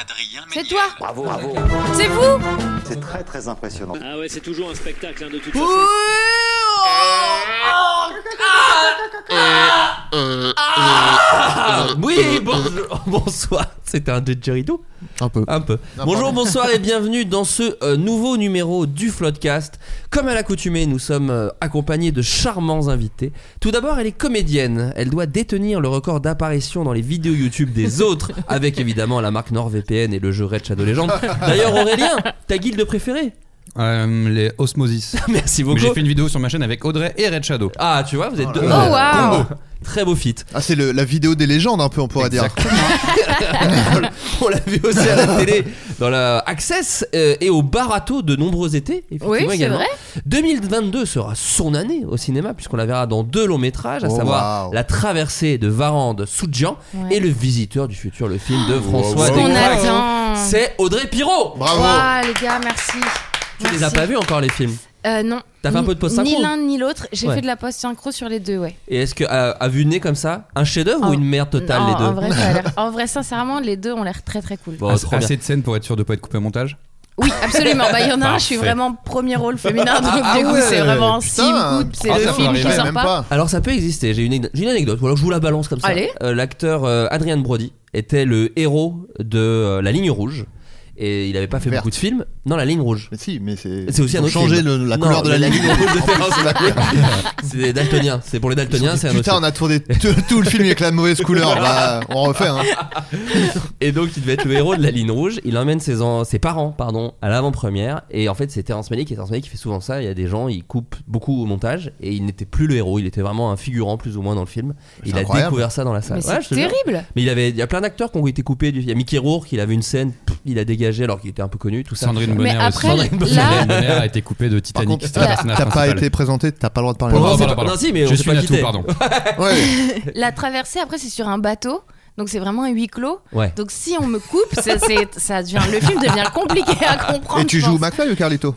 Adrien C'est Méniel. toi C'est vous C'est très très impressionnant. Ah ouais, c'est toujours un spectacle hein, de toute Ouh, façon. oh, ah, Oui, bonjour- bonsoir. C'était un didgeridoo Un peu. Un peu. Bonjour, bonsoir et bienvenue dans ce euh, nouveau numéro du Floodcast. Comme à l'accoutumée, nous sommes euh, accompagnés de charmants invités. Tout d'abord, elle est comédienne. Elle doit détenir le record d'apparition dans les vidéos YouTube des autres, avec évidemment la marque NordVPN et le jeu Red Shadow Legends. D'ailleurs, Aurélien, ta guilde préférée Euh, les Osmosis. Merci beaucoup. Mais J'ai fait une vidéo sur ma chaîne avec Audrey et Red Shadow. Ah, tu vois, vous êtes deux. Oh, wow. Combo. Très beau fit. Ah, c'est le- la vidéo des légendes, un peu, on pourrait dire. On l'a vu aussi à la télé dans la Access euh, et au Barato de nombreux étés. effectivement, Oui, c'est également. vrai. 2022 sera son année au cinéma puisqu'on la verra dans deux longs métrages, à Oh, savoir wow. La Traversée de Varan de Soudjan Ouais. et Le Visiteur du futur, le film de François wow, On Descraques. attend. C'est Audrey Pirot. Bravo. Ouah, Ah, les gars, merci. Tu les as Merci. pas vus encore les films Euh, non. T'as fait un peu de post-synchro Ni l'un ni l'autre. J'ai Ouais. fait de la post-synchro sur les deux, ouais. Et est-ce que euh, à, à vue de nez comme ça, un chef-d'œuvre Oh. ou une merde totale Non, les deux En vrai, ça a l'air- en vrai, sincèrement, les deux ont l'air très très cool. Bon, Assez, trop bien. assez de scènes pour être sûr de pas être coupé au montage. Oui, absolument. Bah, il y en a un, je suis Parfait. vraiment premier rôle féminin, donc Ah, ah du coup, ouais, c'est vraiment si Putain. good. C'est Ah, le ça film qui m'arrivait sort même pas. Alors ça peut exister, j'ai une, j'ai une anecdote, ou alors je vous la balance comme ça. Allez. Euh, L'acteur euh, Adrien Brody était le héros de euh, La Ligne Rouge, et il avait pas fait Verte. beaucoup de films. Non, La Ligne Rouge. Mais si, mais c'est. C'est aussi ils un ont autre changé film. le- la Non, couleur de la ligne. Rouge de Ferrand, C'est la- c'est des daltoniens, c'est pour les Ils se daltoniens, disent, c'est un autre Putain, on film. a tourné tout tout le film avec la mauvaise couleur. Bah, on refait. Hein. Et donc il devait être le héros de La Ligne Rouge, il emmène ses, en- ses parents pardon, à l'avant-première, et en fait c'est Terrence Malick, et Terrence Malick il fait souvent ça, il y a des gens, ils coupent beaucoup au montage, et il n'était plus le héros, il était vraiment un figurant plus ou moins dans le film. C'est Il a incroyable. découvert ça dans la salle. Mais Ouais, c'est je te jure. terrible. Mais il avait, il y a plein d'acteurs qui ont été coupés. du- Il y a Mickey Rourke, il avait une scène, pff, il a dégagé alors qu'il était un peu connu, tout ça. Sandrine Bonner Mais après, aussi. Sandrine Bonner. là, Sandrine Bonner a été coupée de Par Titanic. contre, C'était le t'as personnage t'as pas principal. été présenté, t'as pas le droit de parler. Oh, Pardon, Ouais. non, c'est pardon, pas- pardon. non, si, mais on je s'est suis pas un quitté. tout, pardon. Ouais. la traversée, après, c'est sur un bateau. Donc, c'est vraiment un huis clos. Ouais. Donc, si on me coupe, c'est- c'est- ça devient, le film devient compliqué à comprendre. Et tu je joues pense. McFly ou Carlito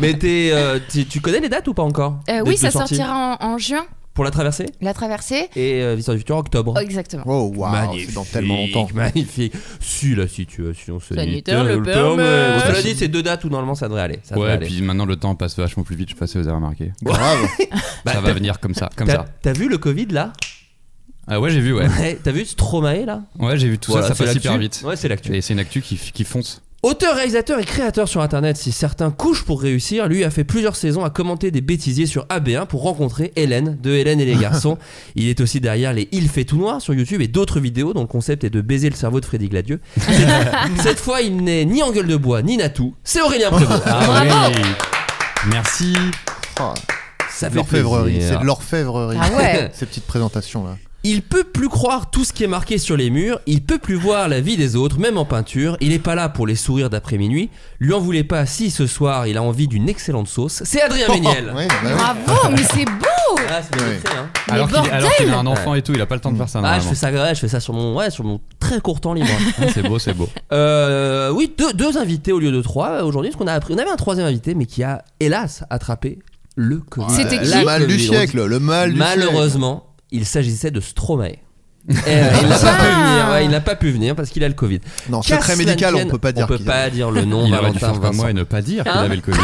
Mais t'es, euh, tu- tu connais les dates ou pas encore Euh, de- oui, de ça sortie sortira en, en juin, pour la traversée La Traversée. et euh, Viseur du futur octobre. Oh, exactement. Oh, waouh, Magnifique, c'est dans tellement longtemps. Magnifique. Si la situation sanitaire, Sanitaire le permet. permet. Cela dit, c'est deux dates où normalement ça devrait aller. Ça devrait Ouais, aller. puis maintenant le temps passe vachement plus vite, je sais pas si vous avez remarqué. Grave. Bah, ça t'as- va venir comme ça, comme T'as, ça. t'as vu le Covid là Ah ouais, j'ai vu, ouais. Ouais, T'as vu Stromae là Ouais, j'ai vu tout Voilà, ça, c'est ça passe l'actu. hyper vite. Ouais, c'est l'actu. Et c'est une actu qui, qui fonce. Auteur, réalisateur et créateur sur internet, si certains couchent pour réussir, lui a fait plusieurs saisons à commenter des bêtisiers sur AB1 pour rencontrer Hélène de Hélène et les garçons. Il est aussi derrière les Il fait tout noir sur YouTube et d'autres vidéos dont le concept est de baiser le cerveau de Freddy Gladieux. Cette- Cette fois, il n'est ni en gueule de bois ni natou, c'est Aurélien Prévost. Ah Ah Bravo oui. Merci. Oh, Ça de fait L'orfèvrerie, plaisir. c'est de l'orfèvrerie. Ah ouais. Ces petites présentations là. Il peut plus croire tout ce qui est marqué sur les murs, il peut plus voir la vie des autres, même en peinture, il est pas là pour les sourires d'après-minuit, lui en voulez pas si ce soir il a envie d'une excellente sauce, c'est Adrien Méniel. Ouais, bah ouais. Bravo, mais c'est beau Ah, c'est bien Oui. fait, hein. Mais Alors qu'il bordel alors qu'il a un enfant et tout, il a pas le temps de faire ça. Ah, je normalement. fais ça, ouais, je fais ça sur mon, ouais, sur mon très court temps libre. Ah, C'est beau, c'est beau. Euh, oui, deux, deux invités au lieu de trois euh, aujourd'hui, parce qu'on a appris, on avait un troisième invité, mais qui a hélas attrapé le Covid. C'était La Le mal du Covid. siècle, le mal du siècle. Malheureusement, il s'agissait de Stromae. Et, euh, il n'a pas Ah. pu venir, ouais, il n'a pas pu venir parce qu'il a le Covid. Non, Qu'à secret cela médical, ne on tienne, peut pas dire On peut qu'il pas a- dire le nom, Il aurait Valentin, dû faire comme Vincent. moi et ne pas dire qu'il Hein avait le Covid.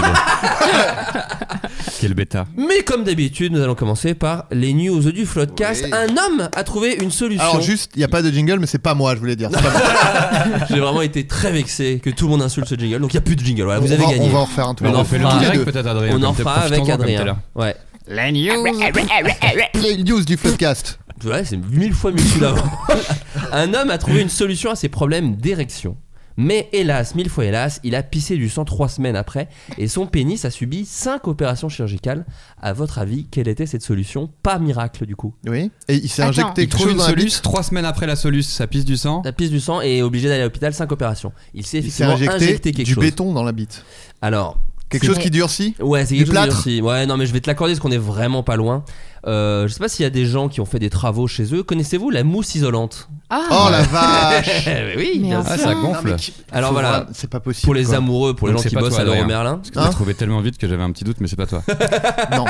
Quel bêta. Mais comme d'habitude, nous allons commencer par les news du Floodcast. Oui. Un homme a trouvé une solution. Alors juste, il n'y a pas de jingle, mais c'est pas moi, je voulais dire. C'est pas moi. J'ai vraiment été très vexé que tout le monde insulte ce jingle. Donc il n'y a plus de jingle. Voilà, vous on, avez va, gagné. on va en refaire un tout On à en l'heure. fait Tous le les direct, deux. peut-être Adrien. On en fera avec Adrien. Adrien. Ouais. La news. Les news du podcast. Ouais, c'est mille fois mieux que celui d'avant. un homme a trouvé une solution à ses problèmes d'érection. Mais hélas, mille fois hélas, il a pissé du sang trois semaines après et son pénis a subi cinq opérations chirurgicales. À votre avis, quelle était cette solution Pas miracle du coup. Oui. Et il s'est Attends. injecté Il quelque trouve chose une dans la soluce. bite. Trois semaines après la soluce, ça pisse du sang. La pisse du sang et est obligé d'aller à l'hôpital, cinq opérations. Il s'est Il s'est effectivement injecté, injecté quelque du chose. béton dans la bite. Alors, Quelque c'est- chose qui durcit. Ouais, c'est Du quelque chose de plâtre durci. Ouais, non, mais je vais te l'accorder parce qu'on est vraiment pas loin. Euh, je sais pas s'il y a des gens qui ont fait des travaux chez eux. Connaissez-vous la mousse isolante Oh Ah, la vache Eh Oui, Mais bien enfin. Ah, ça Non, mais gonfle. qui- Alors faut voilà. vraiment- c'est pas possible. Pour les quoi. amoureux, pour les Donc, gens c'est qui pas bossent toi, à l'euro Adrien. Merlin. Parce que t'as Hein trouvé tellement vite que j'avais un petit doute, mais c'est pas toi. Non,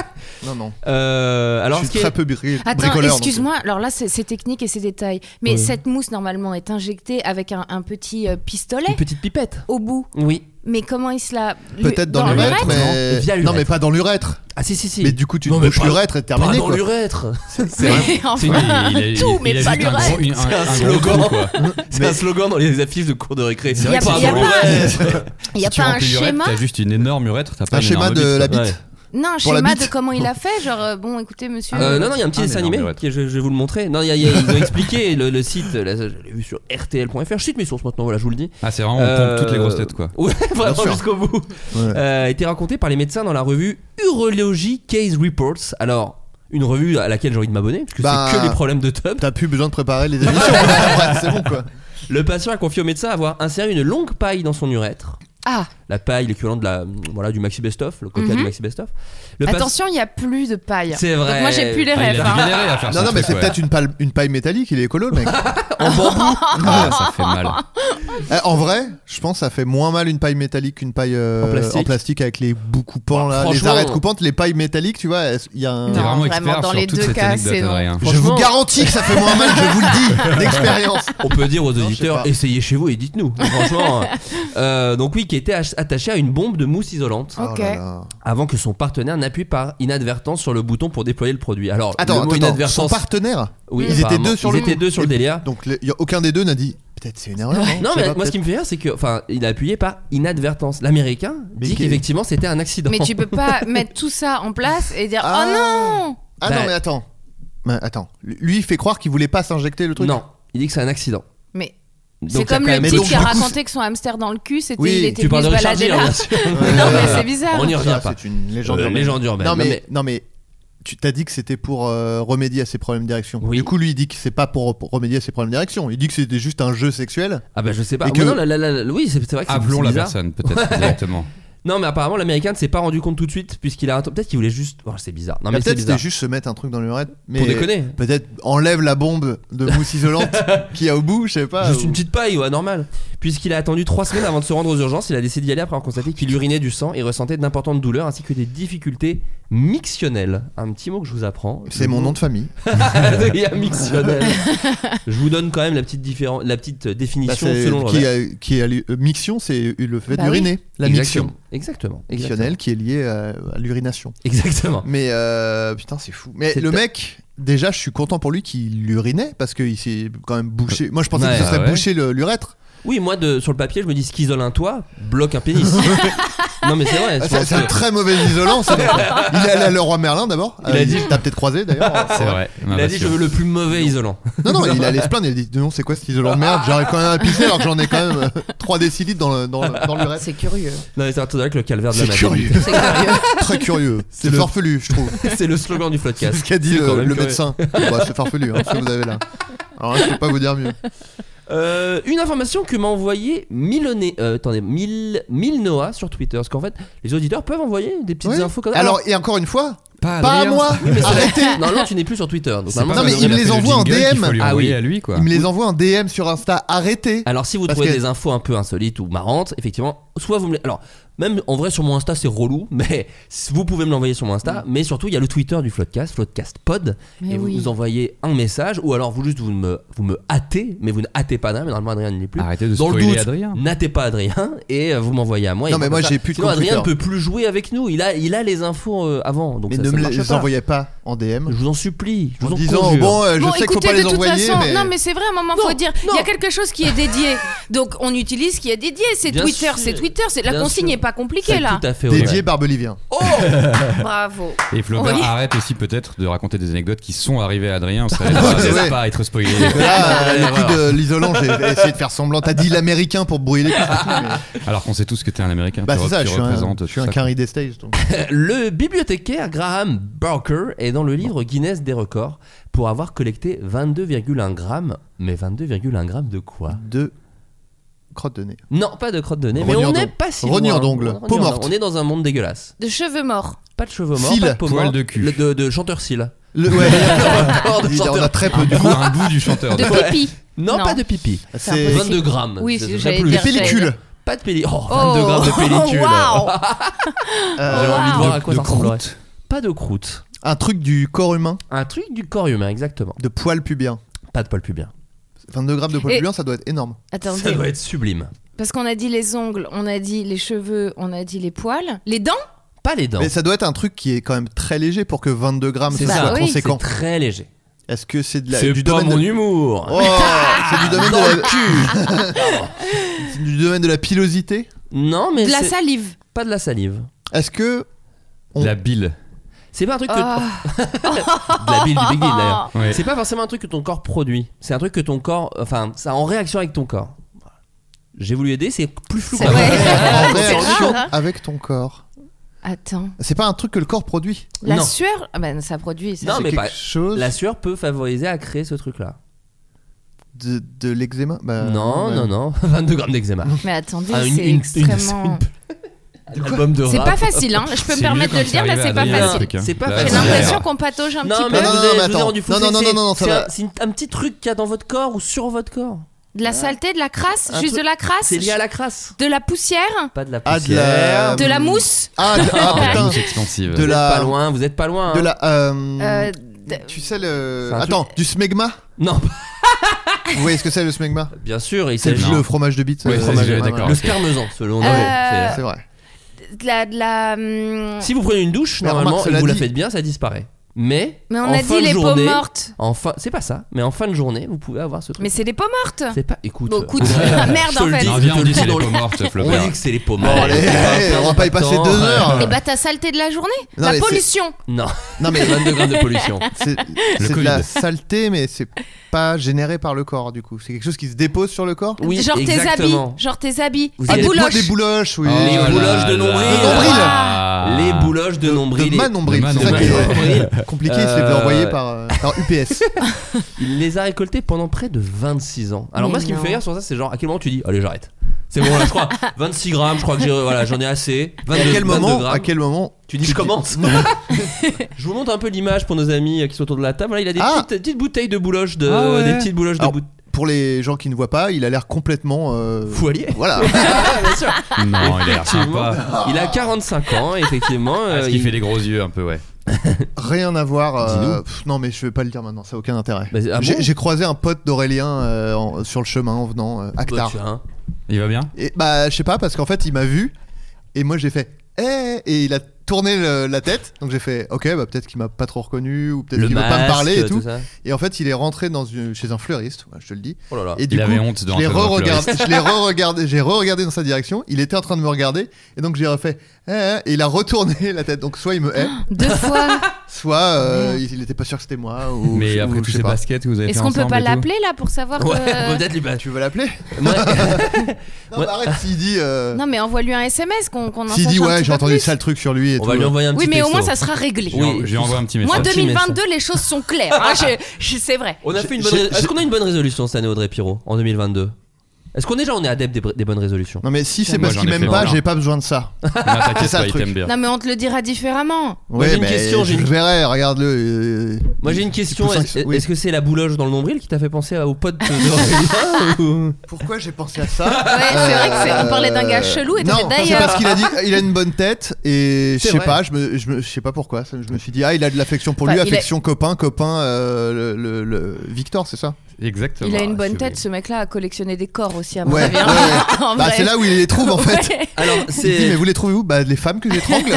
non, non. Euh, alors, je ce qui suis est- très peu bri- Attends, bricoleur. donc- excuse-moi, alors là c'est c'est technique et c'est détail, mais Ouais. cette mousse normalement est injectée avec un, un petit euh, pistolet une petite pipette. au bout. Oui. Mais comment il se la. lui- Peut-être dans, l'urètre, l'urètre mais. Via Non, l'urètre. mais pas dans l'urètre. Ah si si si. Mais du coup, tu Non, te mais bouches pas- l'urètre et pas terminé dans quoi. l'urètre. Mais C'est une- enfin, il a- il- tout, il mais a pas juste un l'urètre. gros- une- un- C'est un un gros slogan. trou, quoi. C'est un slogan dans les affiches de cours de récré. Y a pas- y a pas- Il n'y a Si tu pas un remplis l'urètre, schéma T'as juste une énorme urètre, t'as pas Un une schéma énorme de bite, la quoi. bite. Ouais. Non, un Pour la schéma bite. de comment il a fait, genre euh, bon écoutez monsieur. Euh, non, non, il y a un petit Ah, dessin mais non, animé. mais ouais. qui est- je, je vais vous le montrer. Non, il y a- il y a- ils ont expliqué le, le site. là, je l'ai vu sur RTL.fr. Chute mes sources maintenant, voilà, je vous le dis. Ah, c'est vraiment, on Euh, pompe toutes les grosses têtes, quoi. Ouais, Bien vraiment sûr. jusqu'au bout. Ouais. Euh, a été raconté par les médecins dans la revue Urology Case Reports. Alors, une revue à laquelle j'ai envie de m'abonner, parce que Bah, c'est que les problèmes de top. T'as plus besoin de préparer les émissions. Après, c'est bon quoi. Le patient a confié au médecin avoir inséré une longue paille dans son urètre. Ah, La paille, l'équivalent de la, voilà, du Maxi Best Of, le coca Mhm. du Maxi Best Of. Le patient- attention, il n'y a plus de paille. C'est vrai. Donc moi j'ai plus les Ah, rêves. il a hein. galéré à faire Non, ce non, mais truc, c'est ouais. peut-être une, paille- une paille métallique, il est écolo le mec. Ah, ça fait mal. Eh, en vrai, je pense que ça fait moins mal une paille métallique qu'une paille euh, En plastique. avec les bouts coupants, Bah, là, les franchement- arêtes coupantes. Les pailles métalliques, tu vois, elles- il y a un. T'es Non, vraiment vraiment, expert dans sur les toute deux cette cas, anecdote, c'est non. Adrien. Je vous franchement- garantis que ça fait moins mal, je vous le dis, d'expérience. On peut dire aux je sais auditeurs, pas. essayez chez vous et dites-nous. Franchement. euh, donc oui, qui était ach- attaché à une bombe de mousse isolante Ok. Oh là là. avant que son partenaire n'appuie par inadvertance sur le bouton pour déployer le produit. Alors, Attends, le attends, mot attends, son inadvertance. partenaire. Oui, Ils étaient apparemment, deux sur ils le étaient deux sur le Et- délire. Donc le- y a aucun des deux n'a dit peut-être c'est une erreur. Non Je sais mais pas, moi ce qui me fait rire c'est que enfin il a appuyé par inadvertance. L'américain Mais dit qu'est- qu'effectivement c'était un accident. Mais tu peux pas mettre tout ça en place et dire Ah. oh non peut-être. Ah Bah- non mais attends. Mais attends, lui il fait croire qu'il voulait pas s'injecter le truc. Non, il dit que c'est un accident. Mais Donc, il y c'est a comme quand le même- type donc, qui a du coup, raconté que son hamster dans le cul, c'était Oui, il était Tu venu parles de se Richard balader Gere, là. bien sûr. Non mais Euh, c'est bizarre. On y revient Ça, pas. Ah, C'est une légende Euh, urbaine. légende urbaine. Non mais, Non, mais- non mais tu t'as dit que c'était pour euh, remédier à ses problèmes d'érection. Oui. Du coup lui il dit que c'est pas pour, pour remédier à ses problèmes d'érection. Il dit que c'était juste un jeu sexuel. Ah bah je sais pas. Et Mais que- non, la- la- la- la- oui c'est c'est vrai que c'est Appelons c'est la bizarre. personne, peut-être directement. Non mais apparemment l'américain ne s'est pas rendu compte tout de suite puisqu'il a peut-être qu'il voulait juste. Oh, c'est bizarre. Non Bah, mais c'est peut-être bizarre. c'était juste se mettre un truc dans le murette. Mais Pour déconner. Peut-être enlève la bombe de mousse isolante qu'il y a au bout, je sais pas. Juste ou- une petite paille, ouais, normal. Puisqu'il a attendu trois semaines avant de se rendre aux urgences, il a décidé d'y aller après avoir constaté qu'il urinait du sang et ressentait d'importantes douleurs ainsi que des difficultés mictionnelles. Un petit mot que je vous apprends. C'est mon nom de famille. Adrien Mictionnel. je vous donne quand même la petite, différen- la petite euh, Bah, définition c'est- selon le qui revers. a- qui a lieu- euh, miction, c'est le fait Bah d'uriner. La Exactement. miction. Exactement. Mictionnelle qui est liée à, à l'urination. Exactement. Mais euh, putain, c'est fou. Mais C'est le ta- mec, déjà, je suis content pour lui qu'il urinait parce qu'il s'est quand même bouché. Moi, je pensais Ouais, que ça serait ah ouais. bouché le- l'urètre. Oui, moi de, sur le papier, je me dis ce qu'isole un toit bloque un pénis. non mais c'est vrai. je Ah, c'est pense c'est un que- très mauvais isolant. ça. il est allé à Leroy Merlin d'abord. Il a Euh, dit- T'as peut-être croisé d'ailleurs. C'est vrai. Il a dit je veux le plus mauvais isolant. Ah, bah, Non, non, il allait se plaindre. Il a dit Non, c'est quoi cet isolant de merde J'arrive quand même à pisser alors que j'en ai quand même euh, 3 décilitres dans le- dans le- dans l'urètre. C'est curieux. Non, mais c'est un truc avec le calvaire de la C'est maternité. curieux. C'est curieux. Très curieux. C'est C'est le- farfelu, je trouve. C'est le slogan du C'est podcast. ce qu'a dit C'est quand le, même le curieux. médecin. Bah, c'est farfelu, hein, ce que vous avez là. Alors là, je peux pas vous dire mieux. Euh, une information que m'a envoyé Miloné, euh, attendez, Mil, Milnoa sur Twitter, parce qu'en fait, les auditeurs peuvent envoyer des petites Oui. infos comme ça. Alors, et encore une fois, Pas pas à Adrien. moi Ah, Oui, mais c'est- Arrêtez normalement, tu n'es plus sur Twitter. donc C'est pas normalement, Non, ça mais il devrait me les être- Adrien qui fait le envoie en jingle, qu'il DM. faut lui Ah oui. Ah, envoyer à lui, quoi. Il me les envoie en DM sur Insta, arrêtez Alors, si vous Parce trouvez que- des infos un peu insolites ou marrantes, effectivement, soit vous me les... Alors, Même en vrai, sur mon Insta, c'est relou, mais vous pouvez me l'envoyer sur mon Insta. Mais surtout, il y a le Twitter du Floodcast, Floodcast Pod. Mais et vous oui. nous envoyez un message, ou alors vous juste vous me, vous me hâtez, mais vous ne hâtez pas d'Adrien, mais normalement Adrien n'est plus. Arrêtez de Dans le spoiler doute, Adrien. n'hâtez pas Adrien, et euh, vous m'envoyez à moi. et Non, mais moi, comme ça- j'ai plus de Sinon, compte Adrien ne Twitter. peut plus jouer avec nous. Il a, il a les infos euh, avant. Donc Mais ça, ne ça me marche les pas. envoyez pas en DM. Je vous en supplie. Je vous en en disant, conjure. bon, euh, je bon, sais qu'il faut écoutez, pas de les toute envoyer, façon, mais. non, mais c'est vrai, à un moment, Non, faut dire, il y non. a quelque chose qui est dédié. Donc, on utilise ce qui est dédié. C'est Bien Twitter, sûr. c'est Twitter. C'est la Bien consigne sûr. n'est pas compliquée C'est là. Tout à fait. Dédié horrible. Barbelivien. Oh Bravo. Et Flaubert Oui. arrête aussi peut-être de raconter des anecdotes qui sont arrivées à Adrien. Ça aide c'est pas, vrai. pas à être spoilé. Là, Ouais, le coup voilà. de l'isolant, j'ai essayé de faire semblant. T'as dit l'américain pour brouiller les pistes. mais- Alors qu'on sait tous que t'es un Américain. Bah, tu c'est re- ça, tu je suis un, représentes je suis tout un ça. carry des stages. donc. Le bibliothécaire Graham Barker est dans le livre Guinness des records pour avoir collecté 22,1 grammes. Mais 22,1 grammes de quoi De crotte de nez. Non, pas de crotte de nez, mais Rognure on n'est d'ongle. pas si Rognure loin. d'ongle. Rognure Peau morte. d'ongle. On est dans un monde dégueulasse. De cheveux morts. Pas de cheveux morts, Cils. pas de peau Poil morte. de cul. Le- de, de chanteur cils. Le, ouais, Encore de Ah, il y en a chanteur. très peu Un hein. du bout- coup. un bout du chanteur. De Ouais. pipi. Non, Non. pas de pipi. C'est 22 grammes. Oui, Ce c'est- serait j'allais plus. dire. pellicule. Pas de pellicule. Oh, Oh. 22 grammes de pellicule. Waouh. Euh, J'ai envie de Wow. voir à quoi De ça ressemblerait. croûte. Pas de croûte. Un truc du corps humain, Un truc du corps humain, exactement. de poil pubien. Pas de poil pubien. 22 grammes de poil Et- pubien, ça doit être énorme. Ça Attendez. doit être sublime. Parce qu'on a dit les ongles, on a dit les cheveux, on a dit les poils. Les dents Pas les dents. Mais ça doit être un truc qui est quand même très léger pour que 22 grammes C'est ça Ah, ça, soit oui. conséquent. C'est très léger. Est-ce que c'est de la- C'est du pas domaine mon de... humour. Oh, c'est du domaine de la C'est du domaine de la pilosité. Non, mais De la c'est salive. pas de la salive. Est-ce que Oh. On- La bile. C'est pas un truc que Ah. de la bile du Big Deal d'ailleurs. Ouais. C'est pas forcément un truc que ton corps produit. C'est un truc que ton corps, enfin, ça en réaction avec ton corps. J'ai voulu aider, c'est plus flou. C'est qu'avant. vrai. En C'est réaction rare, hein. avec ton corps Attends. C'est pas un truc que le corps produit. La Non. sueur Ah ben ça produit. ça. Non, C'est mais quelque pas- chose La sueur peut favoriser à créer ce truc-là. de, de l'eczéma. Bah, non, ouais. non, non, 22 grammes d'eczéma. Mais attendez, Euh, Ah, une- c'est une- extrêmement. Un Album de C'est rap. pas facile, hein. Je peux me permettre de le dire, mais c'est pas facile. C'est pas J'ai facile. l'impression qu'on patauge un Non, petit mais peu. je Non, non, vous non, ai- mais je vous ai attends. rendu fou, Non, non, c'est- non, non, non, ça c'est va. un- C'est une- un petit truc qu'il y a dans votre corps ou sur votre corps. De la saleté, de la crasse, Un juste peu- de la crasse. C'est lié à la crasse. De la poussière, Pas de la Ah, de la- poussière. de la mousse. Ah, de- ah, La putain. mousse expansive. De Vous êtes la- pas loin, vous êtes pas loin. De hein. la. euh, euh, de- Tu sais le. C'est un Attends, truc- du smegma Non, Vous voyez ce que c'est le smegma bien sûr, il C'est s'agit. le fromage de bite. Oui, euh, c'est- fromage- c'est- ouais, d'accord. ouais, Le ouais. spermeson, selon Noé. Euh, C'est- C'est vrai. de la. De la hum, Si vous prenez une douche, Mais remarque, normalement, et cela vous la dit- faites bien, ça disparaît. Mais, Mais on en a fin dit de les peaux journée, mortes. en fin- C'est pas ça, mais en fin de journée, vous pouvez avoir ce truc. Mais c'est des peaux mortes. C'est pas. Écoute. euh, Bon, écoute, ah, merde Je te en le fait. dis. Non, viens, on dit c'est les Dans le- peaux mortes, On Flaubert. dit que c'est les peaux Bon, mortes. allez, allez, on va pas y passer Attends, deux euh, heures. Et bah ta saleté de la journée, Non, mais la c'est- pollution. Non, Non, mais 22 grammes de pollution. c'est c'est de Covid. la saleté, mais c'est pas généré par le corps du coup. C'est quelque chose qui se dépose sur le corps Oui, genre exactement. tes habits, genre tes habits, Oh, Vous tes avez- des, bouloches. des bouloches, oui. Oh Ah, Les là bouloches de là. nombril. De nombril. Ah. Les bouloches de nombril. De les- ma nombril, de c'est ça qui ma nombril. est compliqué, il se les fait Euh, envoyer par, euh, par UPS. Il les a récoltés pendant près de 26 ans. Alors Mais moi, ce qui me non. fait rire sur ça, c'est genre à quel moment tu dis allez j'arrête. C'est bon là, je crois 26 grammes, je crois que j'ai voilà j'en ai assez. 22, à quel 22 moment, grammes. à quel moment Tu dis je commence. je vous montre un peu l'image pour nos amis euh, qui sont autour de la table. Là, il a des Ah. petites, petites bouteilles de bouloches de Ah ouais. des petites bouloches Alors, de bout... Pour les gens qui ne voient pas, il a l'air complètement. euh, Foualier. Voilà. Bien sûr. Non, il Ah, a l'air Effectivement. sympa. bah. Il a 45 ans effectivement. euh, Parce il- qu'il fait des gros yeux un peu, ouais. Rien à voir. euh, Dis-nous. pff, non, mais je vais pas le dire maintenant, ça a aucun intérêt. Bah, ah bon J'ai j'ai croisé un pote d'Aurélien euh, en- sur le chemin en venant, euh, Bah, Actar. tu vois, hein. Il va bien Et bah, je sais pas, parce qu'en fait, il m'a vu, et moi j'ai fait Eh Et il a tourné le- la tête, donc j'ai fait Ok, bah peut-être qu'il m'a pas trop reconnu, ou peut-être Le qu'il veut pas me masque, euh, parler et tout. ça. Et en fait, il est rentré dans une, chez un fleuriste, ouais, je te le dis. Oh là là. Et Il avait honte de je l'ai rentrer dans un re-regardé, je l'ai re-regardé, j'ai re-regardé dans sa direction, il était en train de me regarder, et donc j'ai refait Eh Et il a retourné la tête, donc soit il me hait, Deux fois. soit Oh, euh, il, il était pas sûr que c'était moi, ou, Mais je- ou après tous je sais ces pas. baskets que vous avez fait Est-ce qu'on peut ensemble pas et tout. l'appeler là pour savoir Ouais, que- peut-être lui. bah, Tu veux l'appeler moi- Non, Ouais. bah, arrête, s'il dit. euh, Non mais envoie-lui un SMS qu'on qu'on en S'il sache dit un ouais, petit j'ai peu entendu plus. sale truc sur lui et on tout. euh. va lui envoyer un Oui petit mais au texto. moins ça sera réglé. Je lui en- Je lui envoie un petit Moi message. Un petit 2022 les choses sont claires. hein, je- je- c'est vrai. On a fait une J'ai- bonne. ré- Est-ce j'ai- qu'on a une bonne résolution cette année, Audrey Pirot, en 2022 Est-ce qu'on est déjà on est adepte des, br- des bonnes résolutions Non, mais si c'est Moi, parce j'en qu'il ai fait m'aime pas, plein. j'ai pas besoin de ça. t'inquiète C'est ça pas, le il truc. t'aime bien. Non, mais on te le dira différemment. Moi, j'ai Ouais, une mais question, j'ai je une- le verrai, regarde-le. euh, Moi j'ai une il- il question. pousse un- Est- Est-ce oui. que c'est la bouloge dans le nombril qui t'a fait penser à- au pote de ou- Pourquoi j'ai pensé à ça Ouais, c'est vrai que c'est- on parlait d'un gars chelou et t'as fait, Euh, Non, c'est d'ailleurs. parce qu'il a dit il a une bonne tête et je C'est sais vrai. pas, je me, je me- je sais pas pourquoi. ça- Je me suis dit ah il a de l'affection pour Enfin, lui, il a- affection copain, copain, euh, le, le- le- Victor, c'est ça Exactement. Il a une Ah, bonne c'est tête, ce mec-là, à collectionner des corps aussi, à mon Ouais. avis. hein. ouais. En Bah, vrai. c'est là où il les trouve en fait. Ouais. Alors Il dit, mais c'est vous les trouvez où Bah les femmes que j'étrangle.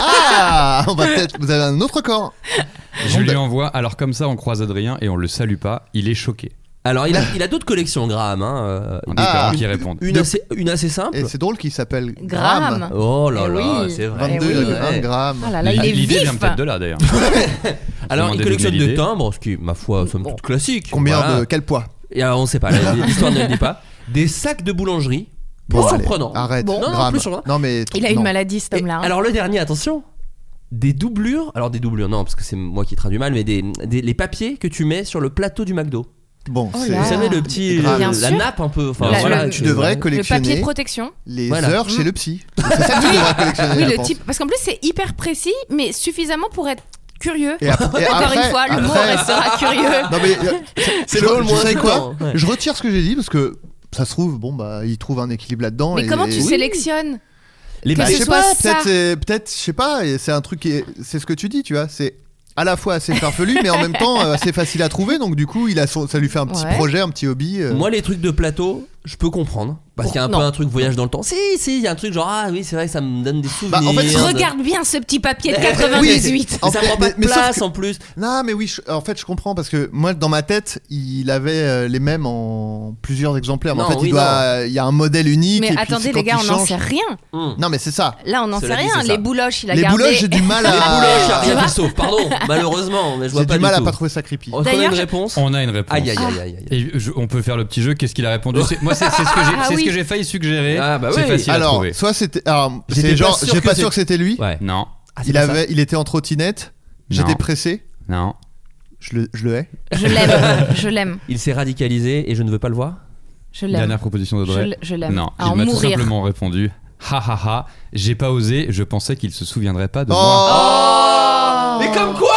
ah, on va peut-être. Vous avez un autre corps. vrai. Je lui envoie. Alors comme ça, on croise Adrien et on le salue pas. Il est choqué. alors il a, il a d'autres collections Graham. Hein, euh, On une- espère Ah. qu'il réponde. une, De- assez, une assez simple. Et c'est drôle qu'il s'appelle Graham. Graham. Oh là Eh là, oui. c'est vrai. 22,1 Ouais. grammes. Ah là là, il est L'idée vient vif. peut-être de là d'ailleurs. Alors, Demandez il d'où collectionne venait des l'idée. timbres, ce qui, ma foi, somme Bon. toute classique. Combien Voilà. de quel poids Et alors, on sait pas, la- l'histoire ne le dit pas. Des sacs de boulangerie. Plus allez, surprenant. Arrête. Bon, non, non, Graham. plus surprenant. Non, mais Il a non. une maladie, cet Et homme-là. hein. alors, le dernier, attention. Des doublures. Alors, des doublures, non, parce que c'est moi qui traduis mal, mais des, des- les papiers que tu mets sur le plateau du McDo. Bon, Oh c'est- là. Vous savez, le petit. Grave. la Bien sûr. nappe un peu. Enfin, Bien voilà, sûr. tu devrais le papier de collectionner protection. les Voilà. Mmh. heures chez le psy. C'est ça que tu devrais collectionner. Oui, je le pense. type. Parce qu'en plus, c'est hyper précis, mais suffisamment pour être curieux. Et ap- et Encore après- une fois, l'humour après- restera curieux. Non, mais euh, C'est je- le rôle je moins sais quoi important, ouais. Je retire ce que j'ai dit parce que ça se trouve, bon, bah, il trouve un équilibre là-dedans. Mais et- comment tu Oui. sélectionnes Les que Bah, papiers. je ce sais soit pas, ça peut-être, c'est- peut-être, je sais pas, et c'est un truc qui est- c'est ce que tu dis, tu vois, c'est à la fois assez farfelu, mais en même temps euh, assez facile à trouver, donc du coup, il a son- ça lui fait un petit Ouais. projet, un petit hobby. euh. Moi, les trucs de plateau, je peux comprendre. Parce qu'il y a un Non. peu un truc voyage dans le temps. Si, si, il y a un truc genre, ah oui, c'est vrai, ça me donne des souvenirs. Bah, en fait, Regarde bien ce petit papier de Oui. 98. Mais ça En fait, prend pas mais- de mais sauf place que- en plus. Non, mais oui, je- en fait, je comprends parce que moi, dans ma tête, il avait euh, les mêmes en plusieurs exemplaires. Mais Non, en fait, oui, il, doit, il y a un modèle unique. et Mais puis attendez, c'est les quand gars, il on n'en change- sait rien. Hum. Non, mais c'est ça. Là, on n'en sait Cela dit, rien. c'est ça. Les bouloches, il a les gardé. bouloches, j'ai du mal à. Les bouloches, il y a j'ai rien qui sauve, pardon, malheureusement, mais je vois pas du mal à tout. pas trouver ça creepy. On a D'ailleurs, une je- réponse On a une réponse. Aïe aïe aïe aïe aïe. Et je- on peut faire le petit jeu. Qu'est-ce qu'il a répondu C'est- Moi, c'est c'est ce que j'ai Ah c'est ce que oui. j'ai failli suggérer. Ah, bah c'est oui. facile à Alors, trouver. soit c'était. Alors, J'étais c'est pas genre, sûr j'étais que pas c'est- sûr que c'était lui. Ouais. Non, Ah, c'est Il pas ça. avait, il était en trottinette. J'étais Non. pressé. non. Je le, je le hais. Je l'aime. Je l'aime. Il s'est radicalisé et je ne veux pas le voir. Je l'aime. Dernière proposition Je d'Audrey. l- Je l'aime. Non, À il en m'a tout mourir. Oh, simplement répondu. Ha ha ha. J'ai pas osé. Je pensais qu'il se souviendrait pas de Oh, moi. Mais comme quoi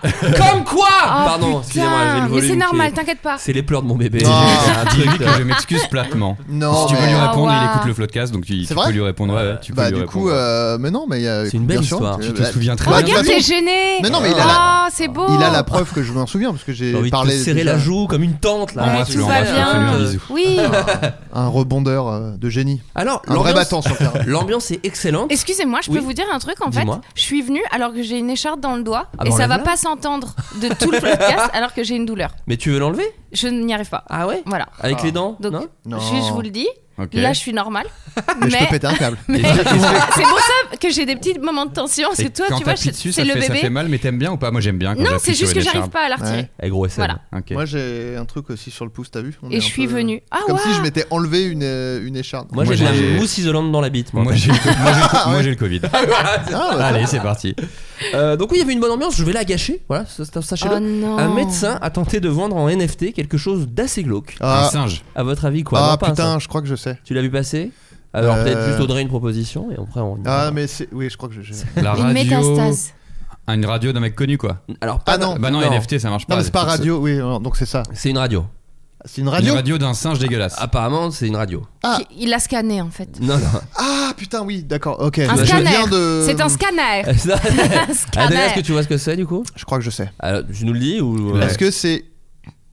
Comme quoi Ah, Pardon, putain, excusez-moi, j'ai le Mais volume. c'est qui normal, est- t'inquiète pas. C'est les pleurs de mon bébé. Non. C'est un Dis-lui truc. euh, que je m'excuse platement. Non, si tu veux mais- lui répondre, Ah, il ouais. écoute le podcast, donc tu, tu C'est vrai peux lui répondre. ouais, ouais, tu peux Bah, lui du répondre. coup, euh, mais non, mais. euh, C'est une bien belle sûr, histoire. Tu te souviens très bien. Regarde, Ah, de toute t'es façon- gêné. Mais non, mais il a Ah, c'est beau. Il a la preuve que je m'en souviens parce que j'ai J'ai envie de te parlé. serrer déjà. la joue comme une tante là. Ouais, Ah, tu tu vas vois. bien. Fais-lui un bisou. Oui. Un rebondeur euh, de génie. Alors, Un vrai l'ambiance- battant sur le terrain. l'ambiance est excellente. Excusez-moi, je peux Oui. vous dire un truc en fait. Dis-moi. Je suis venue alors que j'ai une écharpe dans le doigt Ah bah, et ça va enlève-la. pas s'entendre de tout le podcast alors que j'ai une douleur. Mais tu veux l'enlever Je n'y arrive pas. Ah ouais Voilà. Avec les dents Donc, Non Non. Je, je vous le dis, Ok. là je suis normale. Mais, je mais- peux péter un câble. mais- Est-ce que- est-ce c'est pour ça que j'ai des petits moments de tension. Et C'est toi, quand tu vois, t'appuies c'est dessus, c'est ça le fait, Ça bébé. fait mal, mais t'aimes bien ou pas Moi j'aime bien. Quand non, j'appuie c'est sur juste une que j'arrive écharpe. pas à la retirer. Eh, gros SM. Voilà. Ok. Moi j'ai un truc aussi sur le pouce, t'as vu On est Et je un suis peu- euh, venue. Ah Comme ouais. si je m'étais enlevé une, euh, une écharpe. Moi, Moi, j'ai de j'ai- la mousse isolante dans la bite. moi. Moi j'ai le co- moi, j'ai le co- moi, j'ai le Covid. Ah, bah, Allez, c'est parti. Euh, donc oui, il y avait une bonne ambiance, je vais la gâcher, voilà, ça- ça- sachez-le. Oh non. Un médecin a tenté de vendre en NFT quelque chose d'assez glauque. Un Ah, singe. À votre avis quoi ah, Non, pas un putain, singe. je crois que je sais. Tu l'as vu passer Alors Euh. peut-être juste Audrey une proposition et après on. Ah, mais c'est. Oui, je crois que je. je- La Une radio. métastase. Une radio d'un mec connu quoi. Alors pas Ah non. Bah non, NFT ça marche pas. Non, mais c'est pas radio, oui, non, donc c'est ça. C'est une radio. C'est une Une radio radio d'un singe dégueulasse. Apparemment, c'est une radio. Ah. Qui- Il l'a scanné en fait. Bah, Non non. Ah, putain, oui, d'accord, ok. Un je scanner. viens de. C'est un scanner. Euh, Ah, un Adrien, est-ce que scanner. tu vois ce que c'est du coup Je crois que Euh, je sais. Alors, Tu nous le dis ou Ouais. Est-ce que c'est.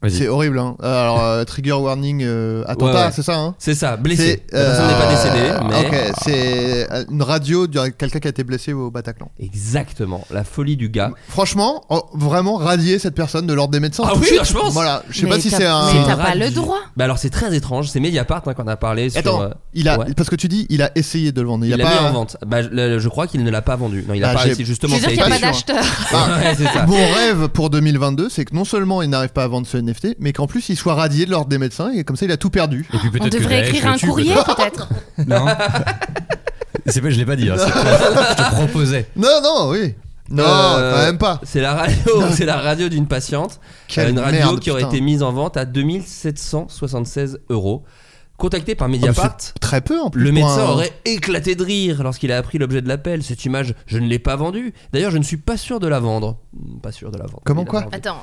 Vas-y. C'est horrible, hein. Alors, euh, trigger warning, euh, attentat, Ouais, ouais. c'est ça, hein C'est ça, blessé. C'est, La personne n'est pas décédée, euh, mais Ok, c'est euh, une radio de quelqu'un qui a été blessé au Bataclan. exactement la folie du gars. Franchement, oh, vraiment radier cette personne de l'ordre des médecins. Ah tout de oui, suite. je pense. Voilà, je sais Mais pas si t'as- c'est mais C'est une t'as un. pas radio. le droit. Bah alors c'est très étrange, c'est Mediapart hein, qu'on a parlé sur Attends, euh, il a ouais. parce que tu dis, il a essayé de le vendre. Il, Il a l'a pas. mis en vente. Bah, je, le- je crois qu'il ne l'a pas vendu. Non, il a Bah, pas j'ai- réussi justement. Je veux dire ça a qu'il n'y a été- sûr, hein. pas d'acheteur. Ouais, c'est ça. Mon rêve pour 2022, c'est que non seulement il n'arrive pas à vendre ce NFT, mais qu'en plus il soit radié de l'ordre des médecins et comme ça il a tout perdu. Et puis On peut-être que devrait Daesh écrire le un tue, courrier peut-être. peut-être. Non. C'est pas, je l'ai pas dit. hein, c'est- je te proposais. Non, non, oui. Non, Euh, quand même pas. C'est la radio, c'est la radio d'une patiente, Euh, Quelle une radio merde, qui aurait putain. été mise en vente à 2776 euros. Contacté par Mediapart, Très peu en Ah, plus. hein. le pour médecin un- aurait éclaté de rire lorsqu'il a appris l'objet de l'appel. Cette image, je ne l'ai pas vendue. D'ailleurs, je ne suis pas sûr de la vendre. Hmm, Pas sûr de la vendre. Comment Il l'a quoi vendue. Attends,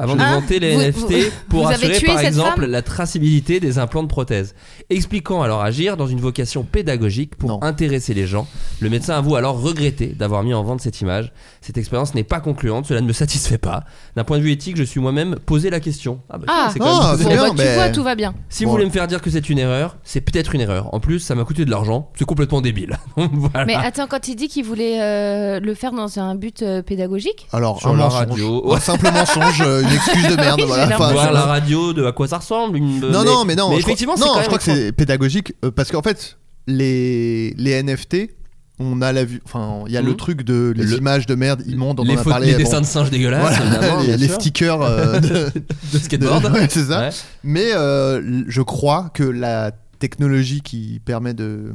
Avant de Hein vanter les Vous- NFT vous- pour vous avez assurer tué par cette exemple femme la traçabilité des implants de prothèses. Expliquant alors agir dans une vocation pédagogique pour Non. intéresser les gens. Le médecin avoue alors regretter d'avoir mis en vente cette image. Cette expérience n'est pas concluante, cela ne me satisfait pas. D'un point de vue éthique, je suis moi-même posé la question. Ah bah tiens, Ah. c'est quand Ah, même c'est bon, posé. bien, bah, tu mais- vois, tout va bien. Si Bon. vous voulez me faire dire que c'est une erreur, c'est peut-être une erreur. En plus, ça m'a coûté de l'argent, c'est complètement débile. Voilà. Ah. Mais attends, quand il dit qu'il voulait euh, le faire dans un but euh, pédagogique, Alors, Sur un la Ah, mensonge. radio. Un simple mensonge, euh, une excuse de merde. Oui, voilà. j'ai Enfin, Voir je- la radio, de à quoi ça ressemble. une- Non, non, mais non. je crois- effectivement, c'est non, quand je crois même que c'est pédagogique euh, parce qu'en fait, les, les NFT, on a la vue. Enfin, il y a Mhm. le truc de les Le- images de merde immondes, on les, en a fautes- parlé. les avant. dessins de singes dégueulasses, Voilà, évidemment, bien les, les sûr. stickers euh, de, de skateboard. de- ouais, c'est ça. Ouais. Mais euh, l- je crois que la technologie qui permet de,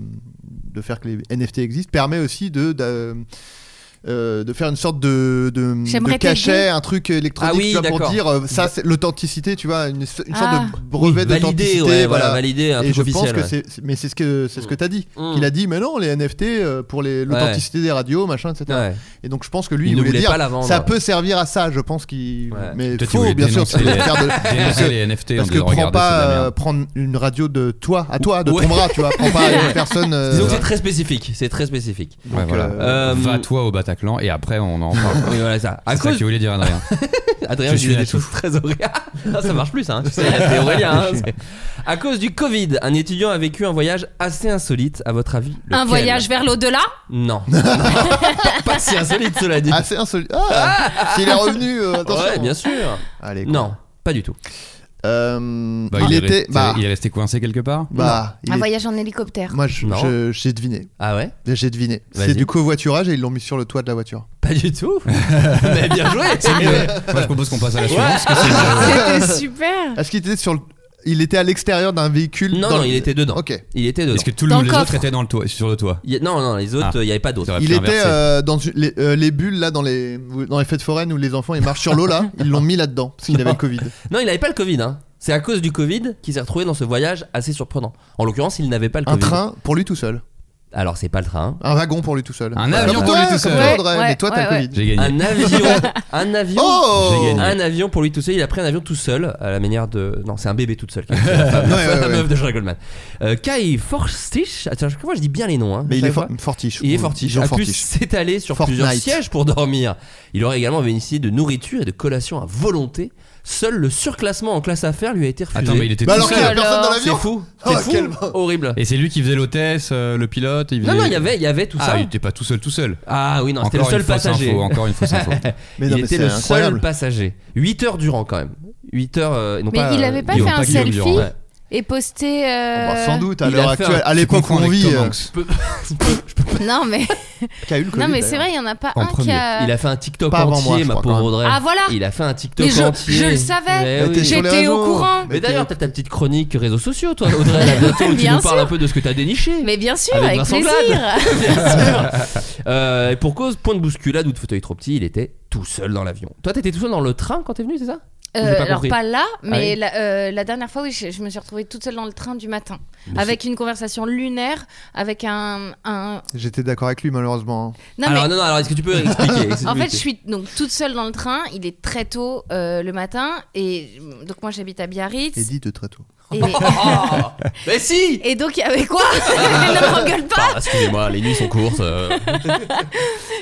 de faire que les NFT existent permet aussi de. de euh, de faire une sorte de, de, J'aimerais de cachet, t'aider. un truc électronique Ah oui, tu vois, pour d'accord. dire euh, ça, c'est l'authenticité, tu vois, une, une sorte Ah. de brevet Oui, d'authenticité. validé, ouais, voilà, validé, un Et truc je officiel. pense que ouais. c'est, c'est- mais c'est ce que c'est ce que t'as dit. Mm. Il a dit, mais non, les NFT euh, pour les, l'authenticité des radios, machin, etc. Ouais. Et donc je pense que lui, il, Il ne voulait dire, pas la vendre. ça peut servir à ça. Je pense qu'il, Ouais. mais Toi, tu faut voulais bien sûr. dénoncer c'est les- faire de- parce Dénoncer que- les NFT parce en que disant, prends regardez, c'est de la pas euh, merde. prendre une radio de toi à toi, de Ouais. ton bras, tu vois. Prends pas une personne. euh, Disons que c'est très spécifique. C'est très spécifique. donc, Ouais, voilà. euh, Euh, Va toi au Bataclan et après on en parle. Oui, voilà ça. À C'est ça cause, qui voulait dire Adrien. Adrien Je je suis disait des la choses très Aurélien. Ah, ça marche plus, hein. Tu sais, c'est Aurélien. hein. C'est- À cause du Covid, un étudiant a vécu un voyage assez insolite. À votre avis, lequel un voyage vers l'au-delà Non. Pas- pas si insolite, cela dit. assez ah, insolite. Ah, s'il est revenu, euh, attention. ouais, bien sûr. Allez, quoi. Non, pas du tout. Euh, Bah, il est était. resté- Bah, il est resté coincé quelque part bah, il Un est- voyage en hélicoptère. Moi, je- Non. je- j'ai deviné. Ah ouais J'ai deviné. Vas-y. C'est du covoiturage et ils l'ont mis sur le toit de la voiture. Pas du tout. Mais bien joué. C'est mieux. Moi je propose qu'on passe à la suivante. parce que c'est- C'était super Est-ce qu'il était sur le... Il était à l'extérieur d'un véhicule Non, dans non, le- il était dedans. Ok. Il était dedans. Est-ce que tout le Dans monde le les coffre. autres étaient dans le toit, sur le toit Il y a- Non, non, les autres, Ah. euh, il n'y avait pas d'autres. T'aurais Il pu était inverser. euh, dans une- les, euh, les bulles là dans les dans les fêtes foraines où les enfants ils marchent sur l'eau là, ils l'ont mis là-dedans parce qu'il avait le Covid. Non, il n'avait pas le Covid. Hein. C'est à cause du Covid qu'il s'est retrouvé dans ce voyage assez surprenant. En l'occurrence, il n'avait pas le Un Covid. train pour lui tout seul, Alors, c'est pas le train. un wagon pour lui tout seul. Un avion Comme pour toi, lui tout seul. comme toi, Ouais, Audrey, ouais, mais toi t'as ouais, le Covid. J'ai gagné. Un avion. un avion. Oh J'ai gagné. Un avion pour lui tout seul. Il a pris un avion tout seul à la manière de. Non, c'est un bébé tout seul. qui a fait La, femme- la Ouais, ouais, femme ouais. meuf de Jean Goldman. Euh, Kai Forstich. Attends, je- moi je dis bien les noms. hein, Mais il chaque est for- fois. fortiche. Il est Oui, fortiche. ils ont A plus fortiche. s'étaler sur Fortnite. plusieurs sièges pour dormir. Il aurait également bénéficié de nourriture et de collations à volonté. Seul le surclassement en classe affaires lui a été refusé. Attends, mais il était Bah tout alors qu'il y a seul. personne dans C'est l'avion. fou, c'est Oh, fou, quel- horrible. Et c'est lui qui faisait l'hôtesse, euh, le pilote. il Non, faisait- non, il y avait, il y avait tout Ah, ça. il était pas tout seul, tout seul. Ah oui, non, c'était le Encore seul une fausse passager. info, Encore une fausse info. Mais non, il mais était c'est le incroyable. seul passager. 8 heures durant quand même. 8 heures. euh, et non Mais pas, il euh, avait pas Guillaume. fait un Guillaume selfie Durand, ouais. et posté. Oh, euh, bah, sans doute à il a l'heure fait un- actuelle, à Tu l'époque où confonds on avec vit, Tom euh, Hanks. Non, mais, qu'a eu le Covid. non, mais c'est d'ailleurs. vrai, il n'y en a pas En un qui premier. a. Il a fait un TikTok Pas avant entier, moi, je ma crois, pauvre quand Audrey. Euh, Ah voilà Il a fait un TikTok Mais je- entier. je le savais. Mais T'étais oui. sur les J'étais au réseaux. courant. Mais d'ailleurs, t'es- t'as ta petite chronique réseaux sociaux, toi, Audrey, là, bientôt, où tu Bien nous parles sûr. un peu de ce que t'as déniché. Mais bien sûr, Avec avec, Vincent plaisir. Euh, et pour cause, point de bousculade ou de fauteuil trop petit, il était tout seul dans l'avion. Toi, t'étais tout seul dans le train quand t'es venu, c'est ça Euh, J'ai pas alors compris. pas là, mais oui. la, euh, la dernière fois, oui, je, je me suis retrouvée toute seule dans le train du matin, avec une conversation lunaire, avec un, un... J'étais d'accord avec lui malheureusement. Non alors, mais non, non, alors est-ce que tu peux expliquer en fait, je suis donc toute seule dans le train. Il est très tôt euh, le matin, et mm, donc moi j'habite à Biarritz. Et dit de très tôt. Et, Oh Mais si et donc il y avait quoi Ne m'engueule pas, Ah, Excusez-moi, les nuits sont courtes. euh.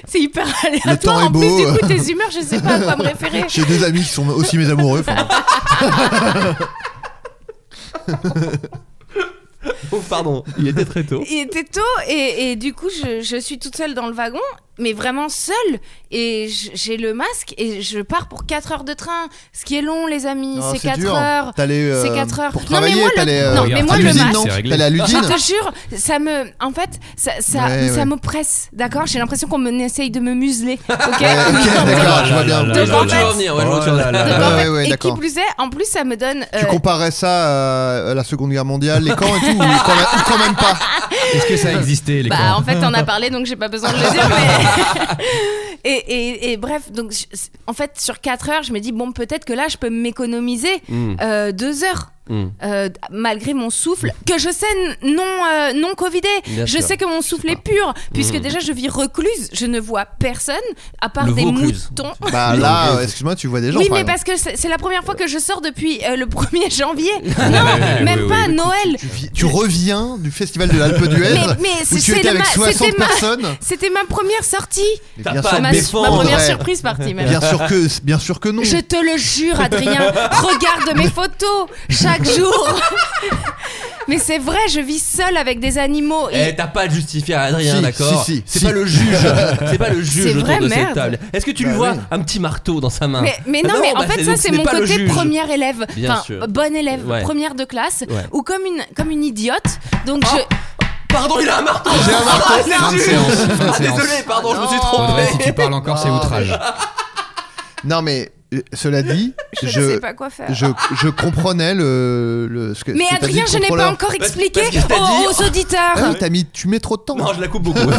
c'est hyper Le temps aléatoire. est En plus, beau. du coup, tes humeurs, je sais pas à quoi me référer. J'ai deux amis qui sont aussi mes amoureux. enfin, Oh, pardon, il était très tôt. Il était tôt et, et du coup je, je suis toute seule dans le wagon, mais vraiment seule. Et j- j'ai le masque et je pars pour 4 heures de train. Ce qui est long les amis, Ah, c'est 4 dur. heures. T'allais, euh, C'est quatre heures. Pour Non, mais travailler, moi, le- t'allais euh, non, mais à moi, le l'usine, masque- non C'est réglé. T'allais à Je l'usine te jure, ça me, en fait, ça, ça, Ouais, ça ouais. m'oppresse, d'accord J'ai l'impression qu'on me- essaye de me museler, ok Ouais, ok, d'accord, Ah, je vois bien. là, là, là, là. revenir, ouais, je vois où tu Oh en es. Ah, Donc, en ouais, fait, ouais, et qui d'accord. plus est, en plus, ça me donne. Tu euh, comparais ça à, à la Seconde Guerre mondiale, les camps et tout, ou quand même, ou quand même pas Est-ce que ça existait, les Bah, camps en fait, on a parlé, donc j'ai pas besoin de le dire. mais- et, et- et bref, donc Hmm. je- en fait, sur 4 heures, je me dis, bon, peut-être que là, je peux m'économiser Mm. euh, 2 heures. euh, malgré mon souffle, que je sais n- non, euh, non covidé. Bien je sûr. sais que mon souffle est pur, puisque Mm. Hmm. déjà je vis recluse, je ne vois personne, à part Le des Vaucluse. moutons. Bah là, euh, excuse-moi, tu vois des gens. oui, par mais exemple. parce que c'est c'est la première fois que je sors depuis euh, le 1er janvier. non, Ouais, ouais, même ouais, pas à ouais. Noël. Tu reviens du festival de l'Alpe d'Huez Mais- mais où c'est- tu c'est étais le avec ma- 60 c'était ma- personnes. C'était ma première sortie. Mais Ma- sûr, ma, défendre, ma première ouais. surprise partie même. Bien sûr que, bien sûr que non. Je te le jure, Adrien, regarde mes photos chaque jour. Mais c'est vrai, je vis seule avec des animaux. Et- Eh, t'as pas à le justifier à Adrien, Si, d'accord si, si, C'est si. pas le juge, c'est pas le C'est juge autour vrai, de cette merde. table. Est-ce que tu lui Bah vois oui. un petit marteau dans sa main Mais, mais non, Ah mais en bah, fait, ça, donc, c'est n'est mon pas le côté juge. première élève. Bien enfin, sûr. bonne élève, Ouais. première de classe, Ouais. Ah, ou comme une, comme une idiote. Donc je. Pardon, il a un marteau J'ai un marteau. Ah, c'est Fin de le juge séance, fin de Ah, séance. désolé, pardon, je me suis Audrey, si trompé tu parles encore, c'est Ah, Non, outrage. Ah Non, mais euh, cela dit, Je, je, ne sais pas quoi faire. je, je comprenais le, le ce que. Mais ce que t'as dit, Adrien, le je n'ai pas contrôleur. encore expliqué parce que t'as dit- aux, aux auditeurs. Ah oui, t'as mis, tu mets trop de temps. Non, je la coupe beaucoup. Non,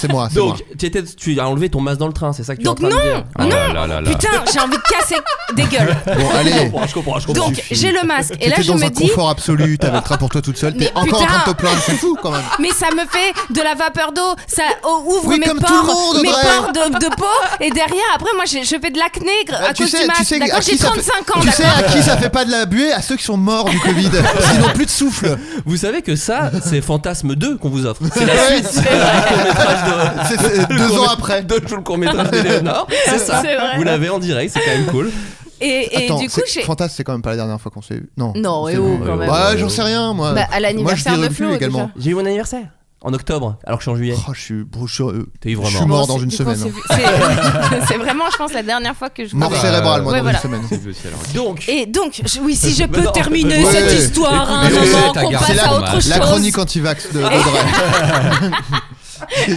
c'est moi. c'est moi. Donc, tu, étais, tu as enlevé ton masque dans le train, c'est ça que tu es en Donc train de non, dire Oh Ah là là là là. Putain, j'ai envie de casser des gueules. Bon, Je allez. comprends, je comprends, je comprends. Donc j'ai le masque. Et T'étais là, je dans me un dis. confort absolu, t'avais le train pour toi toute seule, Mais t'es encore en putain. train de te plaindre, c'est fou quand même. Mais ça me fait de la vapeur d'eau, ça o- ouvre Oui, mes comme pores, tout le monde, mes Audrey. pores de, de peau, et derrière, après, moi, je, je fais de l'acné gr- à Euh, tu cause sais, du masque. tu sais, à D'accord, qui j'ai ça fait- 35 ans, Tu sais d'accord. à qui ça fait pas de la buée À ceux qui sont morts du Covid, parce qu'ils n'ont plus de souffle. Vous savez que ça, c'est Fantasme 2 qu'on vous offre. C'est la Ouais. suite du court-métrage de. C'est- c'est euh, le deux court-métrage- ans après. De tout le court-métrage d'Eleonore. C'est ça. C'est vrai. Vous l'avez en direct, c'est quand même cool. Et, et Attends, du coup, c'est- j'ai. Fantas, c'est quand même pas la dernière fois qu'on s'est vu. Non. Non, On s'est eh oh, vu. quand même. Ouais, j'en sais rien, moi. Bah, à l'anniversaire Moi, je de dirais Flo, plus également. J'ai eu mon anniversaire. En octobre, alors que je suis en juillet. Oh, je suis, bon, je suis, euh, T'es je vraiment. suis mort Bon, dans c'est- une du coup, on semaine. s'est vu- C'est c'est vraiment, je pense, la dernière fois que je. Mort Ouais. cérébral, moi, Ouais, dans voilà. une semaine. Donc. Et donc, je- oui, si je Bah peux non, terminer ouais. cette Ouais. histoire, à un Écoute, moment ta qu'on garde, passe à c'est autre la- chose. La chronique anti-vax de d'Audrey.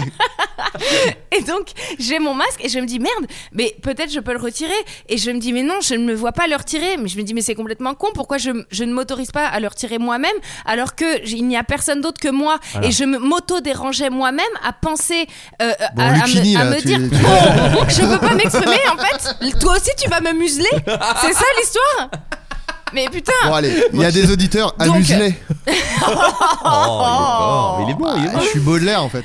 Et donc, j'ai mon masque et je me dis merde, mais peut-être je peux le retirer. Et je me dis, mais non, je ne me vois pas le retirer. Mais je me dis, mais c'est complètement con, pourquoi je, je ne m'autorise pas à le retirer moi-même alors que j- il n'y a personne d'autre que moi Et je me- m'auto-dérangeais moi-même à penser, euh, euh, Bon, à, à Lucini, me, à là, me tu- dire, tu- bon, je peux pas m'exprimer en fait, toi aussi tu vas me museler. C'est ça l'histoire Mais putain Bon, allez, il y a des auditeurs, Donc, amuse-les. Oh, il est bon, mais il est bon, il est bon. Ah, je suis Baudelaire en fait.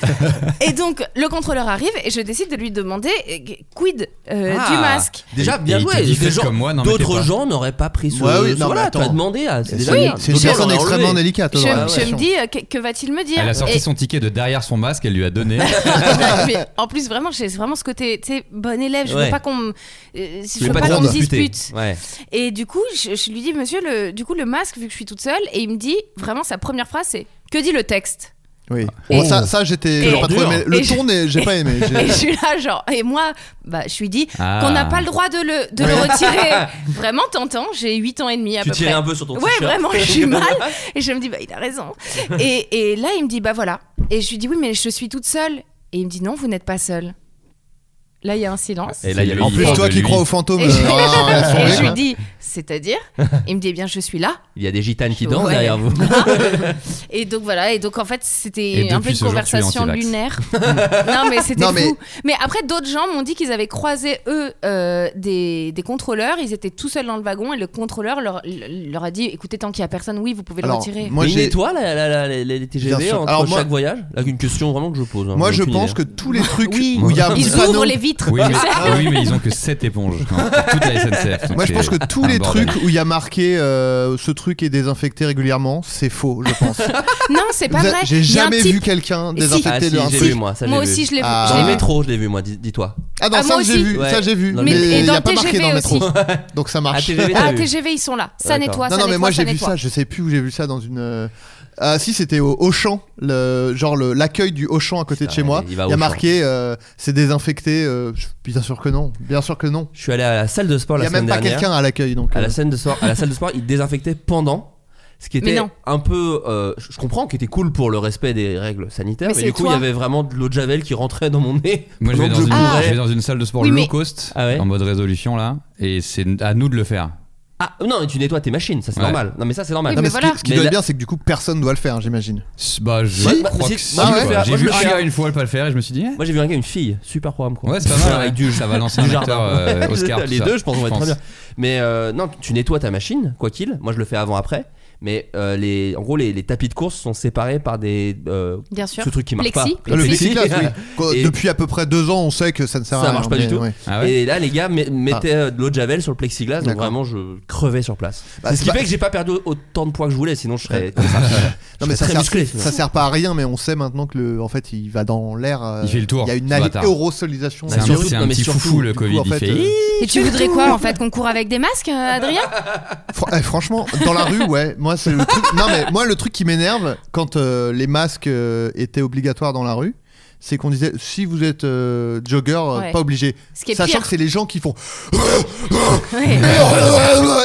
Et donc, le contrôleur arrive et je décide de lui demander, euh, quid euh, Ah. du masque Déjà Et- bien et il joué. te dit, Des faites gens- comme moi, n'en mettez D'autres pas. gens n'auraient pas pris ce. Ouais, oui, ce- non, voilà, mais attends. t'as demandé à. C'est C'est déjà bien. c'est une D'autres gens personne l'ont enlevé. extrêmement délicate. Je, Audrey, je me attention. dis, euh, que, que va-t-il me dire Elle a sorti Et- son ticket de derrière son masque, elle lui a donné. Mais En plus, vraiment, j'ai vraiment ce côté, tu sais, bon élève, je Ouais. veux pas qu'on me- euh, Tu je veux veux pas pas te qu'on me disputer. dispute. Ouais. Et du coup, je, je lui dis, monsieur, le, du coup, le masque, vu que je suis toute seule, et il me dit, vraiment, sa première phrase, c'est Que dit le texte Oui. Bon, Et- ça, ça j'étais. j'ai Et- hein. pas trop aimé. Et Le je- ton, n'est- j'ai pas aimé. j'ai- Et je suis là, genre, et moi, bah, je lui dis Ah. qu'on n'a pas le droit de le, de le Ouais. retirer. vraiment, t'entends, j'ai 8 ans et demi à Tu peu tirais près. un peu sur ton Ouais, t-shirt. vraiment, je suis mal. Et je me dis, bah, il a raison. Et, et là, il me dit, bah voilà. Et je lui dis, oui, mais je suis toute seule. Et il me dit, non, vous n'êtes pas seule. Là, il y a un silence. Et là, il y a En le plus, livre toi de qui lui. crois aux fantômes. Et je, euh, à son et je rythme. lui dis, c'est-à-dire Il me dit, eh bien, je suis là. Il y a des gitanes qui dansent Ouais. derrière vous. Et donc voilà, et donc en fait, Et c'était un peu depuis une ce jour, tu es conversation anti-vax. lunaire. non, mais c'était Non, fou. mais- Mais... après, d'autres gens m'ont dit qu'ils avaient croisé, eux, euh, des, des contrôleurs. Ils étaient tout seuls dans le wagon et le contrôleur leur, leur a dit, écoutez, tant qu'il y a personne, oui, vous pouvez le Alors, retirer. moi, mais j'ai- nettoie la, la, la- la- les Bien TGV sûr. entre Alors, moi- chaque voyage Là, une question vraiment que je pose. hein, Moi, j'ai je aucune pense que idée. tous les trucs Oui. où il y a un petit Ils ouvrent panneau. les vitres. Oui, tu mais, sais. oui, mais ils ont que 7 éponges hein, pour toute la SNCF. donc Moi, je c'est pense que tous un les bordel. trucs où il y a marqué euh, ce truc est désinfecté régulièrement, c'est faux, je pense. Non, c'est pas Vous a- vrai. J'ai Il y a un jamais type- vu quelqu'un Si. Ah, désinfecter si, de un j'ai vu, truc. moi. Ça, Moi j'ai vu. aussi, je l'ai Ah. je Dans l'ai le vu. métro, je l'ai vu, moi, dis- dis-toi. Ah non, Ah, ça moi j'ai aussi. vu, Ouais. ça j'ai vu, Dans le mais métro. Et il n'y dans a le pas marqué TGV dans le métro. aussi. Donc ça Ah, marche. TGV, t'as Ah, vu. TGV, ils sont là. Ça D'accord. nettoie, Non, Ah, ça non, mais nettoie, moi ça j'ai vu nettoie. ça, je sais plus où j'ai vu ça dans une. euh, Ah si, c'était au Auchan, le, genre le- l'accueil du Auchan à côté de Putain, chez moi. il Il y va a Auchan. marqué euh, c'est désinfecté. euh, je- bien sûr que non, bien sûr que non. Je suis allé à la salle de sport Il y la a même semaine pas dernière. quelqu'un à l'accueil donc. À la euh, scène de sport, à la salle de sport, ils désinfectaient pendant. Ce qui Mais était non. un peu, euh, je je comprends, qui était cool pour le respect des règles sanitaires, mais, Mais c'est du coup il y toi. avait vraiment de l'eau de javel qui rentrait dans mon nez. Moi, je pendant vais, que dans une, courais. je vais dans une salle de sport Oui, low mais- cost Ah ouais en mode résolution là, et c'est à nous de le faire. Ah non, mais tu nettoies tes machines, ça c'est normal. Non mais ça c'est normal. Non, mais ce qui- ce qui Mais doit la- être bien, c'est que du coup, personne doit le faire, j'imagine. Bah, je Ouais, bah, crois c'est- que si, moi, je me quoi. fais- J'ai moi, je vu me un fais- gars une fois le pas le faire et je me suis dit, eh, Moi j'ai vu un gars, une fille, super programme quoi. Ouais, c'est pas mal, Avec ouais. du, Ça va lancer du un jardin. acteur, euh, Ouais, Oscar, Les tout ça, deux, je pense, vont je être très pense. bien. Mais euh, non, tu nettoies ta machine, quoi qu'il. Moi je le fais avant après. Mais euh, les, en gros, les, les tapis de course sont séparés par des. euh, Bien sûr. Ce truc qui marche Plexi. pas. Ah, Le plexiglas, Plexi. oui. Quoi, Et- Depuis à peu près deux ans, on sait que ça ne sert à ça rien. marche pas mais, du tout. Ah ouais. Ah Et là, les gars me- mettaient Ah. euh, de l'eau de javel sur le plexiglas, donc D'accord. vraiment je crevais sur place. Bah, c'est c'est ce qui pas- fait que j'ai pas perdu autant de poids que je voulais, sinon je serais. comme ça. Je Non, mais serais ça très sert, musclé. ça sert pas à rien, mais on sait maintenant que le, en fait, il va dans l'air. euh, Il fait le tour, Il y a une ce bâtard. aérosolisation. C'est un- surtout- c'est non, un mais petit surtout, foufou le du coup, Covid. en Il fait, fait. eh, euh, Et tu voudrais quoi en fait Qu'on court avec des masques, euh, Adrien Fr- eh, franchement, dans la rue, ouais. Moi, c'est le truc. Non, mais moi, le truc qui m'énerve quand euh, les masques euh, étaient obligatoires dans la rue, c'est qu'on disait si vous êtes euh, jogger, euh, Ouais. pas obligé. Ce qui est Sachant pire. que c'est les gens qui font Ouais.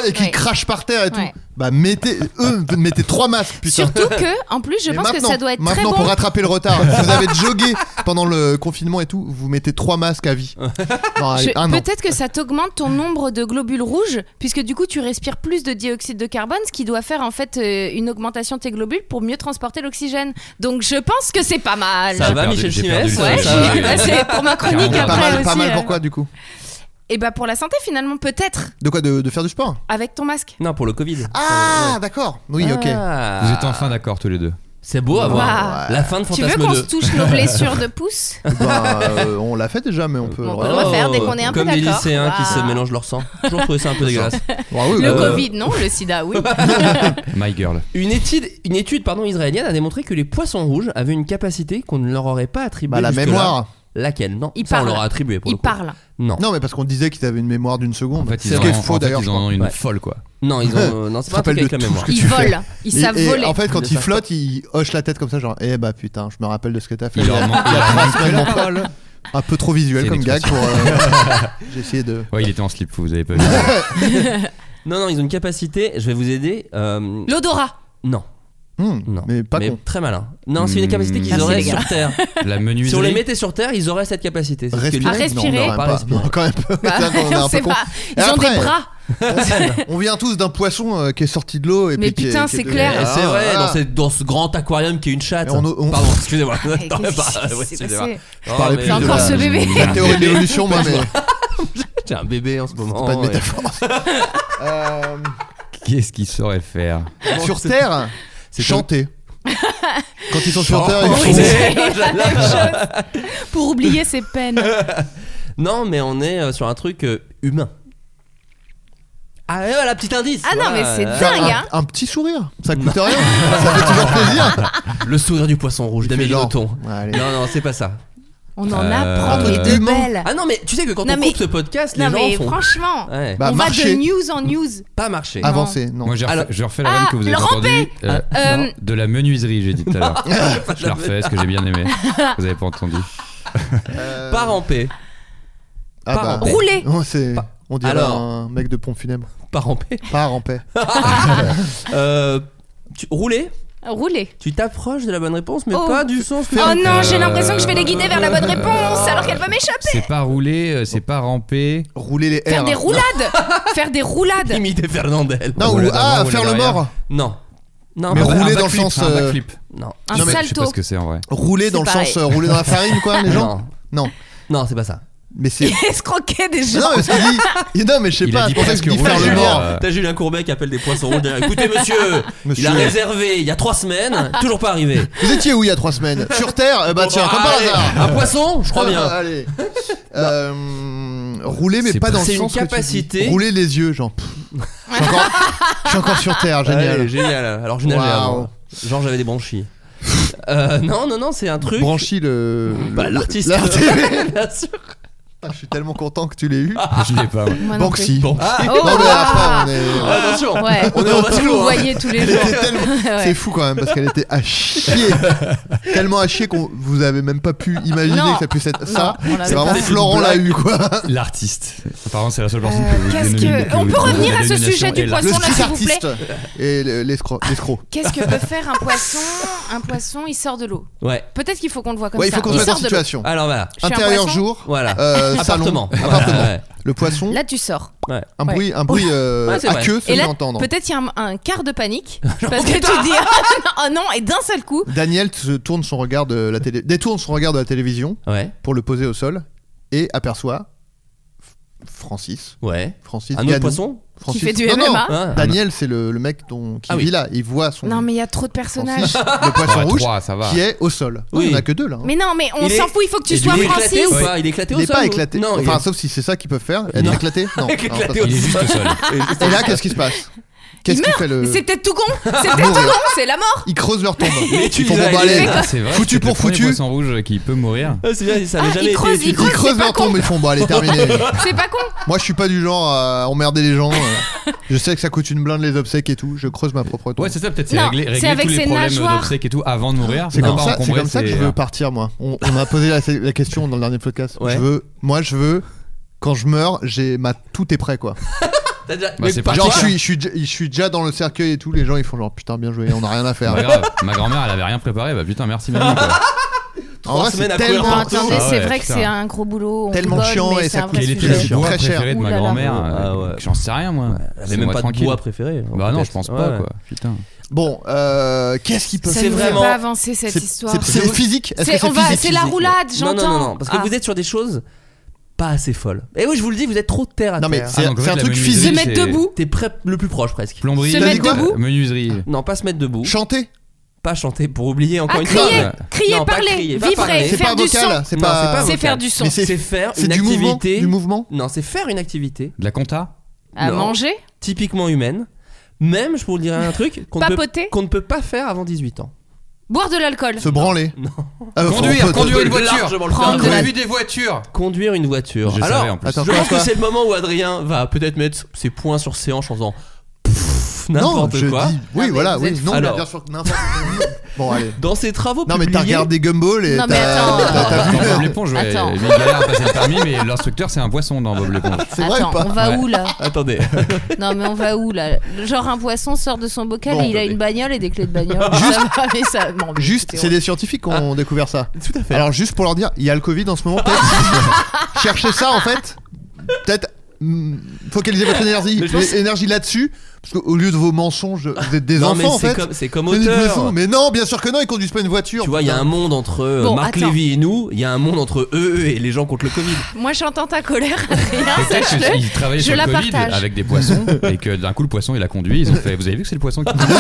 et qui Ouais. crachent par terre et tout. Ouais. Bah mettez eux mettez trois masques putain. Surtout que, en plus, je Mais pense que maintenant- ça doit être très maintenant bon. pour rattraper le retard. vous avez jogué pendant le confinement et tout, vous mettez trois masques à vie. Dans Je- un an. Peut-être que ça t'augmente ton nombre de globules rouges, puisque du coup tu respires plus de dioxyde de carbone, ce qui doit faire en fait euh, une augmentation de tes globules pour mieux transporter l'oxygène. Donc je pense que c'est pas mal. Ça J'ai va, perdu- Michel j'ai Chimès perdu le Ouais, Ouais, sens. ça va. j'ai- bah, c'est pour ma chronique Carrément. Ah, pas après mal, aussi. pas mal euh. pourquoi du coup Et bah pour la santé finalement, peut-être De quoi de, de faire du sport avec ton masque. Non, pour le Covid. Ah d'accord. Oui, OK. Ah. Vous êtes enfin d'accord tous les deux. C'est beau à voir. Ah. Waouh. La fin de Ah Tu veux Fantasme qu'on se 2. touche nos blessures de pouce Bah, euh, on l'a fait déjà, mais on peut. On peut le refaire dès qu'on est un peu Oh, Comme les d'accord. lycéens qui Waouh. se mélangent leur sang. J'ai Toujours trouvé ça un peu dégueulasse. Ah oui, Le Euh, Covid, non, le sida, oui. My girl. Une étude, une étude pardon, israélienne a démontré que les poissons rouges avaient une capacité qu'on ne leur aurait pas attribuée. bah, la jusque-là. mémoire. Laquelle Non, Ils ça on parlent. leur a attribué pour Il le coup. parle. Non. Non, mais parce qu'on disait qu'ils avaient une mémoire d'une En seconde. fait, ils ce en qui est ont- faux en fait, d'ailleurs. ils je en crois. ont une Ouais. folle quoi. Non, ils ont. euh, non, c'est Tu te pas un truc rappelles avec de la tout mémoire. ce que Ils tu fais. volent. Ils Et- savent et voler. En fait, quand Ils ils savent flottent, ils hochent la tête comme ça, genre, eh bah putain, je me rappelle de ce que t'as fait. Il leur manque- il leur manque que la folle. Un peu trop visuel C'est comme une gag pour. euh, J'ai essayé de. Ouais, il était en slip, vous avez pas vu. Non, non, ils ont une capacité. Je vais vous aider. euh, L'odorat. Non, Hmm, Non. Mais pas mais con. très malin. Non, c'est une Hmm. capacité qu'ils Ah, Merci, auraient les gars. sur Terre. La menuiserie. si on les mettait sur Terre, ils auraient cette capacité. C'est ce que Respirer, les- Ah, respirer. Non, on leur Pas aime pas. respirer. Non, quand même pas. Bah, Putain, quand on est un on sait peu con. pas. Et Ils ont après, des bras. On vient tous d'un poisson euh, qui est sorti de l'eau et Mais puis qui est- putain, qui est c'est de- clair. Ah, Ah, c'est vrai, voilà. dans, cette- dans ce grand aquarium qui est une chatte. Et on- on- Pardon, excusez-moi. Non, Qu'est-ce mais qui pas- s'est oui, excusez-moi. passé Non, parlais mais plus je- de Encore la- ce bébé. La théorie de l'évolution, moi, mais J'ai un bébé en ce moment. c'est pas de et- métaphore. Euh, Qu'est-ce qu'ils sauraient faire Sur Terre, C'est chanter. Quand ils sont sur Chanter. Terre, ils font. C'est oh, la même chose. Pour oublier ses peines. Non, mais on est euh, sur un truc euh, humain. Ah, ouais, voilà, petit indice. Ah non, mais c'est Voilà. Faire dingue, un, hein. un petit sourire, ça coûte rien, ça fait toujours plaisir. Le sourire du poisson rouge Il fait d'Amélie genre, Nothomb. ouais, allez. Non, non, c'est pas ça. On en Euh, apprend des entre deux humains. belles. Ah non, mais tu sais que quand Non, on mais- coupe ce podcast, les Non, mais gens font franchement, Ouais. Bah, on marcher. va de news en news. pas marcher. Ah, Avancer, non. Moi, j'ai refait, Alors- je refais la Ah, vanne que vous avez le entendue. Euh, Euh, non, de la menuiserie, j'ai dit tout à l'heure. je la refais, ce que j'ai bien aimé. Vous avez pas entendu. Euh, Pas en paix. ah part en paix. Rouler. Non, c'est- on dirait Alors. un mec de pont funèbre. Pas en paix. Part en paix. Euh, tu- rouler, Rouler. tu t'approches de la bonne réponse, mais Oh. pas du sens que. Oh non, j'ai Euh, l'impression que je vais les guider vers la euh, bonne réponse alors qu'elle va m'échapper. C'est pas rouler, euh, c'est pas ramper. Rouler les Faire airs. des roulades. Faire des roulades. Imiter Fernandel. Non, Rouler ou ah, d'avant, faire le rouler derrière. mort. Non. Non, Ah, Mais pas- rouler Un dans le backflip, sens, Un euh, backflip. Non. Un Non, mais je Je sais pas salto. ce que c'est en vrai. Rouler dans le C'est sens, pareil. euh, rouler dans la farine, quoi, les gens Non. Non. Non, c'est pas ça. Mais c'est. Escroquer des Non, gens. mais parce qu'il dit- il- Non, mais je sais Il a pas, dit c'est pour ça que presque je dis rouler faire le derrière. mort. Euh, T'as Julien Courbet qui appelle des poissons rouges derrière. Écoutez, monsieur, il Monsieur. a réservé il y a trois semaines, toujours pas arrivé. Vous étiez où il y a trois semaines Sur Terre Eh Bah Bon, tiens, bah, comme par allez, hasard. Euh, Un poisson, je crois bien. Allez. Euh, rouler, mais C'est pas pas- dans le c'est une sens que tu dis. capacité. Rouler les yeux, genre. pff, je, suis encore, je suis encore sur Terre, génial. Allez, génial. Alors, je nageais Waouh. avant. Genre, j'avais des branchies. Euh, non, non, non, c'est un truc. Branchi le. Bah, le- l'artiste. l'artiste. Bien sûr. Putain, je suis tellement content que tu l'aies eu. Je l'ai pas. moi. Moi non plus. Banksy. Ah, Oh, Non, mais ah. après, on est. attention. Ouais. On est au Vous bateau. le hein. voyez tous les Elle jours. était tellement- Ouais. C'est fou quand même parce qu'elle était à chier, tellement à chier qu'on vous avez même pas pu imaginer Non. que ça puisse être ça. Non, on l'avait C'est vraiment pas. Florent l'a eu quoi. L'artiste. Apparemment, c'est la seule personne Euh, que vous qu'est-ce dénominez- que- que on vous- peut revenir la à ce dénomination sujet du est là. poisson. Le Son là, street s'il vous plaît. Ah, artiste et le- l'escroc. l'escroc. Qu'est-ce que peut faire un poisson Un poisson, il sort de l'eau. Ouais. Peut-être qu'il faut qu'on le voit comme Ouais, il ça. faut qu'on se mette en sort de l'eau. situation. Alors voilà. Je suis un Intérieur poisson. jour, Voilà. euh, euh, salon. Appartement. Appartement. Ouais, ouais. Le poisson. Là, tu sors. Ouais. Un Ouais. bruit, un bruit euh, Ouais, c'est à vrai. queue Et fait là, entendre. peut-être il y a un, un quart de panique parce que tu te dis ah non, oh non, et d'un seul coup, Daniel se tourne son regard de la télé, détourne son regard de la télévision Ouais. pour le poser au sol et aperçoit F- Francis. Ouais. Francis. Un autre Gannou. poisson Francis. fait du non, non, MMA. Hein, un- Daniel, c'est le, le mec dont, qui Ah oui. vit là. Il voit son non mais il y a trop de personnages. Francis, le poisson Ouais, rouge, trois, ça va. qui est au sol. Oui. Il n'y en a que deux là. hein. Mais non, mais on Il est- s'en fout, il faut que tu Et sois Il est Francis. éclaté ou pas Il est éclaté Il au n'est sol pas ou- éclaté. Non, il enfin, est- sauf si c'est ça qu'ils peuvent faire. Être Non. éclaté. Non. Être Alors, éclaté parce Il est juste au sol. que- Et là, qu'est-ce qui se passe Qu'est-ce qu'il fait le C'est peut-être tout con, c'est peut-être Mourir. tout con, c'est la mort. Ils creusent leur tombe. Mais tu Ils font dis, bon, là, bah, il est- allez, Ah, c'est vrai, Foutu c'est pour le premier foutu. poisson rouge qui peut mourir. Ah, c'est bien, il- ça Ah, avait il jamais creuse, été il Ils étudié. creuse. creusent pas leur con. tombe, ils font bon, allez, terminé. C'est pas con. Moi, je suis pas du genre à emmerder les gens. euh. Je sais que ça coûte une blinde les obsèques et tout. Je creuse ma propre tombe. Ouais, c'est ça, peut-être c'est Non, régler, c'est régler avec tous ses les problèmes nageoires. d'obsèques et tout avant de mourir. C'est Non, comme, pas euh, ça, c'est encombrer comme ça que je ses- veux partir, moi. On, on m'a posé la, la question dans le dernier podcast. Ouais. Je veux, moi, je veux, quand je meurs, j'ai ma tout est prêt, quoi. T'as déjà- Bah, c'est par- parti. Genre, je toi suis, je, suis, je suis déjà dans le cercueil et tout. Les gens, ils font genre putain, bien joué, on a rien à faire. Pas Bah, grave, ma grand-mère elle avait rien préparé, bah putain merci mamie quoi. en vrai, semaines c'est à courir tellement, partout. Attendez, Ah c'est ouais, vrai que putain. c'est un gros boulot. on Tellement rigole, chiant mais et c'est ça un vrai Quel était sujet. le bois Très cher. préféré de Ouh ma là là. grand-mère Ah euh, ouais. J'en sais rien moi. Elle avait Laissez-moi Bah, même pas de tranquille. bois préféré. Bah non, peut-être. je pense Ouais, pas ouais. quoi. Putain. Bon, euh, qu'est-ce qui peut Ça C'est ne faire fait vraiment- pas avancer cette C'est- histoire. C'est c'est physique Est-ce que C'est- on c'est va- physique c'est la roulade, j'entends. Non, non, non, non, parce que Ah. vous êtes sur des choses pas assez folles. Et oui, je vous le dis, vous êtes trop terre à Non, mais terre. c'est- Ah, donc, en fait, un la truc menuiserie, physique. Se mettre c'est debout. T'es prêt le plus proche presque. Plomberie, Se t'as mettre dit quoi debout. Menuiserie. Non, pas se mettre debout. Chanter pas chanter pour oublier encore Ah, une crier, fois. crier, Non, pas parler, crier, pas parler. vibrer, C'est faire pas du vocal, son. c'est Non, pas- pas C'est vocal. faire du son. Mais C'est faire C'est une du mouvement, activité. du mouvement. Non, c'est faire une activité De la compta À Non. manger, typiquement humaine. Même, je vous dirais un truc qu'on ne, peut, papoter, qu'on ne peut pas faire avant 18 ans. boire de l'alcool. Se branler. Non. Euh, faut- faut- une voiture. largement le Prendre faire. de la- des voitures Conduire une voiture. Je Alors, savais en plus. Attends, je quoi, pense que quoi c'est le moment où Adrien va peut-être mettre ses poings sur ses hanches en faisant pfff, Non, n'importe je quoi. dis. Oui, Ah, mais voilà, vous oui. êtes Non, Alors. mais bien sûr que n'importe Bon, allez. Dans ses travaux Non, mais t'as publiés- regardé Gumball et Non, mais t'as- attends. t'as- t'as vu. Dans Bob l'éponge, ouais. Attends. Lui, il galère à passer le permis, mais l'instructeur c'est un poisson dans Bob l'éponge. C'est vrai ou Attends, pas on va Ouais. où là Attendez. Non mais on va où là Genre un poisson sort de son bocal Bon, et il a attendez. une bagnole et des clés de bagnole. Ça va, mais ça- non, mais Juste, c'est horrible. des scientifiques qui ont découvert ça. Ah. Tout à fait. Alors, juste pour leur dire, il y a le Covid en ce moment, peut-être. Cherchez ça, en fait. Peut-être. mm, Focalisez votre énergie, Mais je pense- énergie là-dessus, parce qu'au lieu de vos mensonges, vous êtes des non, mais enfants en c'est fait. comme, c'est comme Vous êtes des auteur. fous. Mais non, bien sûr que non, ils conduisent pas une voiture. Tu vois, il y a putain. un monde entre euh, Bon, Marc attends. Lévy et nous, il y a un monde entre eux, eux et les gens contre le Covid. Moi j'entends ta colère, Adrien, Peut-être sache-le. qu'ils travaillaient Je sur le la Covid partage. avec des poissons et que d'un coup le poisson il a conduit. Ils ont fait Vous avez vu que c'est le poisson qui conduit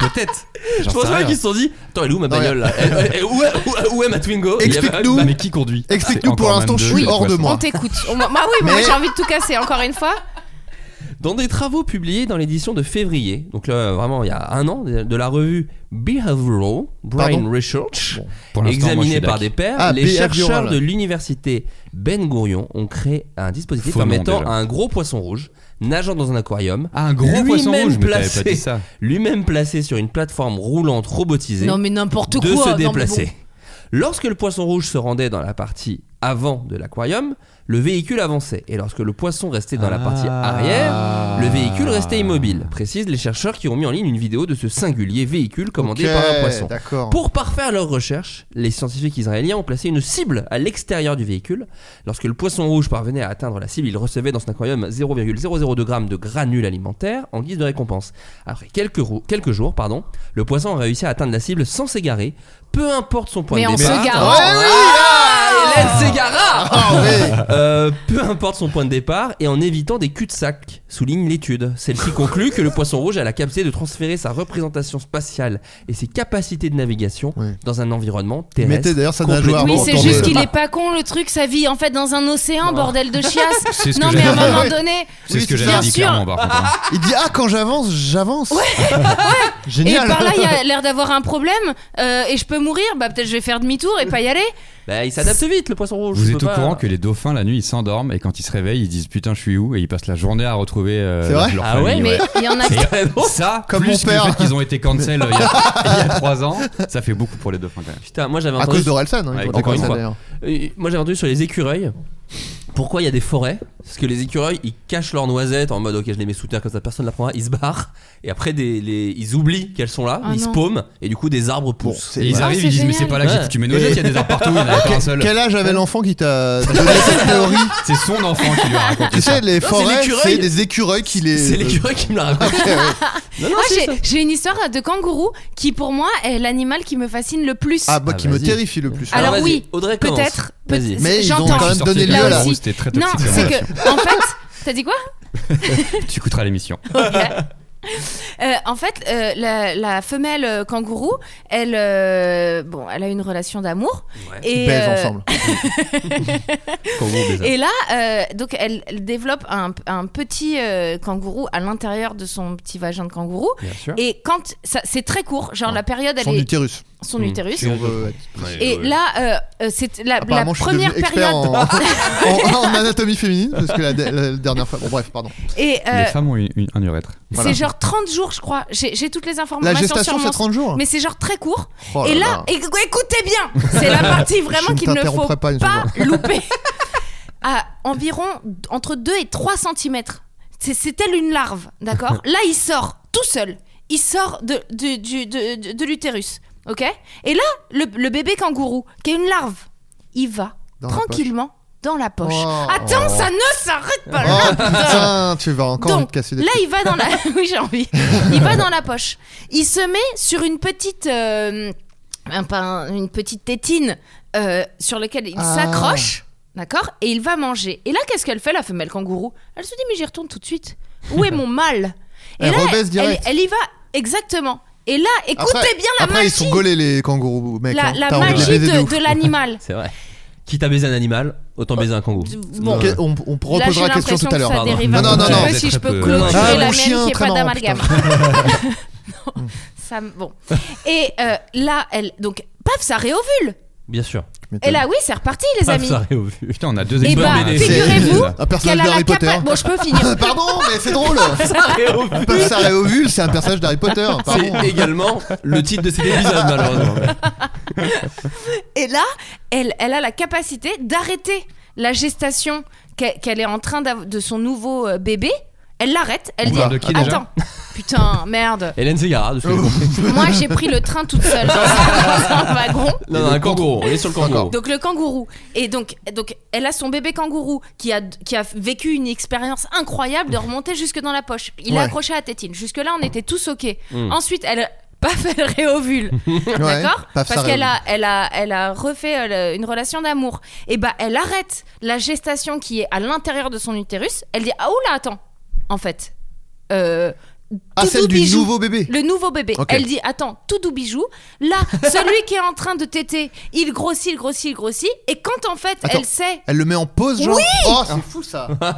Peut-être. J'en Je pense sais pas rien. qu'ils se sont dit Attends, elle est où ma bagnole là Elle- elle- elle- où, est- où est- où est ma Twingo Il y avait- Explique-nous. Mais qui conduit Explique-nous C'est pour encore l'instant, même je deux, suis le hors de poisson. moi. On t'écoute. On- Bah oui, moi Mais- j'ai envie de tout casser encore une fois. Dans des travaux publiés dans l'édition de février, donc là vraiment il y a un an, de la revue Behavioral Brain Pardon Research, Pour l'instant, moi, je suis examinée par dac. des pairs, Ah, les behavioral. chercheurs de l'université Ben Gurion ont créé un dispositif Faux nom, permettant déjà. à un gros poisson rouge nageant dans un aquarium, Ah, un gros Lui-même poisson rouge, mais t'avais placé. pas dit ça. lui-même placé sur une plateforme roulante robotisée, Non mais n'importe quoi. de non, se mais déplacer. bon. Lorsque le poisson rouge se rendait dans la partie avant de l'aquarium, le véhicule avançait. Et lorsque le poisson restait dans la partie Ah. arrière, le véhicule restait immobile, précisent les chercheurs qui ont mis en ligne une vidéo de ce singulier véhicule commandé Ok, par un poisson. D'accord. Pour parfaire leurs recherches, les scientifiques israéliens ont placé une cible à l'extérieur du véhicule. Lorsque le poisson rouge parvenait à atteindre la cible, il recevait dans son aquarium 0,002 g de granules alimentaires en guise de récompense. Après quelques, rou- quelques jours, pardon, le poisson a réussi à atteindre la cible sans s'égarer, peu importe son point Mais de en départ. s'égarant. Ah, Hélène s'égara Oh, Ah oui. Euh, peu importe son point de départ et en évitant des cul-de-sac, souligne l'étude. Celle-ci conclut que le poisson rouge a la capacité de transférer sa représentation spatiale et ses capacités de navigation Oui. dans un environnement Mettez terrestre. d'ailleurs sa complètement nageoire. Oui, Bon, c'est attendez. juste qu'il est pas con le truc, ça vit en fait dans un océan, bordel de chiasse. C'est ce non que mais à un j'avais dit. moment donné, C'est ce que bien j'avais dit sûr. clairement par contre. hein. Il dit Ah, quand j'avance, j'avance. Et Génial. par là, il y a l'air d'avoir un problème euh, et je peux mourir. Bah peut-être je vais faire demi-tour et pas y aller. Bah, il s'adapte vite le poisson rouge. Vous je êtes peux au pas- courant que les dauphins la nuit ils s'endorment et quand ils se réveillent ils disent putain je suis où et ils passent la journée à retrouver euh, C'est vrai leur Ah ouais, famille. Mais il y en a. Et qui- Ah ça, Comme comme mon plus père. le fait qu'ils ont été cancel euh, il y a- il y a 3 ans, ça fait beaucoup pour les dauphins quand même. Putain, moi j'avais À entendu. cause d'Orelsan. hein, il Ouais, faut dire encore comme une ça, fois. d'ailleurs. Euh, Moi j'avais entendu sur les écureuils Pourquoi il y a des forêts Parce que les écureuils, ils cachent leurs noisettes en mode ok, je les mets sous terre comme ça, personne ne la prendra. Ils se barrent et après, des, les- ils oublient qu'elles sont là, Ah ils se non. paument et du coup, des arbres poussent. Et ils Ah, arrivent, ils disent, mais c'est pas là que j'ai foutu mes noisettes, il y a des arbres partout, il n'y en avait pas un seul. Quel âge avait l'enfant qui t'a donné cette théorie C'est son enfant qui lui a raconté. Tu sais, les Non, c'est forêts, l'écureuil. c'est des écureuils qui les. C'est l'écureuil qui me l'a raconté. Ok, euh, ouais. Non, non, Moi, c'est Ah, j'ai- ça. j'ai une histoire de kangourou qui, pour moi, est l'animal qui me fascine le plus. Ah, bah, Ah, qui me vas-y. terrifie le plus. hein. Alors, vas-y, oui, Audrey commence. Peut-être. peut- Vas-y. Mais ils ont j'entends. quand même donné lieu à Là la aussi. rousse. C'était très Non, toxique. c'est comme relation. que, en fait, t'as dit quoi Tu écouteras l'émission. Euh, en fait, euh, la, la femelle euh, kangourou, elle, euh, bon, elle a une relation d'amour. Ouais. Et, Ils baisent euh, ensemble. Kangourou baiser. et là, euh, donc, elle, elle développe un, un petit euh, kangourou à l'intérieur de son petit vagin de kangourou. Bien sûr. Et quand ça, c'est très court, genre Ouais. la période, elle Son est utérus. son Mm. utérus. Si on veut être- Et là, euh, euh, c'est la, la Apparemment, je suis devenu première expert période. en, en- en anatomie féminine parce que la, de- la dernière fois. Bon, bref, pardon. Et euh, Les femmes ont une- une- un urètre. voilà. c'est genre 30 jours, je crois. J'ai j'ai toutes les informations. La sur gestation, mon- c'est 30 jours. Mais c'est genre très court. Oh et là, éc- écoutez bien, c'est la partie Je vraiment ne qu'il ne faut t'interromprai pas une pas louper. à environ entre 2 et 3 cm. C'est c'est tel une larve, d'accord Là, il sort tout seul. Il sort de, du- du- de, de- de l'utérus, ok Et là, le, le bébé kangourou, qui est une larve, il va Dans la tranquillement dans la poche. Oh. Attends, ça ne s'arrête pas là, Oh putain. putain, tu vas encore Donc, me casser des Là, il va dans la. oui, j'ai envie. Il va dans la poche. Il se met sur une petite. euh, un- pas un- une petite tétine euh, sur laquelle il Ah. s'accroche. D'accord Et il va manger. Et là, qu'est-ce qu'elle fait, la femelle kangourou Elle se dit Mais j'y retourne tout de suite. Où est mon mâle Et Elle là, rebaisse elle, direct. elle y va. Exactement. Et là, écoutez Après- bien la Après, ils sont magie. gaulés, les kangourous, mec. la hein. la T'as envie de les magie baiser de de, ouf. de l'animal. C'est vrai. Quitte à baiser un animal, autant baiser un kangourou. Bon. Ok, on, on Là, j'ai reposera la question l'impression tout à que l'heure. ça pardon. dérive Non, un non, non, petit non. peu, Vous êtes si je très peux peu. clôturer Ah, mon la mienne chien, qui est pas très marrant, d'amalgame. Non, ça me- bon. Et euh, là, elle, donc, paf, ça réovule. Bien sûr. Et là, oui, c'est reparti, les Paf, amis. ça réovule. Putain, on a deux Eh exemples. bah, BD. figurez-vous Un personnage qu'elle a la d'Harry Potter. capacité. Bon, je peux finir. Pardon, mais c'est drôle. Ah, Ça réovule. Pas ça réovule, c'est un personnage d'Harry Potter. Pardon. C'est également le titre de cet épisode, malheureusement. Et là, elle, elle a la capacité d'arrêter la gestation qu'elle qu'elle est en train d'av- de son nouveau euh, bébé. Elle l'arrête. Elle On dit parle de qui, déjà Attends, putain, merde. Hélène Segara, de ce que j'ai compris. Moi, j'ai pris le train toute seule dans un wagon. Non, non, un kangourou. On est sur le kangourou. Donc le kangourou. Et donc, donc elle a son bébé kangourou qui a, qui a vécu une expérience incroyable de remonter jusque dans la poche. Il Ouais. l'a Hmm. accroché à la tétine. Jusque-là, on était tous OK. Mm. Ensuite, elle... Paf, elle réovule. Ouais, D'accord paf, ça Parce qu'elle réovule. a, elle a, elle a refait euh, le- une relation d'amour. Et bah, elle arrête la gestation qui est à l'intérieur de son utérus. Elle dit Ah, oula, attends. En fait. Euh, Ah, tout celle doux du bijou. nouveau bébé. Le nouveau bébé. Ok. Elle dit Attends, tout doux bijou. Là, celui qui est en train de téter, il grossit, il grossit, il grossit. Et quand en fait, Attends. elle sait. Elle le met en pause, genre. Oh, c'est fou ça. Non,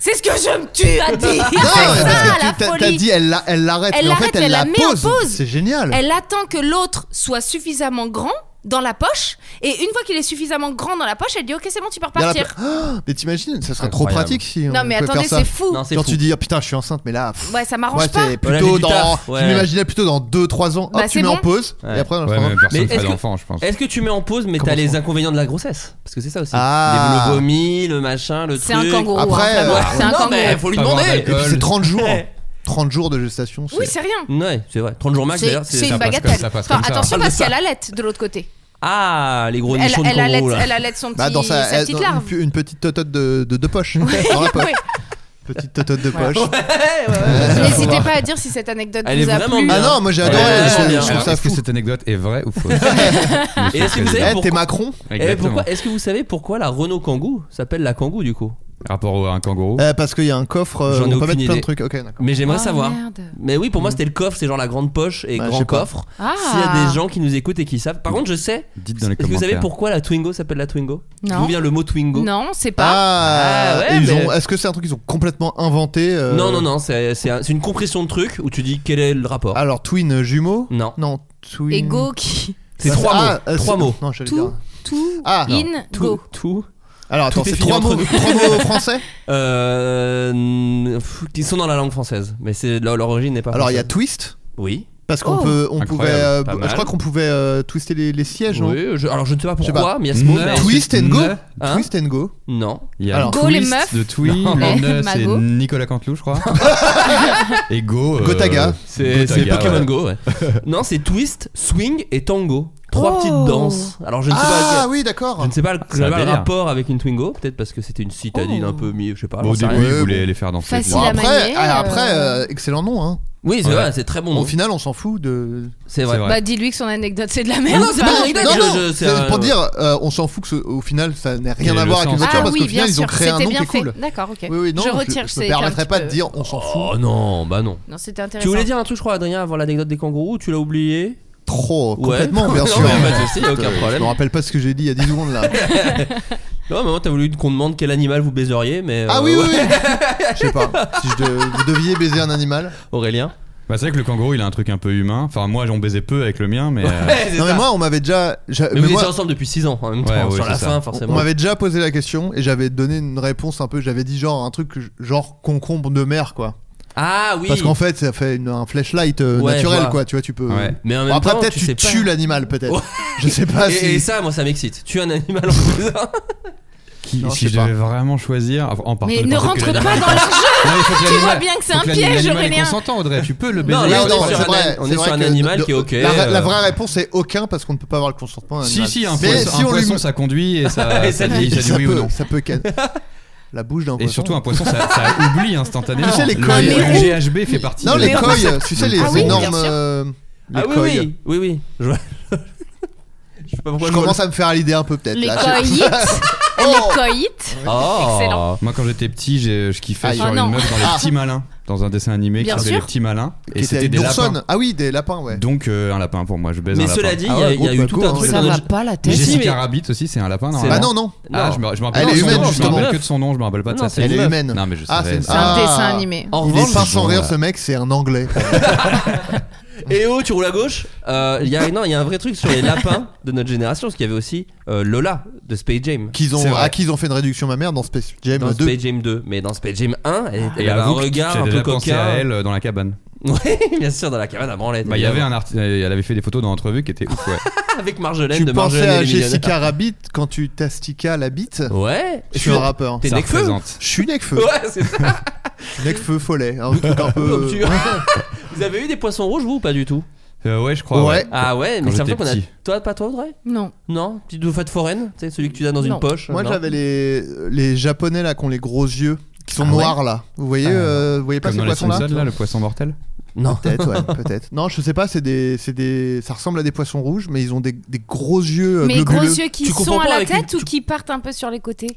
C'est ce que je me tue à dire C'est mais parce ça, que la tu- t'as- folie. t'as dit, elle la- elle l'arrête, Elle mais en l'arrête, fait, elle elle la la met en pose. pause. C'est génial. Elle attend que l'autre soit suffisamment grand dans la poche. Et une fois qu'il est suffisamment grand dans la poche, elle dit Ok, c'est bon, tu peux Il y a la- repartir. Ah, Mais t'imagines, ça serait trop Incroyable. pratique si Non, on mais pouvait attendez, faire ça. c'est fou. Non, c'est Genre fou. tu dis ah putain je suis enceinte mais là pff, Ouais, ça m'arrange moi pas. c'est Voilà, j'ai plutôt du dans taf, ouais. je m'imaginais plutôt dans 2 3 ans Bah, hop, tu c'est mets en bon. pause Ouais. et après dans Ouais, mais personne Mais ne fait est-ce que- d'enfant, je pense. Est-ce que tu mets en pause, mais Comment t'as les ça inconvénients de la grossesse Parce que c'est ça aussi. Ah. Les- Le vomi, le machin, le truc. Ah, C'est un kangourou. Après, hein, vraiment, euh, c'est un Non, kangourou. mais faut lui Pas avoir demander. et puis c'est 30 jours. Ouais. 30 jours de gestation c'est Oui, c'est rien. Ouais, c'est vrai. 30 jours max C'est d'ailleurs. c'est ça une passe bagatelle. comme- ça passe Enfin, comme ça. attention Parle de parce ça. qu'elle allait de l'autre côté. Ah, les gros Elle, nichons de elle, kangourou allait, là. elle allait son petit, Bah, dans sa, sa elle- petite dans larve. une, une petite totote de, de, de poche Dans la poche. Oui. petite totote de Ouais. poche N'hésitez pas à dire si cette anecdote Elle vous est a vraiment plu. bien. ah non moi j'ai Ouais, adoré ouais, je, ouais, je ouais. trouve Alors, ça est-ce que fou cette anecdote est vraie ou fausse Et est-ce que vous Eh, savez t'es pourquoi- Macron Eh, pourquoi- Est-ce que vous savez pourquoi la Renault Kangoo s'appelle la Kangoo du coup Rapport à un kangourou. Euh, parce qu'il y a un coffre euh, J'en ai on peut aucune mettre plein idée. de trucs ok d'accord Mais j'aimerais Oh, savoir. merde. Mais oui, pour Mm. moi c'était le coffre, c'est genre la grande poche et Bah, je grand sais pas. coffre. Ah. S'il y a des gens qui nous écoutent et qui savent. Par contre, je sais. Dites dans les Est-ce que vous savez commentaires. pourquoi la Twingo s'appelle la Twingo Non. D'où vient le mot Twingo Non, c'est pas. ah, Ah ouais, et ils mais- ont- est-ce que c'est un truc qu'ils ont complètement inventé euh, Non, non, non, c'est c'est un- c'est une compression de truc où tu dis quel est le rapport. alors twin euh, jumeau Non. non twin Et go qui. C'est Ah, trois ah, mots. euh, Trois c'est- mots. non j'allais Tout. dire Tout. ah In. Tout, Go. tout. alors Tout attends est c'est fini trois entre mots nous. trois mots français Euh, pff, qui sont dans la langue française, mais c'est leur- leur origine n'est pas. alors il y a française. twist Oui. Parce qu'on Oh. peut, on Incroyable, pouvait, euh, pas mal. je crois qu'on pouvait euh, twister les, les sièges. non Oui, je- alors je ne sais pas Je sais pourquoi, pas. mais il y a ce Ne- mot. mais- Twist and go. Ne- Hein Twist and go. Non. Il y a Alors, Go, les Twist meufs. de Twist, Non. le nœud, c'est Mago. Nicolas Canteloup, je crois. et Go. euh, Gotaga. C'est c'est Gotaga, Pokémon ouais. Go, ouais. non, c'est Twist, Swing et Tango. Trois Oh. petites danses. Alors je ne sais pas. Ah oui, d'accord. Je ne sais pas, le- c'est un j'avais le délire. rapport avec une Twingo, peut-être parce que c'était une citadine Oh. un peu mi, je sais pas. Bon, j'en au sais début, rien. il Ouais, voulait les faire danser. Facile puis- Bon, à après, manier, ah, après, euh, euh, excellent nom. Hein. Oui, c'est Ouais. vrai, c'est très bon. Au nom. final, on s'en fout de. C'est C'est vrai. vrai. Bah, dis-lui que son anecdote, c'est de la Non, merde. non, c'est pas une anecdote. non, Bah, je- non, je- c'est un- pour dire, euh, on s'en fout que ce- au final, ça n'a rien Quel est à le voir avec sens une voiture ah parce oui, qu'au final, bien ils ont sûr, créé un c'était nom qui bien est fait. cool. D'accord, ok. Oui, oui, non, je retire, je me c'est permettrais un pas petit de peu- dire on s'en fout. Oh non, bah non. Non, c'était intéressant. Tu voulais dire un truc, je crois, Adrien, avant l'anecdote des kangourous, ou tu l'as oublié Trop, Ouais. complètement, bien Non, sûr. mais pas de souci, y a aucun Euh, Je problème. Euh, me rappelle pas ce que j'ai dit il y a 10 secondes là. Non, mais moi, t'as voulu qu'on demande quel animal vous baiseriez, mais. euh, ah oui, oui, ouais. oui. Je sais pas. Si je de- vous deviez baiser un animal. Aurélien. Bah, c'est vrai que le kangourou, il a un truc un peu humain. Enfin, moi, j'en baisais peu avec le mien, mais. euh, c'est Non, mais ça. moi, on m'avait déjà. j'a- Mais vous mais moi, étiez ensemble depuis 6 ans en même temps, Ouais, ouais, sur la c'est ça. fin, on- forcément. on m'avait déjà posé la question et j'avais donné une réponse un peu. J'avais dit genre un truc que je- genre concombre de mer quoi. Ah oui Parce qu'en fait, ça fait une- un flashlight euh, Ouais, je naturel vois. quoi. Tu vois, tu peux. Ouais. Mais en même Bon, après, temps, peut-être tu tu, sais pas. tues l'animal, peut-être. Ouais. Je sais pas et, si. et ça, moi, ça m'excite. Tuer un animal en faisant. qui- Non, je si sais pas. je devais vraiment choisir. enfin, En partant Mais du ne principe rentre que l'animal- pas dans leur jeu. Non, il faut que Tu l'animal- vois bien que c'est faut un que piège, l'animal est Aurélien. consentant, Audrey. Tu peux le baiser. Non, Non, là, non, on c'est est sur un vrai, an- on est c'est sur vrai un que animal de- qui est ok, La, euh. la vraie réponse est aucun parce qu'on ne peut pas avoir le consentement. d'un Si, animal. si, un Mais poisson, si un on lui- poisson, ça conduit et ça, Et ça ça dit, ça dit ça oui ou peut- non. Ça peut can- La bouche d'un Et poisson. surtout, un poisson, ça, ça oublie instantanément. Tu sais, les Le- cols- le, Mais- GHB fait partie Non, de les Mais on coils, tu sais, les Ah oui, énormes. bien sûr. euh, les Ah oui, coils. oui, oui, oui. Je, je sais pas pourquoi Je je commence à me faire à l'idée un peu, peut-être. Les là. coïtes. Oh. Les coïtes. Oh. Excellent. Moi, quand j'étais petit, j'ai- je kiffais Aïe. sur Oh une non. meuf dans Les Petits Malins, dans un dessin animé Bien qui s'appelait sûr. Les Petits Malins. Qui Et était c'était avec des Dourson. lapins. Ah oui, des lapins, ouais. Donc, euh, un lapin pour moi, je baise Mais un lapin. cela dit, il Ah y a- ouais, il y, a gros, eu tout bah, un gros, truc hein. dans le jeu- pas la Mais j'ai- si, Jessica Rabbit aussi, c'est un lapin, Bah normalement. non, non. Ah, Non. je me, je me Elle est rappelle, je me humaine, rappelle justement. que de son nom, je me rappelle pas de Non, sa c'est tête. Elle est meuf. humaine. Non, mais je Ah, savais, c'est ça. C'est un Ah. dessin animé. En Il est revanche, fin sans bon, rire, là. ce mec, c'est un anglais. Et oh, tu roules à gauche. Euh, Il y a non, il y a un vrai truc sur les lapins de notre génération, parce qu'il y avait aussi euh, Lola de Space Jam. Qu'ils C'est ont, vrai. à qui ils ont fait une réduction, ma mère, dans Space Jam Dans 2. Space Jam 2, mais dans Space Jam 1, elle, elle Ah. Et avait un avoue que regard j'ai un peu déjà pensé à coquin. elle euh, dans la cabane. Oui, bien sûr, dans la cabane à branlette. Bah, il y avait un arti- Elle avait fait des photos dans l'entrevue qui étaient ouf, ouais. avec Marjolaine Tu de pensais Marjolaine à et les Jessica Rabbit quand tu t'asticas la bite Millionnaires. Ouais. Je suis un rappeur. Oh. T'es Ça Necfeu représente. Je suis Necfeu. Ouais, c'est ça. Necfeu follet. Un truc un Donc, peu. Ah tu- Vous avez eu des poissons rouges, vous, ou pas du tout Euh, Ouais, je crois. Ouais. Ah ouais, Quand mais c'est un j'étais truc qu'on a. petit. Toi, pas toi, Audrey Non. Non Petite bouffade foraine C'est celui que tu as dans Non. une poche Moi non j'avais les, les japonais là qui ont les gros yeux qui sont Ah ouais noirs là. Vous voyez, Ah. euh, vous voyez pas ces Comme dans les poissons là Simpsons, là, le poisson mortel. Non. Peut-être, ouais, peut-être. Non, je sais pas, c'est des, c'est des, ça ressemble à des poissons rouges, mais ils ont des, des gros yeux euh, Mais globuleux. gros yeux qui Tu comprends sont à pas la avec une- tête ou qui partent un peu sur les côtés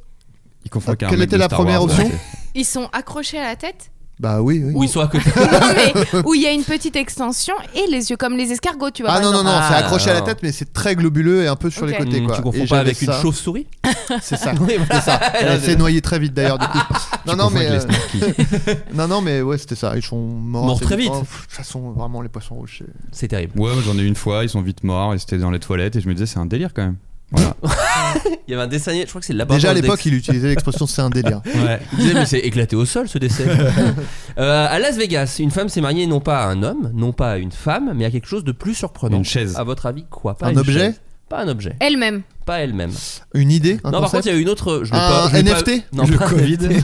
Il confond avec un Ah, Quelle mec était de la Star première Wars, option ouais. Ils sont accrochés à la tête Bah oui, oui. Où ils sont à côté. Non, mais où il y a une petite extension et les yeux comme les escargots, tu vois. Ah par non non exemple. non, Ah, c'est accroché à la non. tête, mais c'est très globuleux et un peu sur bah Ok. les côtés Mm, quoi. tu Et confonds pas j'avais avec une ça. chauve-souris C'est ça. Oui, voilà. C'est ça. Là, Elle c'est- s'est noyée très vite d'ailleurs du coup. Non non confonds mais avec les euh, non non mais ouais c'était ça. Ils sont morts. Morts c'est- très vite. Oh, pff, De toute façon vraiment les poissons rouges. c'est- C'est terrible. Ouais, moi, j'en ai eu une fois, ils sont vite morts, ils étaient dans les toilettes et je me disais, c'est un délire quand même. Voilà. Il y avait un dessin animé, je crois que c'est là Déjà à l'époque il utilisait l'expression c'est un délire. Ouais. Il disait, mais c'est éclaté au sol ce décès. Euh, à Las Vegas, une femme s'est mariée non pas à un homme, non pas à une femme, mais à quelque chose de plus surprenant. Une chaise. À votre avis, quoi Pas Un une objet chaise. Pas un objet. Elle-même. Pas elle-même. Une idée un non, par concept contre, il y a une autre. Je l'ai Un pas, je l'ai pas- NFT? non, Le pas- Covid.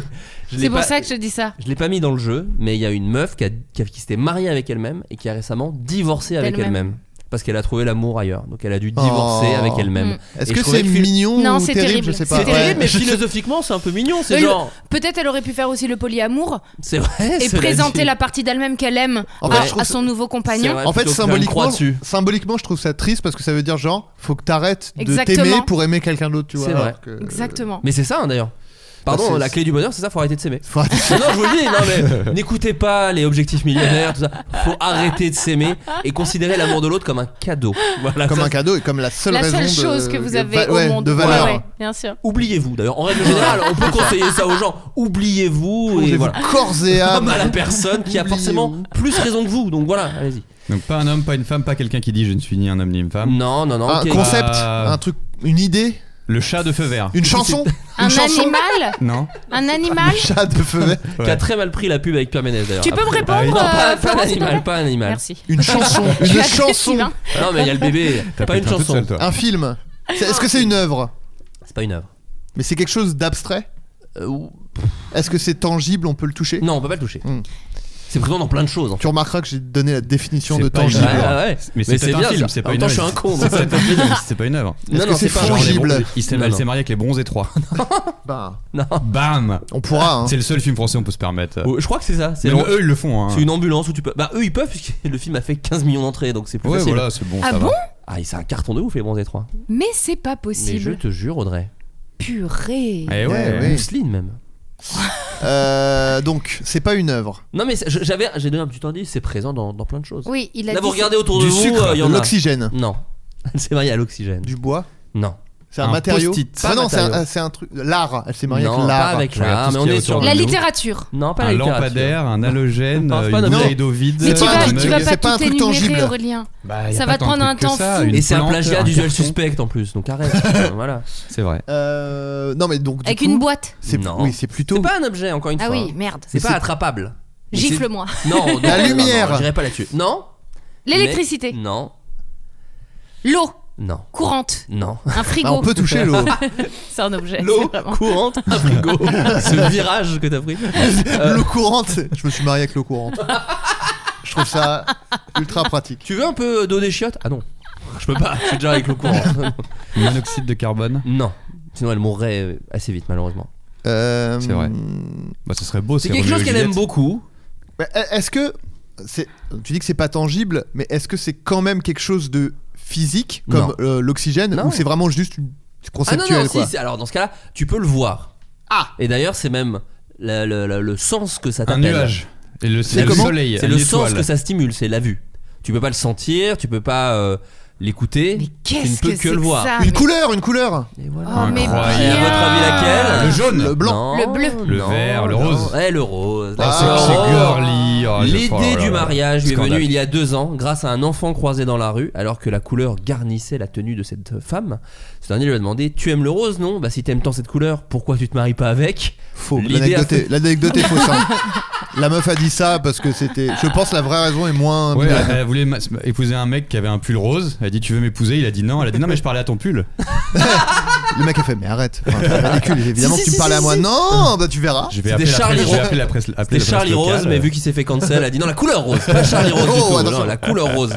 Je l'ai C'est pour pas- ça que je dis ça. Je l'ai pas mis dans le jeu, mais il y a une meuf qui, a- qui a- qui s'était mariée avec elle-même et qui a récemment divorcé avec D'elle-même. elle-même. Parce qu'elle a trouvé l'amour ailleurs. Donc elle a dû divorcer Oh. avec elle-même. Mm. Est-ce Et que je trouvais c'est que phil- mignon Non, ou c'est terrible, terrible, Je sais c'est pas. C'est terrible, Ouais. mais philosophiquement, c'est un peu mignon. C'est Euh, genre. Peut-être elle aurait pu faire aussi le polyamour C'est vrai. et cela présenter dit. la partie d'elle-même qu'elle aime En fait, à- je trouve à son nouveau C'est compagnon. vrai, En fait, plutôt que faire une croix symboliquement, dessus. symboliquement, je trouve ça triste parce que ça veut dire genre, faut que t'arrêtes de Exactement. t'aimer pour aimer quelqu'un d'autre, tu vois. C'est vrai. alors que- Exactement. Mais c'est ça hein, d'ailleurs. Bah, Pardon, c'est- la clé du bonheur, c'est ça, faut arrêter de s'aimer. Faut arrêter- non, non, je vous le dis, non mais n'écoutez pas les objectifs millionnaires, tout ça. Faut arrêter de s'aimer et considérer l'amour de l'autre comme un cadeau. Voilà, comme ça, un cadeau et comme la seule La raison seule de- chose que vous de avez va- au ouais, monde. de valeur. Ouais, ouais, bien sûr. Oubliez-vous d'ailleurs, en règle générale, on peut conseiller ça aux gens. Oubliez-vous et Plongez-vous voilà. Ah, bah, Corps et âme. Comme à la personne qui a Oubliez-vous. forcément plus raison que vous, donc voilà, allez-y. Donc, pas un homme, pas une femme, pas quelqu'un qui dit, je ne suis ni un homme ni une femme. Non, non, non. Un ok. concept, Ah. un truc, une idée, Le chat de feu vert. une chanson, Un chanson animal Non. Un animal Le chat de feu vert. Qui a très mal pris la pub avec Pierre Ménès d'ailleurs. Tu peux me Après. ah répondre, Non, euh, pas, pas Florent, un s'il te animal, plaît pas un animal. Ah Merci. Une chanson, Je suis une agressive, chanson, hein. Non, mais il y a le bébé. T'as Pas pété une un peu de chanson. sel, toi. un film. C'est- Est-ce que c'est une œuvre C'est pas une œuvre. Mais c'est quelque chose d'abstrait Euh, ou- Est-ce que c'est tangible On peut le Mm. toucher non, on peut pas le toucher. Hmm. C'est présent dans plein de choses. en Tu remarqueras que j'ai donné la définition C'est de pas tangible. une œuvre. Ah ouais. Mais Mais c'est c'est peut-être un bien, film, ça. c'est En pas même une temps, œuvre. je suis un con, donc. C'est peut-être un film, mais c'est pas une œuvre. Non, Est-ce non, que c'est c'est pas genre les frangible bron- il s'est- Non, Elle non. s'est mariée avec les bronzés 3. Bah, Non. Bam On pourra. hein. C'est le seul film français on peut se permettre. Oh, Je crois que c'est ça. C'est Même une- eux, ils le font. hein. c'est une ambulance où tu peux. Bah, eux ils peuvent, puisque le film a fait 15 millions d'entrées, donc c'est plus Ouais, facile. voilà, c'est bon. Ah ça va. bon Ah, et c'est un carton de ouf, les bronzés 3. Mais c'est pas Mais je possible. te jure, Audrey. Purée. Eh Eh ouais. oui. Mousseline même. Euh, donc, c'est pas une œuvre. Non, mais c'est- je- j'avais, j'ai donné un petit indice, c'est présent dans, dans plein de choses. Oui, il a Là, dit. vous regardez autour Du de vous, sucre, euh, il y De en a. L'oxygène, Non. C'est vrai, il y a l'oxygène. du bois, Non. c'est un, Un matériau. post-it. Ah Pas non, c'est matériau. un, c'est un truc. L'art. Elle s'est mariée non, avec pas l'art. avec Je regarde là, tout mais ce on qu'il y a est sur Oh, autour de La nous. littérature. Non, pas la Un littérature. lampadaire, un halogène, Non, c'est euh, pas une nommé. bouteille d'eau vide. Mais tu pas vas, un tu truc- vas Ah, c'est pas pas un tout truc tangible. énumérer, Aurélien. Bah, y a Ça pas va te tant de prendre un trucs que temps ça, fou. une Et c'est un plante, plagiat un du duel carton. suspect en plus, donc arrête. euh, voilà. C'est vrai. Euh, non, mais donc. du Avec coup, une boîte. c'est- Non. Oui, c'est plutôt. C'est pas un objet, encore une Ah fois. oui, merde. C'est Mais pas c'est- attrapable. Mais c'est- Gifle-moi. Non, non, La non, non, lumière. non, J'irai pas là-dessus. Non. L'électricité. mais- Non. L'eau Non. courante. Non. Un frigo. Bah, on peut toucher l'eau. C'est un objet. L'eau c'est vraiment- courante, un frigo. Ce virage que t'as pris. Euh, L'eau courante. Je me suis marié avec l'eau courante. Je trouve ça ultra pratique. Tu veux un peu d'eau des chiottes Ah non. Je peux pas. Je suis déjà avec l'eau courante. Monoxyde de carbone. Non. Sinon, elle mourrait assez vite, malheureusement. Euh, C'est vrai. Bah, ce serait beau. C'est si quelque Roméo chose et qu'elle aime Juliette- beaucoup. Mais e-, Est-ce que c'est tu dis que c'est pas tangible, mais est-ce que c'est quand même quelque chose de physique comme Non. euh, l'oxygène Non. ou c'est vraiment juste une- c'est Ah non, conceptuel non, quoi si, c'est- alors dans ce cas-là, tu peux le voir. Ah Et d'ailleurs, c'est même la- la- la- le sens que ça Un t'appelle. nuage. Et le, C'est c'est le comment soleil. C'est une le étoile. sens que ça stimule, c'est la vue. Tu peux pas le sentir, tu peux pas euh, l'écouter. Mais qu'est-ce peux que que c'est le que voir. ça Une mais- couleur, une couleur. Et voilà. Oh, mais Incroyable. Et à bien. votre avis laquelle Le jaune. Le blanc. Non, Le bleu. Le non, vert, le non. rose. Ouais, le rose. Ah, Le c'est rose. girly. Oh, je- oh là L'idée là du là. mariage lui est Scandale. venue il y a deux ans grâce à un enfant croisé dans la rue alors que la couleur garnissait la tenue de cette femme. Ce dernier lui a demandé Tu aimes le rose, non Bah si t'aimes tant cette couleur, pourquoi tu te maries pas avec Faux. L'idée L'anecdote a est, l'anecdote est fausse. hein. La meuf a dit ça parce que c'était. Je pense la vraie raison est moins. Ouais, elle, elle voulait ma- épouser un mec qui avait un pull rose. Elle a dit Tu veux m'épouser Il a dit non. Elle a dit Non, mais je parlais à ton pull. Le mec a fait mais arrête. Enfin, c'est ridicule. Évidemment Si, que tu si, me si, parlais à si, moi. si. Non, bah tu verras. Je vais C'était appeler la Charlie presse- je vais Rose. appeler la presse. C'était appeler la presse Charlie locale, Rose, mais vu qu'il s'est fait cancel, elle a dit Non, la couleur rose, pas Charlie Rose du Oh, tout. attention. Non, la couleur rose.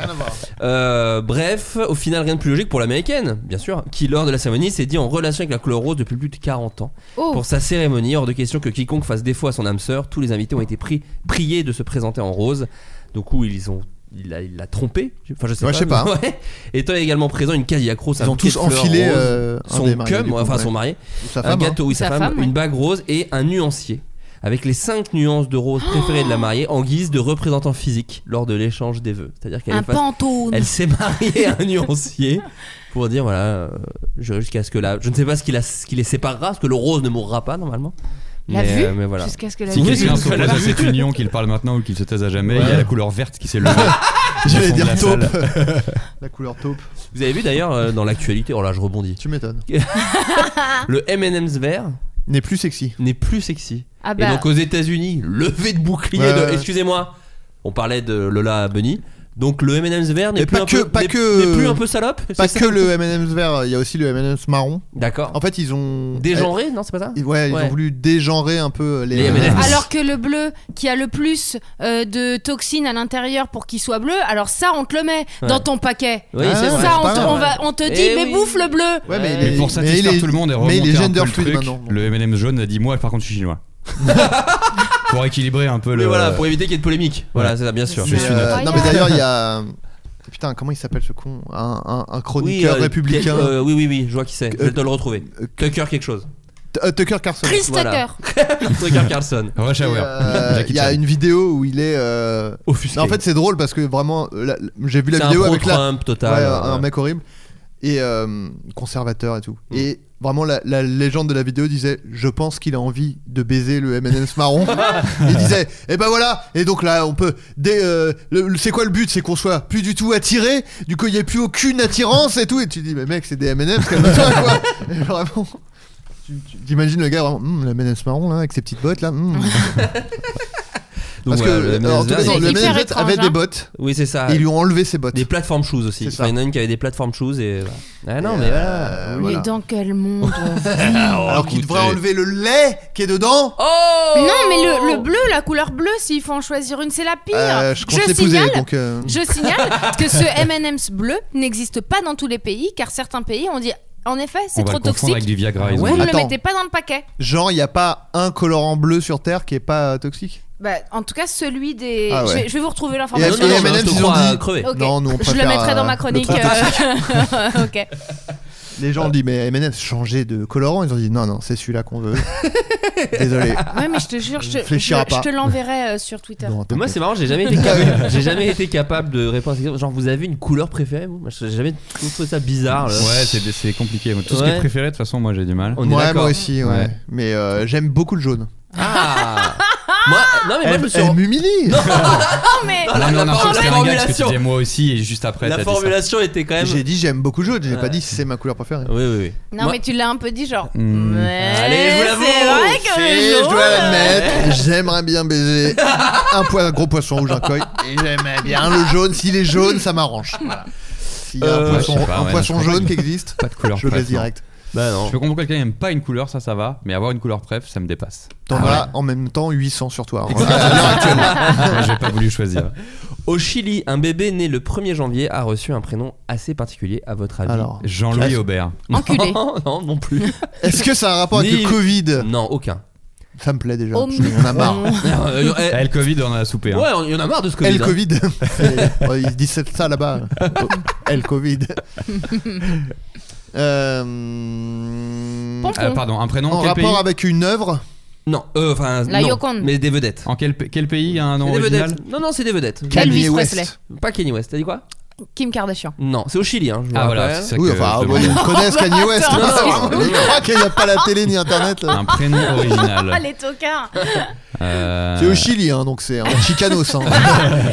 Euh, bref, au final, rien de plus logique pour l'américaine, bien sûr, qui lors de la cérémonie s'est dit en relation avec la couleur rose depuis plus de 40 ans. Oh. Pour sa cérémonie, hors de question que quiconque fasse défaut à son âme sœur, tous les invités ont été pris, priés de se présenter en rose. Du coup, ils ont. Il l'a il l'a trompé, enfin je sais Ouais, pas. je sais pas, mais- ouais. Étant également présent une caille accro, Ils ont tous enfilé euh, un son des mariés, cum, du coup, enfin ouais. son marié, Sa un femme, hein. gâteau, oui, sa, Sa femme, femme, ouais. une bague rose et un nuancier avec les cinq nuances de rose préférées de la mariée en guise de représentant physique lors de l'échange des vœux. C'est-à-dire qu'elle Un est face- pantone. elle s'est mariée à un nuancier pour dire voilà, euh, j'irai jusqu'à ce que là, je ne sais pas ce qui, la- ce qui les séparera, parce que le rose ne mourra pas normalement. La mais, vue euh, mais voilà. Jusqu'à ce que la Si Oui, quelqu'un c'est s'oppose la à vue. cette union, qu'il parle maintenant ou qu'il se taise à jamais, il y Ouais. a la couleur verte qui s'est levée. J'allais Au fond de dire la taupe. salle. La couleur taupe. Vous avez vu d'ailleurs euh, dans l'actualité, oh là je rebondis, Tu m'étonnes. Ah. le M&M's vert N'est plus sexy. n'est plus sexy. Ah Et bah. donc aux États-Unis, levée de bouclier Ouais, de. ouais. Excusez-moi, on parlait de Lola Bunny. Donc le M&M's vert n'est Mais plus, pas un que- peu- pas n'est- que- n'est plus un peu salope c'est Pas ça que le M&M's vert. Il y a aussi le M&M's marron. D'accord. En fait, ils ont Dégenré, non, c'est pas ça Eh, Ouais, ils Ouais. ont voulu dégenrer un peu les, Les M&M's. Alors que le bleu qui a le plus euh, de toxines à l'intérieur pour qu'il soit bleu, alors ça on te le met dans Ouais. ton paquet. Oui, Ah, c'est ouais, vrai. ça c'est on, pas te- mal. on va, on te dit Eh mais oui. bouffe le bleu. Ouais, mais, Mais il est- euh, Et pour mais il satisfaire est- tout le monde et Mais remonter il est un peu gender le fluid truc, maintenant. le M&M jaune a dit moi par contre je suis chinois. pour équilibrer un peu Mais le. Euh, voilà, pour éviter qu'il y ait de polémique. Voilà, c'est ça, bien sûr. Mais, suis euh, neutre. non mais d'ailleurs il y a putain comment il s'appelle ce con un, un- un chroniqueur euh, républicain quel- euh, oui, oui, oui, je vois qui c'est. Je Euh, vais te le retrouver. euh, Tucker quelque chose. T- euh, Tucker Carlson. Chris Voilà. Tucker. Tucker Carlson. Rush Et, Hour. euh, Jackie il y a Chan. une vidéo où il est euh, Offusqué. non, en fait c'est drôle parce que vraiment euh, la- j'ai vu la c'est un vidéo avec la pro-Trump total. Ouais, euh, Mm. un ouais. mec horrible et euh, conservateur et tout et vraiment la, la légende de la vidéo disait je pense qu'il a envie de baiser le M&M's marron il disait et ben voilà et donc là on peut dès, euh, le- le- c'est quoi le but c'est qu'on soit plus du tout attiré du coup il n'y a plus aucune attirance et tout et tu dis mais mec c'est des M&M's calme-toi quoi Et vraiment J'imagine le gars vraiment, Hum, la menace marron là, avec ses petites bottes là. hum. Parce voilà, que le alors, en tout cas, MNSF, non, c'est le hyper MNSF étrange, avait hein. des bottes. Oui, c'est ça. Et ils lui ont enlevé ses bottes. Des plateformes shoes aussi. C'est ça. Enfin, euh, il y en a une qui avait des plateformes shoes et. voilà. Ah non, mais voilà. Mais dans quel monde on vit Alors qu'il devrait enlever le lait qui est dedans. Oh Non, mais le, le bleu, la couleur bleue, s'il faut en choisir une, c'est la pire. Euh, je compte l'épouser, hein. signale, donc, euh. je signale que ce M&M's bleu n'existe pas dans tous les pays, car certains pays ont dit, en effet, c'est On va trop le confondre toxique. avec du Viagra, ils Vous ont ne dit. le Attends. mettez pas dans le paquet. Genre, il n'y a pas un colorant bleu sur Terre qui est pas euh, toxique. Bah, en tout cas, celui des. Ah ouais. je, vais, je vais vous retrouver Et l'information. non, non, les je M&M's te ils ont crois, euh, dit crevé. Ok. Non, nous on je le préfère, mettrai euh, dans ma le chronique. truc toxique. euh, ok. Les gens ont dit mais M&M's changez de colorant. Ils ont dit non non c'est celui-là qu'on veut. Désolé. Ouais, mais je te jure, je, te- je, réfléchira je pas. te l'enverrai euh, sur Twitter. Non, Mais moi, c'est marrant, j'ai jamais été capable, j'ai jamais été capable de répondre à cette question. Genre, vous avez une couleur préférée vous Moi, J'ai jamais trouvé ça bizarre. là. Ouais, c'est c'est compliqué. Tout ce qui Ouais. est préféré, de toute façon, moi j'ai du mal. On est Ouais, d'accord. moi aussi, ouais. Ouais. Mais euh, j'aime beaucoup le jaune. Ah Moi, non, mais moi, elle je me suis. elle m'humilie. Non, Oh, mais. Non, Ah, la- non, non, la non, c'était un gars que tu formulation. disais moi aussi et juste après. t'as La dit ça. formulation était quand même. J'ai dit j'aime beaucoup le jaune. J'ai Ouais. pas dit c'est ma couleur préférée. Oui, oui, oui. Non, Moi- mais tu l'as un peu dit, genre. Hmm. mais Allez, je vous l'avoue. C'est vrai que. Et le je dois jaune, l'admettre, j'aimerais bien baiser un, po- un gros poisson rouge, un koi. Et j'aimerais bien le jaune. S'il est jaune, ça m'arrange. Voilà. S'il y a Euh, un poisson, je sais pas, un ouais, poisson je comprends jaune que- qui existe, Pas de couleur je le préf, baise non. direct. Ah, Bah non. Je peux comprendre que quelqu'un n'aime pas une couleur, ça, ça va. Mais avoir une couleur préf, ça me dépasse. T'en Ah as en même temps 800 sur toi. Moi, j'ai pas voulu choisir. Au Chili, un bébé né le 1er janvier a reçu un prénom assez particulier, à votre avis Alors, Jean-Louis Est-ce- Aubert. Enculé. Non, non, non plus. est-ce que ça a un rapport avec Ni- le Covid Non, aucun. Ça me plaît déjà. Oh, On a marre. Euh, eh, Eh, le Covid, on en a soupé. hein. Ouais, on- il y en a marre de ce Covid. El hein. Covid. Oh, Ils disent ça là-bas. El Covid. Euh, Pompon. Ah, Euh, pardon, un prénom en quel rapport pays avec une œuvre, Non, euh, enfin, La non, Yoconde. mais des vedettes. En quel, pa- quel pays a un nom C'est des original vedettes. Non, non, c'est des vedettes. Elvis Kanye West. Presley. Pas Kenny West, t'as dit quoi Kim Kardashian. Non, c'est au Chili, hein, je vous Ah voilà, rappelle. c'est ça Oui, que enfin, je ouais, ils demandais. connaissent Kanye West. attends, Je crois qu'il n'y a pas la télé ni internet. là. Un prénom Ah, original. les tocards Euh, C'est au Chili, hein, donc c'est un chicanos. hein.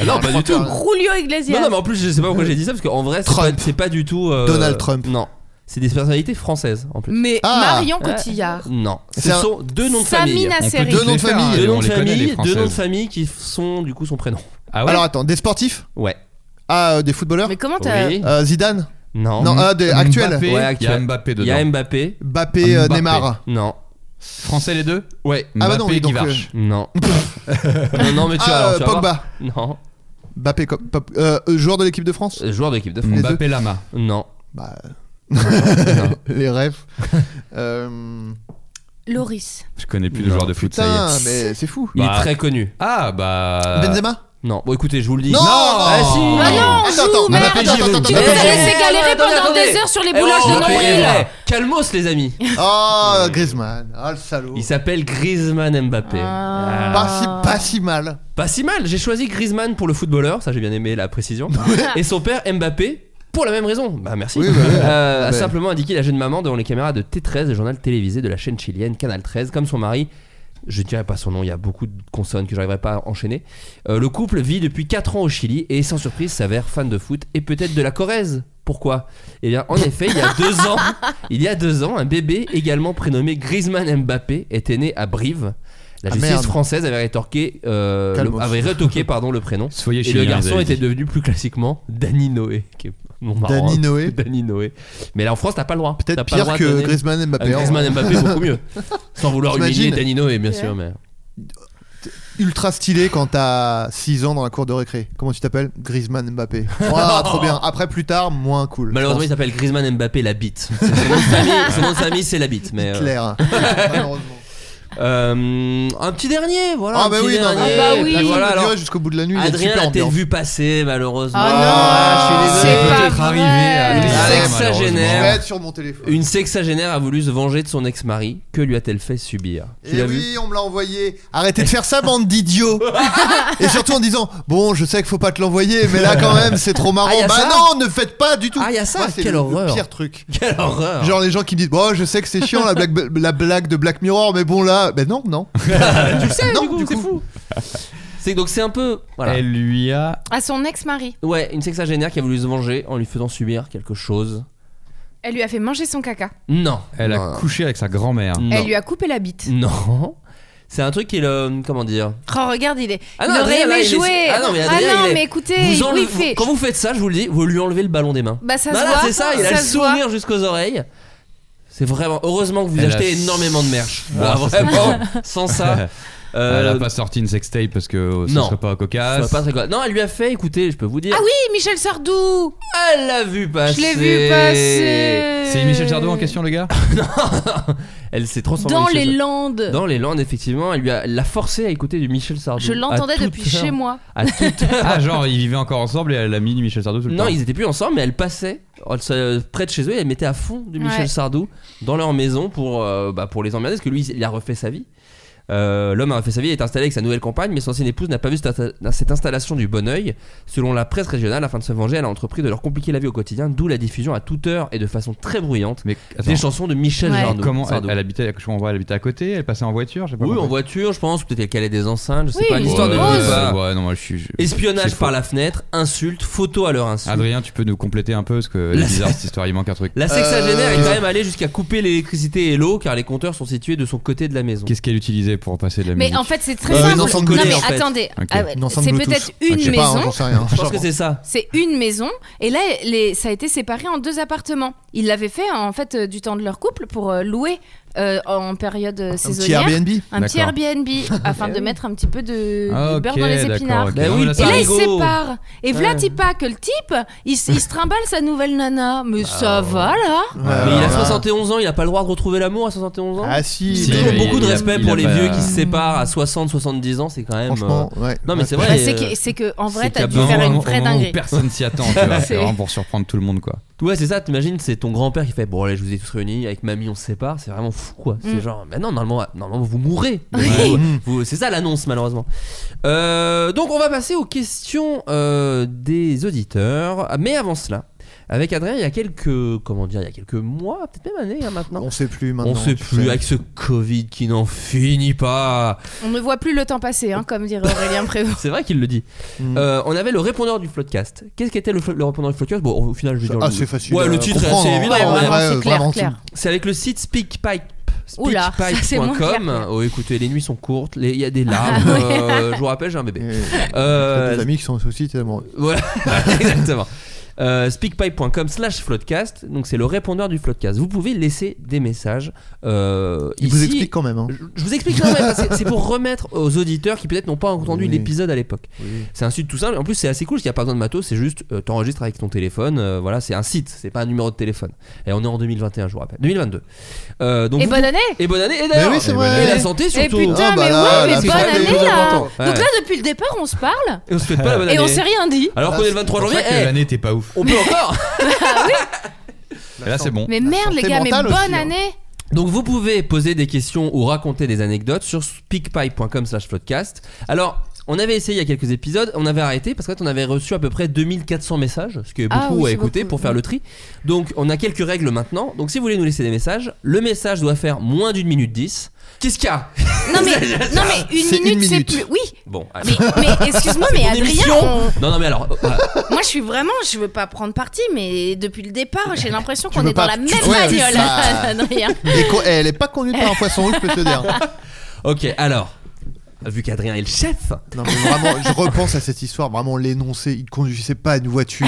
non, pas du tout. Julio Iglesias. Non, non, mais en plus, je sais pas pourquoi j'ai dit ça, parce qu'en vrai, c'est Trump. pas, c'est pas du tout. euh, Donald Trump. Non, c'est des personnalités françaises en plus. Mais Ah. Marion Cotillard. Non, ce C'est un- sont deux noms de famille. Samina on peut Seri. tous Deux noms les de faire, hein, famille. Deux on noms de les connaît, les famille, deux noms de Françaises. famille qui sont du coup son prénom. Ah ouais Alors attends, des sportifs Ouais. Ah, euh, des footballeurs Mais comment t'as. Oui. Euh, Zidane Non. Non, ah, des actuels. Mbappé, Ouais, Il y a actuel. Mbappé Il y a dedans. Mbappé. Bappé, euh, Ah, Mbappé. Neymar. Non. Français les deux Ouais. Ah bah non, Mbappé oui, donc, Guivarch. Non. non, non, mais tu Ah, vas, euh, tu vas voir. Pogba. Non. Bappé, co- pop- euh, euh, joueur de l'équipe de France Euh, Joueur de l'équipe de France. Les deux. Mbappé Lama. Non. Bah. les rêves. Euh, Loris. Je connais plus de Non. joueur de foot, ça putain, y est. mais c'est fou. Il Bah. est très connu. Ah bah. Benzema Non. Bon, écoutez, je vous le dis. Non Ah si oh. Ah non, on Attends, joue, attends, merde. attends, attends, attends, Tu nous Eh, as attends. laissé eh, galérer attendez, pendant attendez. des heures sur les Eh, boulages on de va payer, nombril. eh, Calmos, les amis. Oh, Griezmann. Ah, le salaud. Il s'appelle Griezmann Mbappé. Ah. Pas si, pas si mal. Pas si mal. J'ai choisi Griezmann pour le footballeur, ça j'ai bien aimé la précision. Et son père Mbappé pour la même raison. Bah merci. Oui, bah, ouais. Euh, Ah, a bah. simplement indiqué la jeune maman devant les caméras de T13, le journal télévisé de la chaîne chilienne Canal 13, comme son mari. Je ne dirai pas son nom, il y a beaucoup de consonnes que j'arriverai pas à enchaîner. Euh, le couple vit depuis 4 ans au Chili et sans surprise s'avère fan de foot et peut-être de la Corrèze. Pourquoi Eh bien, en effet, il y a deux ans, il y a deux ans, un bébé également prénommé Griezmann Mbappé était né à Brive. La Ah, justice merde. française avait rétorqué, euh, Calmos. le- avait rétoqué pardon, le prénom. Soyez Et le chiliens, les garçon amis. était devenu plus classiquement Danny Noé. Qui est mon nom marrant, Danny hein. Noé. Danny Noé. Mais là en France, t'as pas le droit. T'as Peut-être pas le pire droit de que donner- Griezmann Ah, Mbappé. hein. Griezmann Mbappé, beaucoup mieux. Sans vouloir humilier T'imagines Danny Noé, bien sûr. Mais... ultra stylé quand t'as 6 ans dans la cour de récré. Comment tu t'appelles Griezmann Mbappé. Ouah, trop bien. Après, plus tard, moins cool. Malheureusement, il s'appelle Griezmann Mbappé la bite. C'est Son nom de famille- son nom de famille, c'est la bite. Mais, euh, Claire. Malheureusement. euh, un petit dernier, voilà. Ah, un bah petit oui, non, dernier. mais Ah bah oui. Et puis voilà, Ça peut alors, durer jusqu'au bout de la nuit. il y a une Adrien super l'a peut-être ambiance. vu passer, malheureusement. Ah non, Ah, je suis désolé. c'est pas Peut-être vrai. arrivé à Une Ah, Je sexagénaire. vais être sur mon téléphone. Une sexagénaire a voulu se venger de son ex-mari. Que lui a-t-elle fait subir Tu Eh Et l'as Eh oui, vu on me l'a envoyé. Arrêtez de faire ça, bande d'idiots. Et surtout en disant Bon, je sais qu'il faut pas te l'envoyer, mais là quand même, c'est trop marrant. Ah, y a bah ça non, ne faites pas du tout. Ah, y a ça, Moi, c'est quelle le- horreur. Le pire truc. Quelle horreur Genre les gens qui me disent Bon, je sais que c'est chiant la blague, la blague de Black Mirror, mais bon là, ben non, non. tu le sais, Non, du coup, du c'est coup. fou. C'est donc c'est un peu voilà. Elle lui a. À son ex-mari. Ouais, une sexagénaire qui a voulu se venger en lui faisant subir quelque chose. Elle lui a fait manger son caca. Non. Mm. Elle a couché avec sa grand-mère. Elle lui a coupé la bite. Non. C'est un truc qui est le. Comment dire Oh, regarde, il est. Ah non, il aurait Adrien, là, aimé il est- jouer. Ah non, mais Adrien, il est- mais écoutez, Vous il- enlevez- oui, il fait. vous- Quand vous faites ça, je vous le dis, vous lui enlevez le ballon des mains. Bah, ça se Voilà, voit. c'est ça, il a Ça le se voit. sourire jusqu'aux oreilles. C'est vraiment. Heureusement que vous Elle achetez a- énormément de merch. Ah, Ah, ça serait vraiment, pas- sans ça. euh, Elle a pas sorti une sextape parce que ça Non. serait pas ça va cocasse. pas très quoi. Non, elle lui a fait, écoutez, je peux vous dire. Ah oui, Michel Sardou Elle l'a vu passer. Je l'ai vu passer C'est Michel Jardot en question, le gars Elle s'est transformée. en Dans Michel les Sardou. Landes. Dans les Landes, effectivement, elle lui a- elle l'a forcé à écouter du Michel Sardou. Je l'entendais À toute depuis chez heure. moi. À toute heure. Ah, genre, ils vivaient encore ensemble et elle a mis du Michel Sardou tout le Non, temps. ils étaient plus ensemble, mais elle passait elle se- euh, près de chez eux et elle mettait à fond du Michel Ouais. Sardou dans leur maison pour, euh, bah, pour les emmerder, parce que lui, il a refait sa vie. Euh, L'homme a refait sa vie, il est installé avec sa nouvelle compagne, mais son ancienne épouse n'a pas vu cette, insta- cette installation du bon oeil. Selon la presse régionale, afin de se venger, elle a entrepris de leur compliquer la vie au quotidien, d'où la diffusion à toute heure et de façon très bruyante Mais attends. des chansons de Michel Ouais. Sardou. Comment elle, Sardou. elle habitait je comprends pas, elle habitait à côté, elle passait en voiture, j'ai pas Oui, compris. en voiture, je pense, ou peut-être qu'elle calait des enceintes, je sais Oui, pas. L'histoire de Ouais, Rose. ouais, pas. ouais, non, moi je suis. je- Espionnage c'est par faux. la fenêtre, insultes, photos à leur insu. Adrien, tu peux nous compléter un peu parce que La- c'est bizarre cette histoire, il manque un truc. La sexagénaire Euh, est quand même allée jusqu'à couper l'électricité et l'eau car les compteurs sont situés de son côté de la maison. Qu'est-ce qu'elle utilisait pour passer de la Mais musique en fait, c'est très Euh, simple. un ensemble non, Bluetooth, mais en fait. attendez. Ok. Ah ouais, Un ensemble c'est Bluetooth. peut-être une Je sais pas, hein, maison. j'en sais rien. Je pense que c'est ça. c'est une maison et là les, ça a été séparé en deux appartements. Ils l'avaient fait en fait euh, du temps de leur couple pour euh, louer euh, en période euh, Un petit saisonnière Airbnb un petit D'accord. Airbnb afin de mettre un petit peu de, Ah, de ok, beurre dans les d'accord, épinards. ok. Bah Non, oui, mais et là, Et ça là, il Dingo. se sépare. Et voilà, Ouais. t'y pas que le type, il, s- il se trimballe sa nouvelle nana. Mais Ah. ça va, là Mais il a Euh, Voilà. 71 ans, il a pas le droit de retrouver l'amour à 71 ans. Ah si, J'ai Si, toujours mais beaucoup il de a- respect il a pour les pas- vieux qui se séparent à 60-70 ans, c'est quand même. franchement, euh, ouais. Non mais c'est Ouais. vrai. Bah, C'est euh, que, c'est que, en vrai, c'est t'as qu'à dû bon faire moment- une au vraie moment où dinguerie. Personne s'y attend, tu vois. C'est- C'est vraiment pour surprendre tout le monde, quoi. Ouais c'est ça, t'imagines c'est ton grand-père qui fait bon allez je vous ai tous réunis avec mamie on se sépare, c'est vraiment fou quoi. C'est Mm. genre bah non normalement, normalement vous mourrez. Oui. Vous- vous- c'est ça l'annonce malheureusement. Euh, donc on va passer aux questions euh, des auditeurs. Ah, Mais avant cela, avec Adrien il y a quelques comment dire il y a quelques mois peut-être même années hein, maintenant. On sait plus maintenant. on sait tu plus sais. avec ce Covid qui n'en finit pas. On ne voit plus le temps passer, hein, comme dirait Aurélien Prévost. C'est vrai qu'il le dit. Mm. Euh, on avait le répondeur du Floodcast. Qu'est-ce qu'était le, flo- le répondeur du Floodcast Bon, au final, je vais dire Ah, le- c'est facile. Ouais, le à titre est comprendre, assez hein. évident. Ouais, hein. vraiment, c'est clair, vraiment, clair. C'est avec le site SpeakPipe. Oula, ça, c'est moins Speakpipe.com. clair. Oh, écoutez, les nuits sont courtes, les- il y a des larmes. Ah, ouais. euh, je vous rappelle, j'ai un tout. bébé. Et Euh, t'as des amis qui sont aussi tellement. voilà, exactement. Euh, speakpipe.com slash floodcast, donc c'est le répondeur du floodcast. Vous pouvez laisser des messages. euh, Ils ici. vous expliquent quand même. hein. Je, je vous explique quand même, parce que c'est- c'est pour remettre aux auditeurs qui peut-être n'ont pas entendu Oui. l'épisode à l'époque. Oui. C'est un site tout simple. En plus, c'est assez cool. Il n'y a pas besoin de matos. C'est juste, euh, t'enregistres avec ton téléphone. euh, voilà, c'est un site. C'est pas un numéro de téléphone. Et on est en 2021, je vous rappelle. 2022. Euh, donc Et vous- bonne année Et bonne année. Et d'ailleurs, Mais oui, c'est et vrai. bonne année. Et la santé Eh surtout. putain, Ah, bah mais là, ouais, la mais santé, bonne c'est le année, plus là important. Ouais. Donc là, depuis le départ, on se parle Et on se fait pas la bonne et on année. s'est rien dit. Alors qu'on est le 23 C'est pour janvier. ça que eh, l'année était pas ouf. on peut encore. Et là, c'est bon. Mais La merde, santé les gars, mais mentale bonne aussi, hein. année Donc vous pouvez poser des questions ou raconter des anecdotes sur speakpipe.com slash podcast. Alors, on avait essayé il y a quelques épisodes, on avait arrêté parce qu'en fait on avait reçu à peu près 2400 messages, ce qui est beaucoup Ah oui, à c'est écouter beaucoup, pour faire oui. le tri. Donc on a quelques règles maintenant. Donc si vous voulez nous laisser des messages, le message doit faire moins d'une minute dix. Qu'est-ce qu'il y a Non mais, non, mais une C'est minute, une c'est minute. plus. Oui, Bon, allez. mais, mais excuse-moi, mais Mon Adrien, émission on- Non, non mais alors... euh, euh, Moi, je suis vraiment, je veux pas prendre parti, mais depuis le départ, j'ai l'impression qu'on veux est dans pas- la tu- même ouais, bagnole, c'est ça. Adrien. Et quoi- elle est pas conduite par un poisson, je peux te dire. ok, alors... Vu qu'Adrien est le chef, Non, mais vraiment, je repense à cette histoire. Vraiment, l'énoncé, il conduisait pas une voiture.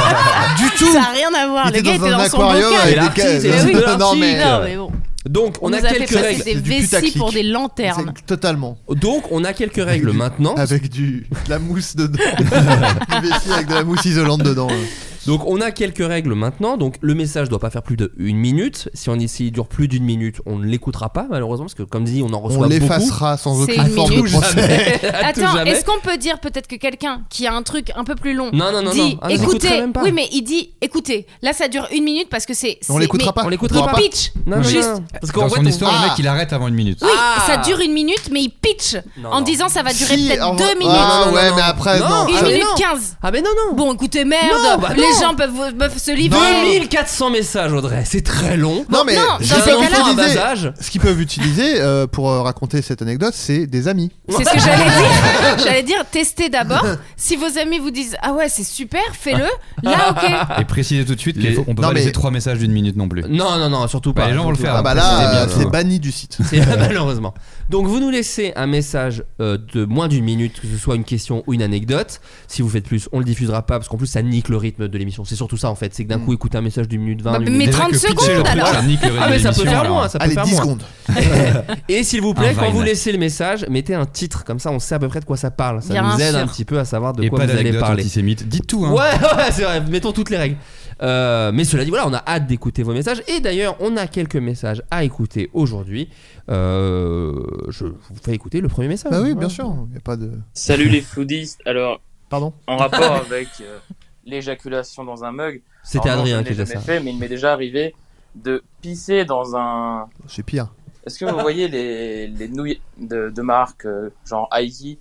du tout. Ça a rien à voir. Il Ah, Le gars était était dans un dans son aquarium bocal. Et avec euh, l'artiste, des Mais et la cases. oui. soupe de Non, mais. l'article. Non, mais bon. donc on, nous a quelques fait passer règles. des C'est du vessies putaclic. pour des lanternes. c'est- Totalement. Donc on a quelques règles du- maintenant. Avec du, de la mousse dedans. du vessie avec de la mousse isolante dedans. euh. Donc on a quelques règles maintenant. Donc le message doit pas faire plus de une minute. Si on s'il dure plus d'une minute, on ne l'écoutera pas malheureusement parce que comme dit, on en On reçoit beaucoup. Ah, l'effacera sans C'est aucune une forme de minute. procès. À tout Attends, jamais. est-ce qu'on peut dire peut-être que quelqu'un qui a un truc un peu plus long Non non non dit non. Ah, non. écoutez, même pas. oui mais il dit écoutez, là ça dure une minute parce que c'est On c'est- l'écoutera mais- pas. on l'écoutera pourra pas. pitch Non, non, juste non. Parce qu'en Dans fait, son on- histoire, le Ah. mec, il arrête avant une minute. oui Ah. ça dure une minute mais il pitch Non, en non. disant ça va durer Si, peut-être en- deux minutes Ah Non, non, ouais, non, mais non. après, Non, non. ah, une mais minute non. quinze Ah mais non non. bon écoutez merde Non, bah les les gens peuvent, vous- peuvent se livrer. 2400 messages, Audrey, c'est très long. Non, mais non, ce dans qu'ils ces peuvent cas-là- utiliser- Un bas âge. ce qu'ils peuvent utiliser euh, pour euh, raconter cette anecdote, c'est des amis. C'est ce que j'allais dire. J'allais dire, testez d'abord. Si vos amis vous disent Ah ouais, c'est super, faites-le. Ah. Là, ok. Et préciser tout de suite Les- qu'on peut Non, pas mais- laisser trois messages d'une minute non plus. Non, non, non, surtout Bah, pas. les gens vont le surtout faire. pas. Ah bah c'est là, bien, c'est tout. banni du site. C'est- malheureusement. Donc vous nous laissez un message euh, de moins d'une minute, que ce soit une question ou une anecdote. Si vous faites plus, on le diffusera pas parce qu'en plus ça nique le rythme de l'émission. C'est surtout ça en fait, c'est que d'un coup écouter un message d'une minute 20 Bah, mais 30 secondes, alors. Ah Mm. mais ça peut faire moins, moins ça peut Allez, faire 10 moins. secondes. Et s'il vous plaît, Un quand vous Vine. laissez le message, mettez un titre comme ça on sait à peu près de quoi ça parle. Ça Bien nous aide sûr. un petit peu à savoir de Et quoi pas vous allez d'anecdote parler. antisémite. Dites tout, hein. Ouais, ouais, c'est vrai, mettons toutes les règles. Euh, mais cela dit, voilà, on a hâte d'écouter vos messages. Et d'ailleurs, on a quelques messages à écouter aujourd'hui. Euh, je vous fais écouter le premier message. Bah oui, Ouais. bien sûr. Y a pas de. Salut les floudistes. Alors, Pardon. en rapport avec euh, l'éjaculation dans un mug. C'était alors non, Adrien je ne qui l'ai faisait jamais ça. fait, mais il m'est déjà arrivé de pisser dans un. C'est pire. Est-ce que vous voyez les, les nouilles de, de marque, euh, genre Aiki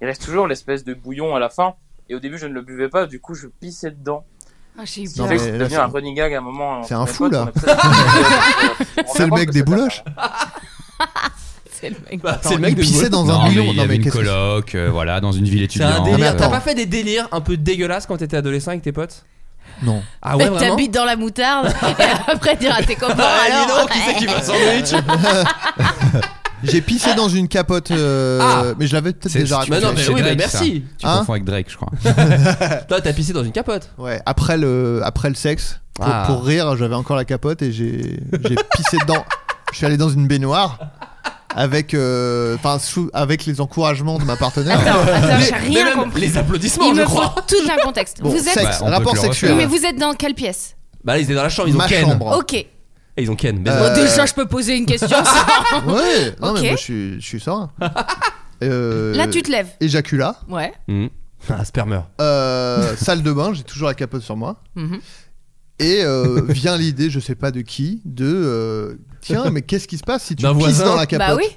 Il reste toujours l'espèce de bouillon à la fin. Et au début, je ne le buvais pas, du coup, je pissais dedans. Ah, j'ai eu Ce qui peur. fait que mais c'est là, devenu c'est- un running gag à un moment. c'est entre un mes fou, potes, là. on a peut-être- on se C'est rend le compte mec que des ça bouloches. C'est le mec. Bah, Attends, il pissait dans un Non, mais bouillon. il y Non avait mais une qu'est-ce que c'est coloc, euh, voilà, dans une ville C'est un étudiante. délire. mais T'as attends. pas fait des délires un peu dégueulasses quand t'étais adolescent avec tes potes Non. Ah Bah, ouais, vraiment T'habites dans la moutarde et après dire à tes copains Ah, dis alors. donc, qui c'est qui va sandwich J'ai pissé dans une capote, euh, Ah. mais je l'avais peut-être C'est- déjà tu- Bah raconté. non, mais C'est oui, mais Drake, merci. Tu Hein confonds avec Drake, je crois. Toi, t'as pissé dans une capote. Ouais, après le, après le sexe, pour, Ah. pour rire, j'avais encore la capote et j'ai j'ai pissé dedans. Je suis allé dans une baignoire avec, euh, enfin, sous- avec les encouragements de ma partenaire. Attends, attends, Ah, j'ai Mais rien même compris. les applaudissements, Il je me faut crois. tout un contexte. Bon, vous êtes. sexe, Bah, on peut rapport te le refaire. sexuel. Mais vous êtes dans quelle pièce Bah là, ils étaient dans la chambre, ils ont ma Ken. chambre. Ok. Et ils ont Ken. Euh, Bon, déjà, je peux poser une question. ça. Ouais, non, Ok. mais moi je suis, je suis serein. Euh, Là, tu te lèves. Éjacula, Ouais. Mmh. Ah, spermeur. euh, salle de bain, j'ai toujours la capote sur moi. Mhm. Et euh, vient l'idée, je sais pas de qui, de euh, tiens, mais qu'est-ce qui se passe si tu D'un pisses voisin dans la capote Bah oui.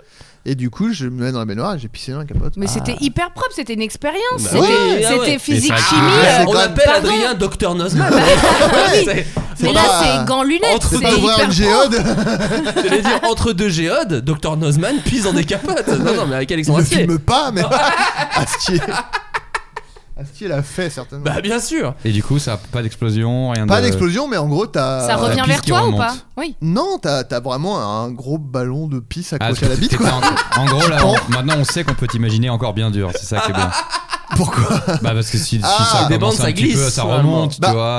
Et du coup, je me mets dans la baignoire et j'ai pissé dans la capote. Mais c'était hyper propre, c'était une expérience. Bah c'était oui, ah c'était ouais. physique, Mais ça- chimie. Ah, euh, c'est on quand même- appelle Pardon Ah, bah, Adrien Docteur Nozman. C'est- mais c'est là, pas- c'est gants lunettes. Entre C'est C'est pas ouvrir E hyper une géode, J'allais dire entre deux géodes, Dr Nozman pisse dans des capotes. Non, non, mais avec Alexandre ne Astier. filme pas, mais Astier. Astier l'a fait certainement. Bah euh, bien sûr. Et du coup, ça a pas d'explosion, rien de. pas d'explosion, mais en gros, t'as. Ça revient piste vers qui toi ou remonte. pas Oui. Non, t'as t'as vraiment un gros ballon de pisse Ah, accroché à la bite, t'étais quoi. En, en gros, là, Je on- pense. maintenant, on sait qu'on peut t'imaginer encore bien dur. C'est ça qui est bien. Pourquoi Bah parce que si, si Ah. ça Des commence bandes, ça un petit glisse, peu, ça finalement. remonte, Bah, tu vois.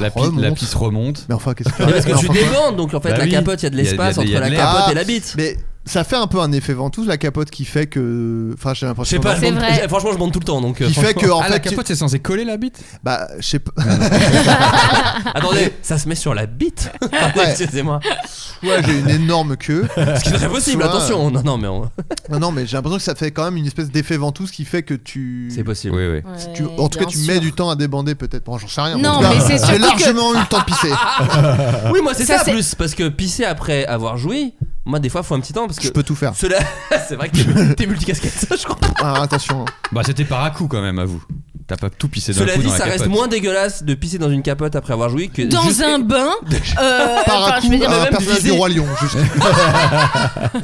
La, pi- la remonte. piste remonte. Mais enfin, qu'est-ce que Mais parce que mais tu enfin, quoi. débandes, donc en fait Bah la oui. capote, il y a de Il y a- l'espace il y a- il entre y a la de l'air. capote Ah. et la bite. Mais ça fait un peu un effet ventouse, la capote qui fait que. Enfin, j'ai Je sais l'impression. pas, je C'est monte- vrai. eh, franchement, je monte tout le temps donc. euh, Qui fait franchement- que, en ah, la fait. tu- capote, c'est censé coller la bite Bah, je sais pas. Attendez, ça se met sur la bite. Pardon, Ouais. Excusez-moi. Soit j'ai une énorme queue. Ce qui est très possible, Soit- attention. Non, non, mais on- Non, non, mais j'ai l'impression que ça fait quand même une espèce d'effet ventouse qui fait que tu. c'est possible. Oui, oui. Tu- en tout cas, bien tu sûr. mets du temps à débander, peut-être. Bon, j'en sais rien. Non, En tout cas, mais c'est J'ai surtout largement eu le temps de pisser. Oui, moi c'est Ça, ça, c'est- plus parce que pisser après avoir joui, moi des fois faut un petit temps parce que Je peux tout faire. cela c'est vrai que t'es- t'es multicasquette, je crois. Ah, attention. Bah, c'était par à coup quand même, à vous. T'as pas tout pissé d'un Cela coup dit, dans la ça reste capote. moins dégueulasse de pisser dans une capote après avoir joui que Dans juste- un bain. euh, Par enfin, un je coup, vais dire, mais un même personnage viser- du Roi Lion. Juste.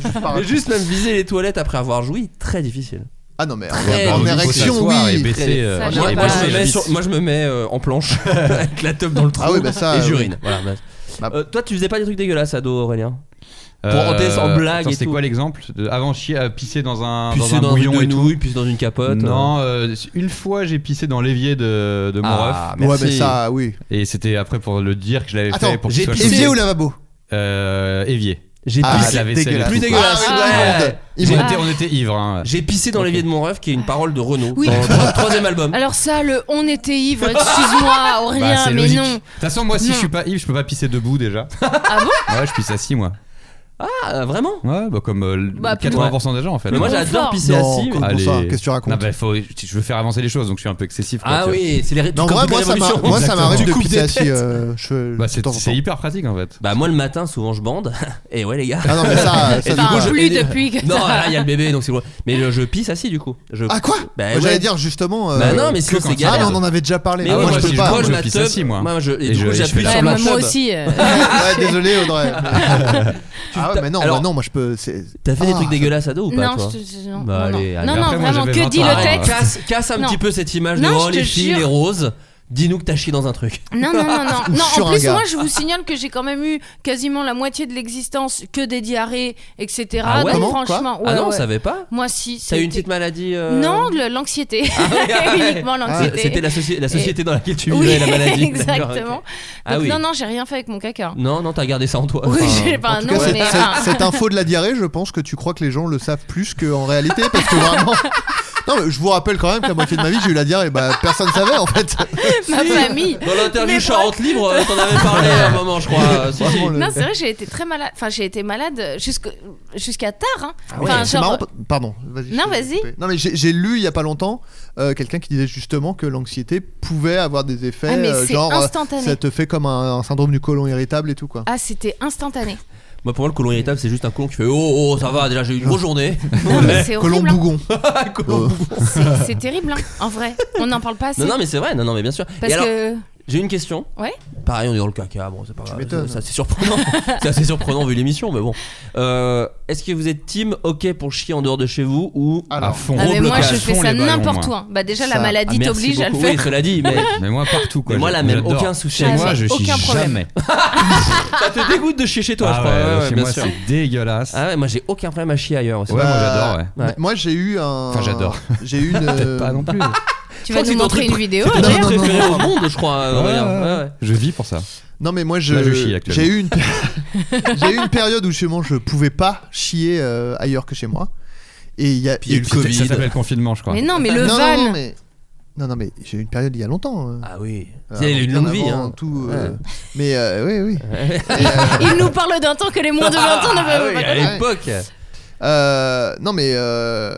Juste par un Mais coup. juste même viser les toilettes après avoir joui, très difficile. Ah non, mais en, Très en bien. Il faut érection, s'asseoir et oui. baisser, euh, Ça, moi, j'ai pas- Moi, moi, je me la mets bite. sur- moi, je me mets euh, en planche avec la teub dans le trou Ah oui, bah ça, et euh, j'urine. Voilà, bref. Bah, Euh, toi, tu faisais pas des trucs dégueulasses ado, Aurélien Pour Euh, en thèse, en blague attends, et C'était tout. quoi l'exemple de- Avant, chier, euh, pisser dans un, Pisser dans un dans bouillon une et tout. nouille, puis dans une capote. Non, euh, une fois j'ai pissé dans l'évier de, de euh. mon Ah, ref Ouais, merci. mais ça, oui. et c'était après pour le dire que je l'avais Attends, fait pour j'ai qu'il soit pissé- chaud. Évier ou lavabo Euh, évier. J'ai Ah, pissé- la c'est vaisselle et dégueulasse. tout. Plus dégueulasse, Ah, ouais. ouais, On immonde. était- on était ivres. hein. J'ai pissé dans l'évier de mon ref, qui est une parole de Renault. Oui. Dans le troisième album. Alors ça, le on était ivre, excuse-moi, Bah, Aurélien, c'est mais logique. non. De toute façon, moi, si Non. je suis pas ivre, je peux pas pisser debout déjà. Ah bon Ouais, je pisse assis, moi. Ah, vraiment Ouais, bah comme euh, l- Bah, plus- 80% des gens en fait. Mais moi, j'adore pisser Non, assis, mais- allez. ça Qu'est-ce que tu racontes Non, bah, faut- je veux faire avancer les choses donc je suis un peu excessif. quoi, Ah tu vois. oui, c'est les ré- tu Non, en coupes vrai, les moi, ça m'a- révolutions. moi, ça m'arrive Exactement. de Tu coupes pisser des assis. têtes. euh, je- Bah, de c'est temps en temps. c'est hyper pratique en fait. Bah moi le matin souvent je bande et ouais les gars. Ah non, mais ça, ça, Et du c'est coup, pas- je- Plus depuis que Non ça. là il y a le bébé donc c'est gros. Mais je, je pisse assis du coup. Je... Ah quoi Bah, Moi, J'allais ouais. dire justement. euh, Bah non, mais sinon, que quand- c'est Ah, galère. mais on en avait déjà parlé. Mais Ah, ouais, moi, moi, je peux je- pas. moi, je je pisse m'atteub. assis, moi. Moi, je- et Et du je- coup, et je j'appuie fais la sur Ouais, ma moi teub. aussi. euh, Ouais, désolé, Audrey. Ah ouais, mais non, Alors- bah non, moi je peux. c'est- T'as fait des Ah, trucs dégueulasses ado ou pas non, toi je te- je- non, Bah, non, allez, non, allez. non, Après, moi, vraiment, j'avais que 20 dit ans, le ouais. Arrête, texte casse, casse un Non. petit peu cette image de Non, oh je te les filles, jure. les roses. Dis-nous que t'as chié dans un truc. Non, non, non, Ou non. non sur en un plus, gars. moi, je vous signale que j'ai quand même eu quasiment la moitié de l'existence que des diarrhées, etc. Ah Donc, ouais Comment Quoi franchement, ouais, ah non, ouais. ça savais pas. moi, si. T'as eu une c'était- petite maladie euh, Non, le- l'anxiété. Ah ouais, ah ouais. Uniquement Ah, l'anxiété. C'était la, soci- la société dans laquelle tu Oui, vivais la maladie. D'accord, ok. exactement. Ah Donc, oui. Oh. Non, non, j'ai rien fait avec mon caca. Non, non, t'as gardé ça en toi. Oui, Enfin, j'ai pas En un tout cas, nom, cette, mais. cette- ah. cette info de la diarrhée, je pense que tu crois que les gens le savent plus qu'en réalité, parce que vraiment. Non, mais je vous rappelle quand même que la moitié de ma vie, j'ai eu la diarrhée. Bah, personne savait en fait. Ma Si. famille. Dans l'interview Mais Charente Libre, euh, t'en avais parlé à un moment, je crois. euh, si, si. Vraiment, le- Non, c'est vrai, j'ai été très malade. Enfin, j'ai été malade jusque- jusqu'à tard. hein. Ah Ouais, Enfin, c'est genre- marrant, pa- pardon. Vas-y, je Non, t'ai vas-y. coupé. Non, mais j'ai j'ai lu il y a pas longtemps euh, quelqu'un qui disait justement que l'anxiété pouvait avoir des effets, Ah, mais euh, c'est genre euh, instantané. ça te fait comme un, un syndrome du côlon irritable et tout quoi. Ah, c'était instantané. Moi, pour moi, le colon irritable, c'est juste un colon qui fait Oh, oh, ça va, déjà j'ai eu une grosse journée. Non, mais c'est Colon horrible. hein. bougon. Euh, Colon. C'est- C'est terrible, hein, en vrai. On n'en parle pas assez. non, non, mais c'est vrai, non, non, mais bien sûr. Parce Et alors, que. j'ai une question. Ouais. Pareil, on est dans le caca, bon, c'est pas grave. m'étonnes. C'est assez surprenant. c'est assez surprenant vu l'émission, mais bon. Euh, Est-ce que vous êtes team OK pour chier en dehors de chez vous ou. À Alors, fond. Ah, mais Gros moi, je blocage. fais Font ça les ballons, n'importe où. moi. hein. Bah, déjà, Ça- la maladie Ah, merci t'oblige à le beaucoup. faire. Oui, cela dit, mais. Mais moi partout quoi. Mais moi, la j'a- même, j'adore. aucun souci. Chez Ah, moi, mais je chie aucun problème. jamais. ça te dégoûte de chier chez toi, je Ah crois. ouais, chez bien moi, sûr. c'est dégueulasse. Ah ouais, moi j'ai aucun problème à chier ailleurs aussi. Ouais, moi j'adore, ouais. Ouais. Moi j'ai eu un. Enfin, j'adore. J'ai eu une. Peut-être pas non plus. Tu vas Je pense nous que montrer c'est une ton vidéo, C'est ton d'ailleurs. truc Non, non, préféré non. au monde, je crois, euh, Ouais, Aurélien. ouais, Ouais, ouais. Je vis pour ça. Non mais moi je Là, je chie, actuellement. j'ai eu une j'ai eu une période où justement je pouvais pas chier euh, ailleurs que chez moi et il y a Puis il y a eu le Ça- Covid. Ça s'appelle confinement, je crois. Mais non, Ah, mais le non, van. non, non, mais non non mais j'ai eu une période il y a longtemps euh, Ah oui. euh, il a une bien longue vie. avant Hein. tout euh, mais euh, oui oui Il nous parle d'un temps que les moins de 20 ans ne Ah peuvent oui, pas à connaître. l'époque. Euh, non mais euh,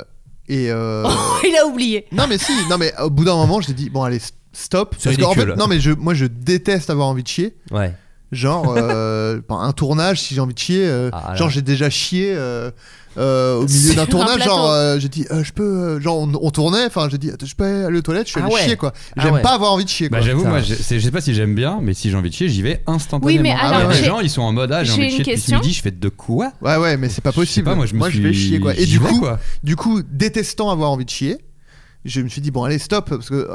et euh, ah, Il a oublié. non mais si non mais au bout d'un moment j'ai dit bon allez s- stop C'est qu'en fait ridicule. non mais je moi je déteste avoir envie de chier Ouais. Genre, euh, ben, un tournage, si j'ai envie de chier, euh, Ah, là. genre j'ai déjà chié euh, euh, au milieu Sur d'un un tournage. plateau. Genre, euh, j'ai dit, euh, je peux. euh, genre, on, on tournait, enfin, j'ai dit, attends, je peux aller aux toilettes, je suis Ah allé ouais. chier, quoi. Ah J'aime ouais. pas avoir envie de chier, Bah quoi. j'avoue, Ça. moi, je, c'est- je sais pas si j'aime bien, mais si j'ai envie de chier, j'y vais instantanément. Oui, mais Ah alors, ouais, j'ai- les gens, ils sont en mode ah, j'ai j'ai envie de une chier depuis ce question. midi, je fais de quoi ouais, ouais, mais c'est pas Je sais possible. pas, moi je me suis. vais chier, quoi. Et j'y du vais, coup, quoi. du coup, détestant avoir envie de chier. Je me suis dit, bon, allez, stop, parce que euh,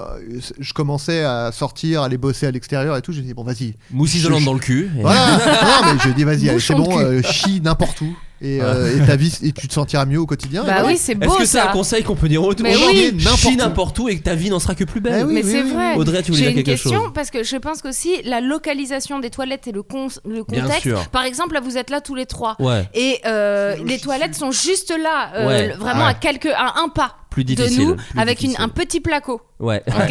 je commençais à sortir, aller bosser à l'extérieur et tout. J'ai dit, bon, vas-y, Mousse isolante dans le cul. Et- Voilà. non, mais je dis vas-y, allez, c'est Bouchon de bon, cul. euh, chie n'importe où et, euh, et ta vie et tu te sentiras mieux au quotidien. Bah Et oui, c'est Est-ce beau que c'est un ça. conseil qu'on peut dire autour Mais Genre, oui. N'importe Chie où. n'importe où et que ta vie n'en sera que plus belle. Eh oui, Mais oui, c'est oui, vrai. Audrey, tu voulais J'ai dire une quelque question chose parce que je pense qu'aussi la localisation des toilettes et le, con- le Bien contexte. sûr. Par exemple, là, vous êtes là tous les trois. Ouais, Et euh, les toilettes sont juste là, euh, Ouais. vraiment Ouais. à quelques, à un pas Plus de difficile, nous, plus avec une, difficile. un petit placo. ouais. Ok.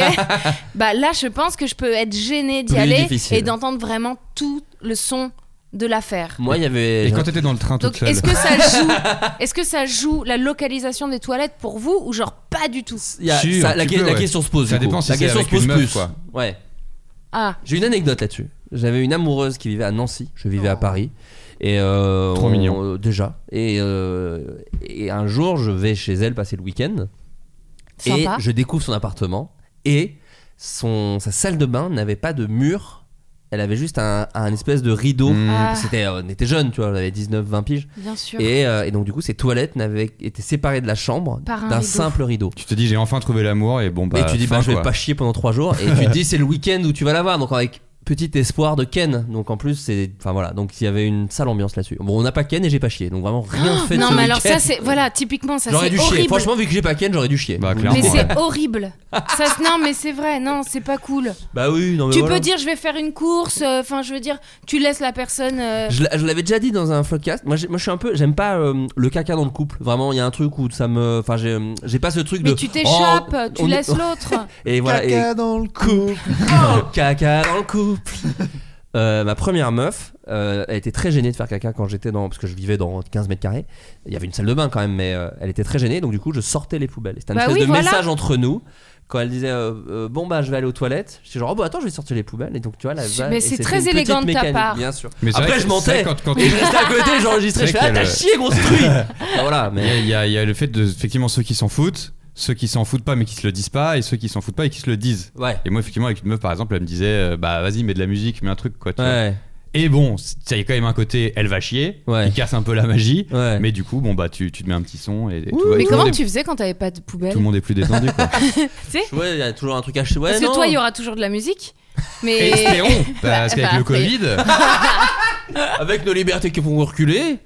bah là, je pense que je peux être gênée d'y Plus aller difficile. et d'entendre vraiment tout le son de l'affaire. Moi, il y avait. Et quand t'étais dans le train toute Donc, seule. est-ce que ça joue Est-ce que ça joue la localisation des toilettes pour vous ou genre pas du tout Il y a- Sûr, ça- la, tu que- peux, la ouais. question se pose. Ça du coup. dépend si la c'est question avec se pose une meuf, plus. quoi. Ouais. Ah, J'ai une anecdote là-dessus. J'avais une amoureuse qui vivait à Nancy. Je vivais Oh. à Paris. Et euh, Trop on- mignon. euh, déjà. Et, euh, et un jour, je vais chez elle passer le week-end. Et sympa. je découvre son appartement. Et son, sa salle de bain n'avait pas de mur. Elle avait juste un, un espèce de rideau. Mm. Ah. C'était, euh, on était jeunes, tu vois, on avait 19, 20 piges. Bien sûr. Et, euh, et donc, du coup, ses toilettes n'avaient été séparées de la chambre Par un d'un rideau. simple rideau. Tu te dis, j'ai enfin trouvé l'amour et bon, bah. et tu dis, fin, bah, je vais quoi. pas chier pendant 3 jours. Et tu te dis, c'est le week-end où tu vas la voir. Donc, avec petit espoir de Ken. Donc, en plus, c'est. Enfin, voilà. Donc, il y avait une sale ambiance là-dessus. Bon, on n'a pas Ken et j'ai pas chier. Donc, vraiment, rien fait de Oh, non, ce mais alors week-end. ça c'est voilà typiquement ça J'aurais c'est dû chier. horrible. Franchement, vu que j'ai pas Ken, j'aurais dû chier. Bah, Vous- clairement. mais Ouais. c'est horrible. Ça, c'est- non, mais c'est vrai. Non, c'est pas cool. Bah oui, non, mais tu voilà. peux dire, je vais faire une course. euh, Enfin, je veux dire, tu laisses la personne. euh, Je l'a- je l'avais déjà dit dans un podcast. Moi, j'ai- moi, je suis un peu. J'aime pas euh, le caca dans le couple. Vraiment, il y a un truc où ça me. Enfin, j'ai j'ai pas ce truc Mais de. tu oh, t'échappes, tu on est- laisses l'autre. Et voilà. et- Caca dans le couple. Oh, caca dans le couple. euh, ma première meuf, euh, elle était très gênée de faire caca quand j'étais dans. Parce que je vivais dans 15 mètres carrés. Il y avait une salle de bain quand même, mais euh, elle était très gênée, donc du coup, je sortais les poubelles. C'était un Bah espèce oui, de voilà. message entre nous. Quand elle disait euh, euh, bon bah je vais aller aux toilettes, j'étais genre oh bah attends je vais sortir les poubelles et donc tu vois la vanne- mais et c'est c'était très une petite élégant de ta mécanique, part. bien sûr. Mais c'est vrai Après que- je c'est mentais, vrai quand- quand- Et je restais à côté, j'enregistrais, je C'est fais vrai ah que t'as le- chié gros truc. voilà, mais il y a, il y a le fait de effectivement ceux qui s'en foutent, ceux qui s'en foutent pas mais qui se le disent pas, et ceux qui s'en foutent pas et qui se le disent. Ouais. Et moi effectivement avec une meuf par exemple, elle me disait euh, bah vas-y mets de la musique, mets un truc quoi. tu vois. Ouais. Et bon, c- ça y a quand même un côté, elle va chier, il casse un peu la magie, mais du coup bon bah tu, tu te mets un petit son et, et tout Mais va- tout le comment monde est- tu faisais quand t'avais pas de poubelle tout le monde est plus détendu quoi. Tu sais ouais il y a toujours un truc à chier. Ouais, Parce que non. toi, il y aura toujours de la musique. Mais. Espérons, Bah, parce qu'avec le Covid, avec nos libertés qui vont reculer.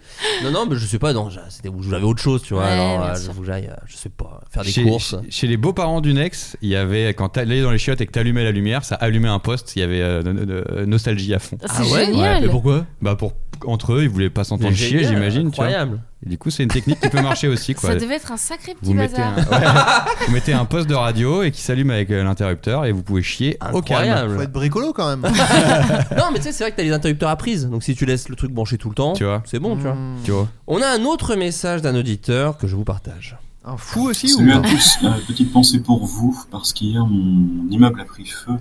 Non, non, mais je sais pas, non, j'a- c'était où j'avais autre chose, tu vois. Ouais, alors, bien euh, sûr. faut que j'aille, euh, je sais pas, faire des chez, courses. chez- chez les beaux-parents d'une ex, il y avait quand t'allais dans les chiottes et que t'allumais la lumière, ça allumait un poste. Il y avait euh, no- no- no- nostalgie à fond. Ah, c'est Ah ouais génial. Mais Mais pourquoi Bah pour entre eux, ils voulaient pas s'entendre Mais chier, génial, j'imagine. tu vois. incroyable. Et du coup, c'est une technique qui peut marcher aussi quoi. Ça devait être un sacré petit vous mettez, bazar. un, ouais, vous mettez un poste de radio et qui s'allume avec euh, l'interrupteur et vous pouvez chier au Incroyable. calme. Faut être bah, bricolo quand même. non, mais tu sais, c'est vrai que t'as les interrupteurs à prise, donc si tu laisses le truc branché tout le temps, Tu vois. c'est bon, Mm. tu vois. Mmh. Tu vois. On a un autre message d'un auditeur que je vous partage. Un fou aussi Salut ou à tous. Euh, petite pensée pour vous, parce qu'hier mon immeuble a pris feu.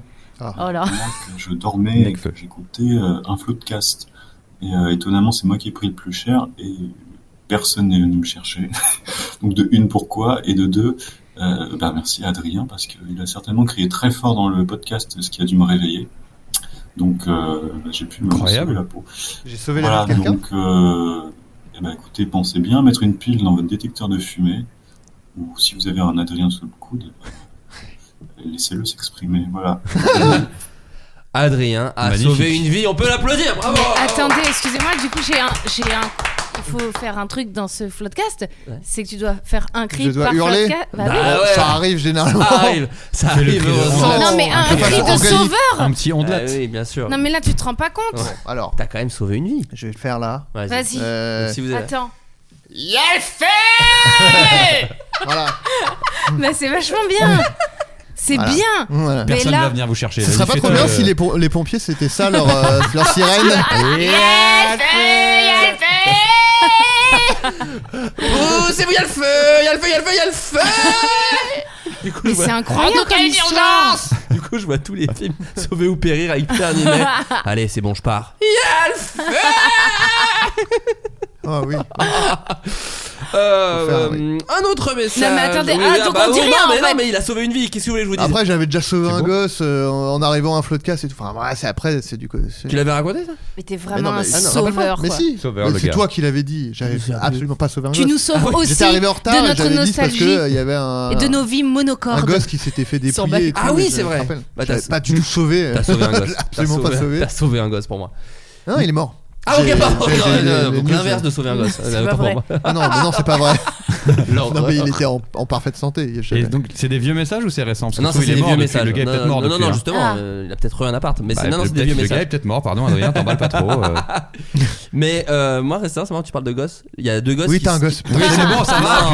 Oh là. que Je dormais et que j'écoutais euh, un flot de cast. Et euh, étonnamment, c'est moi qui ai pris le plus cher et personne n'est venu me chercher. Donc de une, pourquoi Et de deux, euh, bah, merci à Adrien parce qu'il a certainement crié très fort dans le podcast, ce qui a dû me réveiller. Donc euh, bah, j'ai pu me Incroyable. sauver la peau. J'ai sauvé la voilà, vie de quelqu'un donc euh, eh ben, écoutez, pensez bien, mettre une pile dans votre détecteur de fumée ou si vous avez un Adrien sous le coude, laissez-le s'exprimer. Voilà. Adrien a Magnifique. sauvé une vie, on peut l'applaudir, bravo Attendez, excusez-moi, du coup, j'ai un. J'ai un... Il faut faire un truc dans ce floodcast. C'est que tu dois faire un cri Je dois par hurler floodcast. Bah oui. Bah, Ça arrive généralement. Ah Ça arrive, ça Fais le arrive, cri de- heureusement. Non, mais un cri de sauveur. Ah. Un petit Ah ondelat. Ah oui, bien sûr. Non, mais là, tu te rends pas compte. Alors. T'as quand même sauvé une vie. Je vais le faire là. Vas-y. Euh, Donc, si vous avez- Attends. Y'a le fait Voilà. Bah, c'est vachement bien. C'est Voilà. bien. Voilà. Mais là. venir vous euh, chercher. Ce serait pas trop bien Euh. si les, pom- les pompiers c'était ça leur, euh, leur sirène. Poussez-vous, Oh, il y a le feu, il y a le feu, il y a le feu, il y a le feu Du coup, Mais je vois- c'est incroyable Ah, donc, comme allez, on histoire. Du coup, je vois tous les films Sauver ou Périr avec Pierre Ninet. Allez, c'est bon, je pars. Ah oui. Euh, Faut faire, euh, Un autre message. Non, mais attendez, Oui, ah, ah, donc bah, on dit oui, rien, non, en mais non, fait. mais il a sauvé une vie, qu'est-ce que vous voulez que je vous dise Après j'avais déjà sauvé un gosse euh, en en arrivant à un flot de casse et tout. Enfin ouais, c'est après c'est du coup. c'est- Tu l'avais raconté ça Mais t'es Mais non, vraiment mais- un Ah non, sauveur. Mais quoi. si, Sauveur, Mais le c'est gars. toi qui l'avais dit. J'avais absolument pas sauvé un Tu gosse. nous sauves aussi J'étais arrivé en de retard. et notre j'avais dit c'est parce que nostalgie euh, il y avait un Et de nos vies un monocordes. gosse qui s'était fait Sans bac- dépouiller. et tout, Ah oui, je c'est me vrai. rappelle. Bah, J'avais t'as- pas du tout sauvé. T'as sauvé un gosse. J'ai Absolument T'as pas sauvé. T'as sauvé un gosse pour moi. Non, il est mort. Ah, ok, J'ai- pardon. j'ai- Non, j'ai- non, les- non, les donc news, l'inverse de sauver un gosse. C'est Autant pas pour vrai. moi. Ah non, mais non, c'est pas vrai. L'horreur. non, mais il était en, en parfaite santé. il y a- Et donc c'est des vieux messages ou c'est récent Parce que Non, ça, je trouve c'est il des est vieux mort depuis, messages. Le gars est Non, peut-être non, mort non, depuis, non, hein. justement, Ah. euh, il a peut-être eu un appart. Mais Bah, c'est non, non, c'est des peut-être vieux que Le gars est messages. peut-être mort, pardon Adrien, t'emballes pas trop. euh. Mais euh, moi, récemment, c'est marrant, tu parles de gosses. Il y a deux gosses. Oui, qui t'as s- un gosse. qui- Oui, c'est bon, ça va, Non.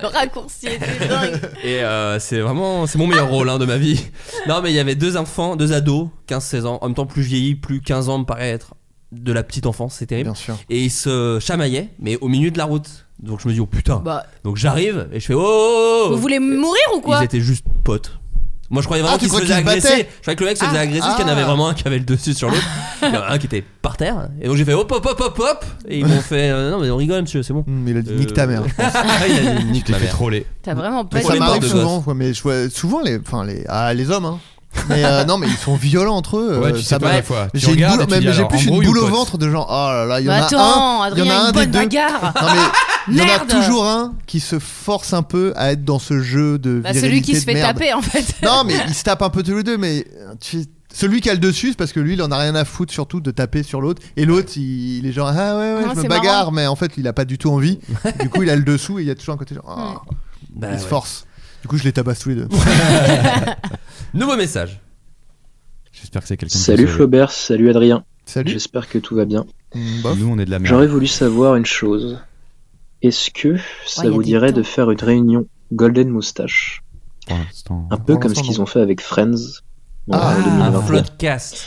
Le raccourci était dingue. Et euh, c'est vraiment c'est mon meilleur rôle hein, de ma vie. Non mais il y avait deux enfants, deux ados, 15-16 ans, en même temps plus vieilli, plus 15 ans me paraît être de la petite enfance, c'est terrible. Bien sûr. Et ils se chamaillaient mais au milieu de la route. Donc je me dis oh putain. Bah. Donc j'arrive et je fais oh, oh, oh. Vous voulez mourir ou quoi Ils étaient juste potes. Moi je croyais vraiment Ah, tu qu'ils se crois faisaient qu'ils se agresser. battaient Je croyais que le mec se faisait Ah, agresser parce qu'il y en avait ah. vraiment un qui avait le dessus sur l'autre. Il y en a un qui était par terre. Et donc j'ai fait hop hop hop hop hop. Et ils m'ont fait euh, non mais on rigole monsieur c'est bon. Hum, il a dit Euh, nique ta mère. je pense. il a dit nique t'es ma fait mère. troller. T'as vraiment pas Mais Pour ça les m'arrive morts de souvent, gosse. quoi, mais je vois souvent les, enfin les, ah, les hommes. Hein. Mais euh, non, mais ils sont violents entre eux. Ouais, euh, tu ça sais pas m'a- des fois. Tu J'ai une boule- regardes et tu mais dis, j'ai alors, plus une embrouille ou boule au pote ventre de genre, oh là là, il y en Bah a attends, un. il y en Adrien, a une un des bonne deux. bagarre. Non, mais il y en a Merde. toujours un qui se force un peu à être dans ce jeu de. Bah, celui virilité qui se de fait merde. taper en fait. Non, mais il se tape un peu tous les deux, mais euh, tu- celui qui a le dessus, c'est parce que lui, il en a rien à foutre, surtout de taper sur l'autre. Et l'autre, il, il est genre, ah ouais, ouais, Non, je me c'est bagarre, marrant. mais en fait, il a pas du tout envie. du coup, il a le dessous et il y a toujours un côté genre, ah, Bah, il se ouais. force. Du coup, je les tabasse tous les deux. Nouveau message. J'espère que c'est quelqu'un. qui Salut se- Flaubert, salut Adrien. Salut. J'espère que tout va bien. Mm, bof. Mmh, Nous on est de la merde. J'aurais voulu savoir une chose. Est-ce que ça Ouais, y a vous des dirait temps. de faire une réunion Golden Moustache Pour l'instant. Ah, Un peu Pour comme l'instant, ce qu'ils non. ont fait avec Friends dans Ah, l'année Un 2023. floodcast.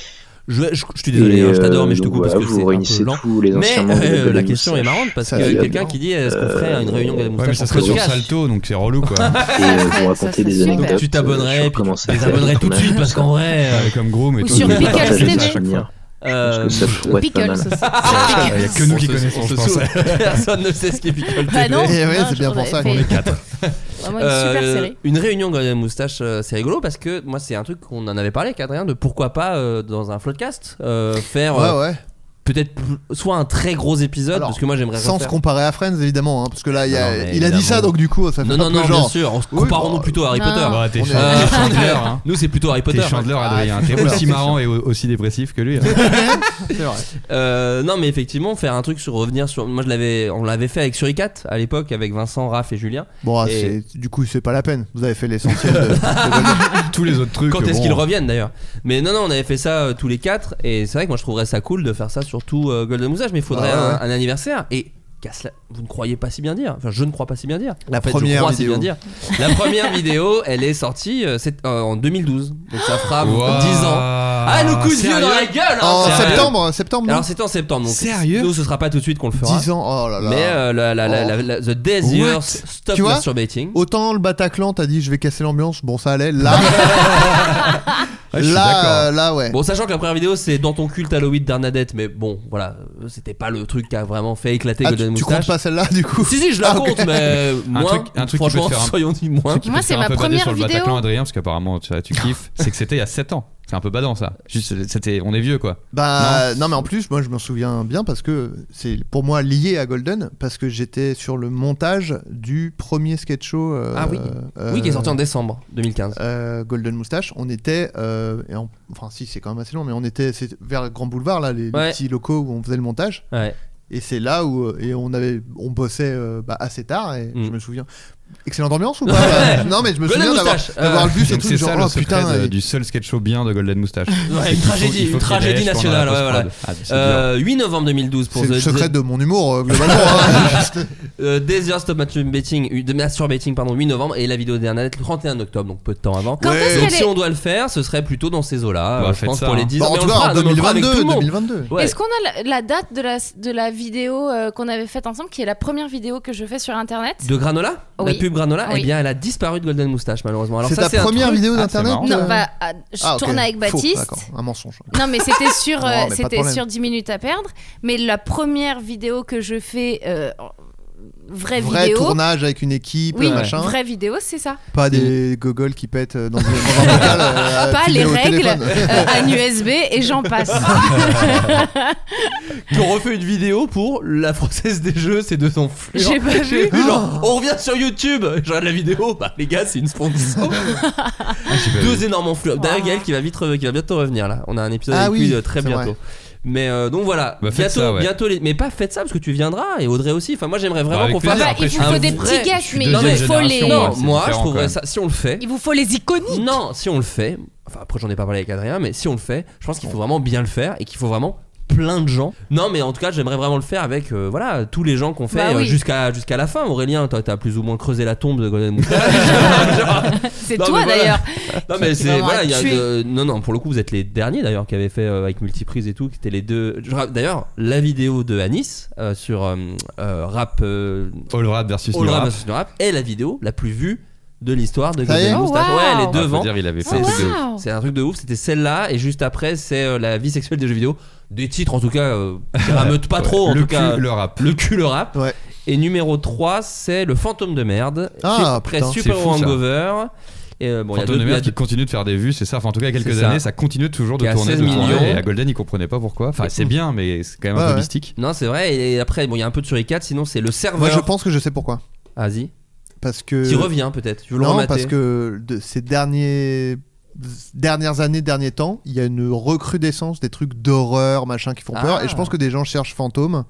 Je, je- je suis désolé, Et, hein, je t'adore, euh, mais je te donc coupe voilà, parce que vous c'est un peu réunissez lent. tous les Mais anciens membres de Euh, euh, Golden la question est Moustache. marrante parce Ça, que c'est quelqu'un bien. qui dit est-ce qu'on ferait une réunion Golden Ouais, mais Moustache ça serait en sur podcast Salto, donc c'est relou quoi. Et euh, vous raconter des anecdotes. Donc Bah, tu t'abonnerais, euh, sur et puis comment tu te ça a été désabonnerais le tout de suite tournage. parce qu'en vrai. euh, Ouais, Comme Groom et Ou tout. sur Ouais. Pickles Ouais, TV. à chaque fois. Parce que ça pourrait être pas Pickles. mal. Il y a que nous qui on se- connaissons, on se je pense. saoule. Personne ne sait ce qu'est Pickle Bah TV. non, Et ouais, non, c'est bien j'aurais pour ça fait- qu'on est quatre. Vraiment une super Euh, série. une réunion Golden Moustache, euh, c'est rigolo parce que moi, c'est un truc qu'on en avait parlé avec Adrien de pourquoi pas euh, dans un floodcast euh, faire. euh, Ouais, ouais. Peut-être pl- soit un très gros épisode Alors, parce que moi j'aimerais Sans se refaire- comparer à Friends, évidemment, hein, parce que là, il, y a- Non, non, mais il a dit ça, évidemment. donc du coup, ça fait Non, un non, peu non, genre. bien sûr, on se Oui, comparons-nous bon, plutôt à Harry Non. Potter. Bah, t'es On est- Chandler, Euh, bah, t'es Chandler, hein. Nous, c'est plutôt Harry Potter. T'es Chandler, Adrien. Ah, T'es c'est aussi sûr. marrant et au- aussi dépressif que lui. hein. C'est vrai. Euh, non, mais effectivement, faire un truc sur revenir sur. Moi, je l'avais, on l'avait fait avec Suricat à l'époque, avec Vincent, Raph et Julien. Bon, ah, Et- c'est- du coup, c'est pas la peine. Vous avez fait l'essentiel de. Tous les autres trucs. Quand est-ce bon, qu'ils hein. reviennent d'ailleurs Mais non, non, on avait fait ça euh, tous les quatre, et c'est vrai que moi je trouverais ça cool de faire ça surtout euh, Golden Mousage, mais il faudrait Ah ouais. un, un anniversaire et qu'à cela, vous ne croyez pas si bien dire. Enfin, je ne crois pas si bien dire. La En fait, je première crois vidéo. si bien dire. La première vidéo, elle est sortie euh, c'est, euh, en 2012, donc ça fera Wow. 10 ans. Ah, le coup de vieux dans la gueule hein, En sérieux. septembre, septembre, non Alors c'était en septembre, donc Sérieux nous ce sera pas tout de suite qu'on le fera. 10 ans, oh là là. Mais euh, la, la, la, la- la- The Days What Years Stop Tu vois Masturbating. Autant le Bataclan, t'as dit je vais casser l'ambiance, bon ça allait. Là, Ouais, Ah, je suis là, d'accord. euh, là, ouais. Bon, sachant que la première vidéo c'est dans ton culte Halloween d'Arnadette, mais bon, voilà, euh, c'était pas le truc qui a vraiment fait éclater Ah, tu, Golden tu Moustache. comptes pas celle-là du coup Si, si, je la Ah, compte, ok. mais moins. truc- un truc qui peut franchement, te faire un- soyons dit moins. Ce qui Moi, peut te c'est faire ma un peu bader première sur le vidéo. Bataclan, Adrien, parce qu'apparemment tu, tu kiffes, c'est que c'était il y a 7 ans. C'est un peu badant ça. Juste, c'était, on est vieux quoi. Bah non. mais en plus moi je m'en souviens bien parce que c'est pour moi lié à Golden parce que j'étais sur le montage du premier sketch show euh, Ah oui. Oui, qui est sorti en euh, décembre 2015. euh, Golden Moustache, on était euh, et en- enfin si c'est quand même assez long mais on était c'est vers le Grand Boulevard là les, les Ouais. petits locaux où on faisait le montage Ouais. Et c'est là où euh, et on avait on bossait euh, bah, assez tard et Mm. je me souviens. Excellente ambiance ou pas Euh, Non mais je me Golden souviens d'avoir, Moustache, d'avoir euh, le vu c'est Donc tout c'est le genre ça oh, le secret putain de- et- du seul sketch show bien de Golden Moustache. une tragédie, une tragédie nationale, ouais, voilà. Ah, Euh, 8 novembre 2012 pour c'est le The, secret The- de mon humour euh, globalement. hein. euh, Days Years Stop Masturbating, euh, de Masturbating, pardon, 8 novembre, et la vidéo d'Arnadette le 31 octobre, donc peu de temps avant. Quand Ouais. est-ce Donc qu'elle si est... on doit le faire, ce serait plutôt dans ces eaux-là, Bah, euh, je faites pense ça, pour les hein. 10 Bah, ans. en mais tout on le cas fera, en non, mais on le fera avec 2022 tout le monde. 2022. Ouais. Est-ce qu'on a la, la date de la, de la vidéo euh, qu'on avait faite ensemble, qui est la première vidéo que je fais sur internet De Granola La Oui. pub Granola Oui. Eh bien, elle a disparu de Golden Moustache, malheureusement. Alors, c'est ça, ta un première truc- vidéo Ah, d'internet c'est Non, euh, bah, ah, je ah, ok. tourne avec Faux, Baptiste. d'accord, un mensonge. Non, mais c'était sur, Non, euh, mais pas de c'était problème. sur 10 minutes à perdre. Mais la première vidéo que je fais, euh, en- vraie Vrai vidéo. tournage avec une équipe oui, machin. vraie vidéo, c'est ça. Pas des gogoles qui pètent euh, dans, dans un local. euh, Pas filmé les au règles, téléphone. euh, un USB et j'en passe. Ah, qu'on refait une vidéo pour la française des jeux, c'est de son flux. J'ai pas vu. genre, Oh. on revient sur YouTube, je regarde la vidéo, bah les gars, c'est une sponsor. Ah, Deux énormes enflures. D'ailleurs, Gaël qui va vite, re- qui va bientôt revenir là. On a un épisode Ah avec oui, lui euh, très c'est bientôt. vrai. Mais euh, donc voilà, Bah, faites bientôt, ça, ouais. bientôt les... mais pas faites ça parce que tu viendras et Audrey aussi. Enfin moi j'aimerais vraiment avec qu'on fasse plaisir. Bah, après, il je vous faut suis des un petits vrai- je guests, suis mais Non, deuxième mais il faut les. génération, non, ouais, c'est moi je différent, quand trouverais même. ça si on le fait. Il vous faut les iconiques. hein. Non, si on le fait, enfin après j'en ai pas parlé avec Adrien, mais si on le fait, je pense qu'il faut vraiment bien le faire et qu'il faut vraiment plein de gens. Non, mais en tout cas, j'aimerais vraiment le faire avec euh, voilà tous les gens qu'on fait Bah euh, oui. jusqu'à jusqu'à la fin. Aurélien, toi, t'as plus ou moins creusé la tombe de Golden Moustache. C'est Non, toi mais voilà. d'ailleurs. non mais Qui c'est vraiment voilà, a il y a tué. de- non non pour le coup vous êtes les derniers d'ailleurs qui avaient fait euh, avec multiprise et tout, qui étaient les deux. Je ra- D'ailleurs, la vidéo de Anis euh, sur euh, euh, rap euh, All Rap versus All New Rap Rap. versus No Rap est la vidéo la plus vue de l'histoire de Ça y est Golden Oh, Moustache. wow. Ouais, Ah, elle est devant. Faut dire, il avait Oh, fait un truc de ouf. waouh. C'est un truc de ouf, c'était celle-là, et juste après, c'est euh, la vie sexuelle des jeux vidéo. Des titres, en tout cas, euh, qui rameutent pas trop, en le tout cul, cas. le rap. Le cul, le rap. Ouais. Et numéro 3, c'est Le fantôme de merde. Ah, après putain, Super c'est fou, ça. Hangover. Et euh, bon, il y a Fantôme deux- il y de a merde deux- qui continue de faire des vues, c'est ça. Enfin, en tout cas, il y a quelques C'est ça. années, ça continue toujours Qui est de à tourner. 16 de tourner, millions. Et à Golden, il comprenait pas pourquoi. Enfin, c'est bien, mais c'est quand même Ouais, un peu ouais. mystique. Non, c'est vrai, et après, bon, il y a un peu de sur les 4, sinon c'est le serveur. Ah, Moi je pense que je sais pourquoi. Vas-y. Parce que Qui revient peut-être. Tu veux le non, remater parce que de ces derniers dernières années, derniers temps, il y a une recrudescence des trucs d'horreur, machin, qui font peur. Ah. Et je pense que des gens cherchent fantômes.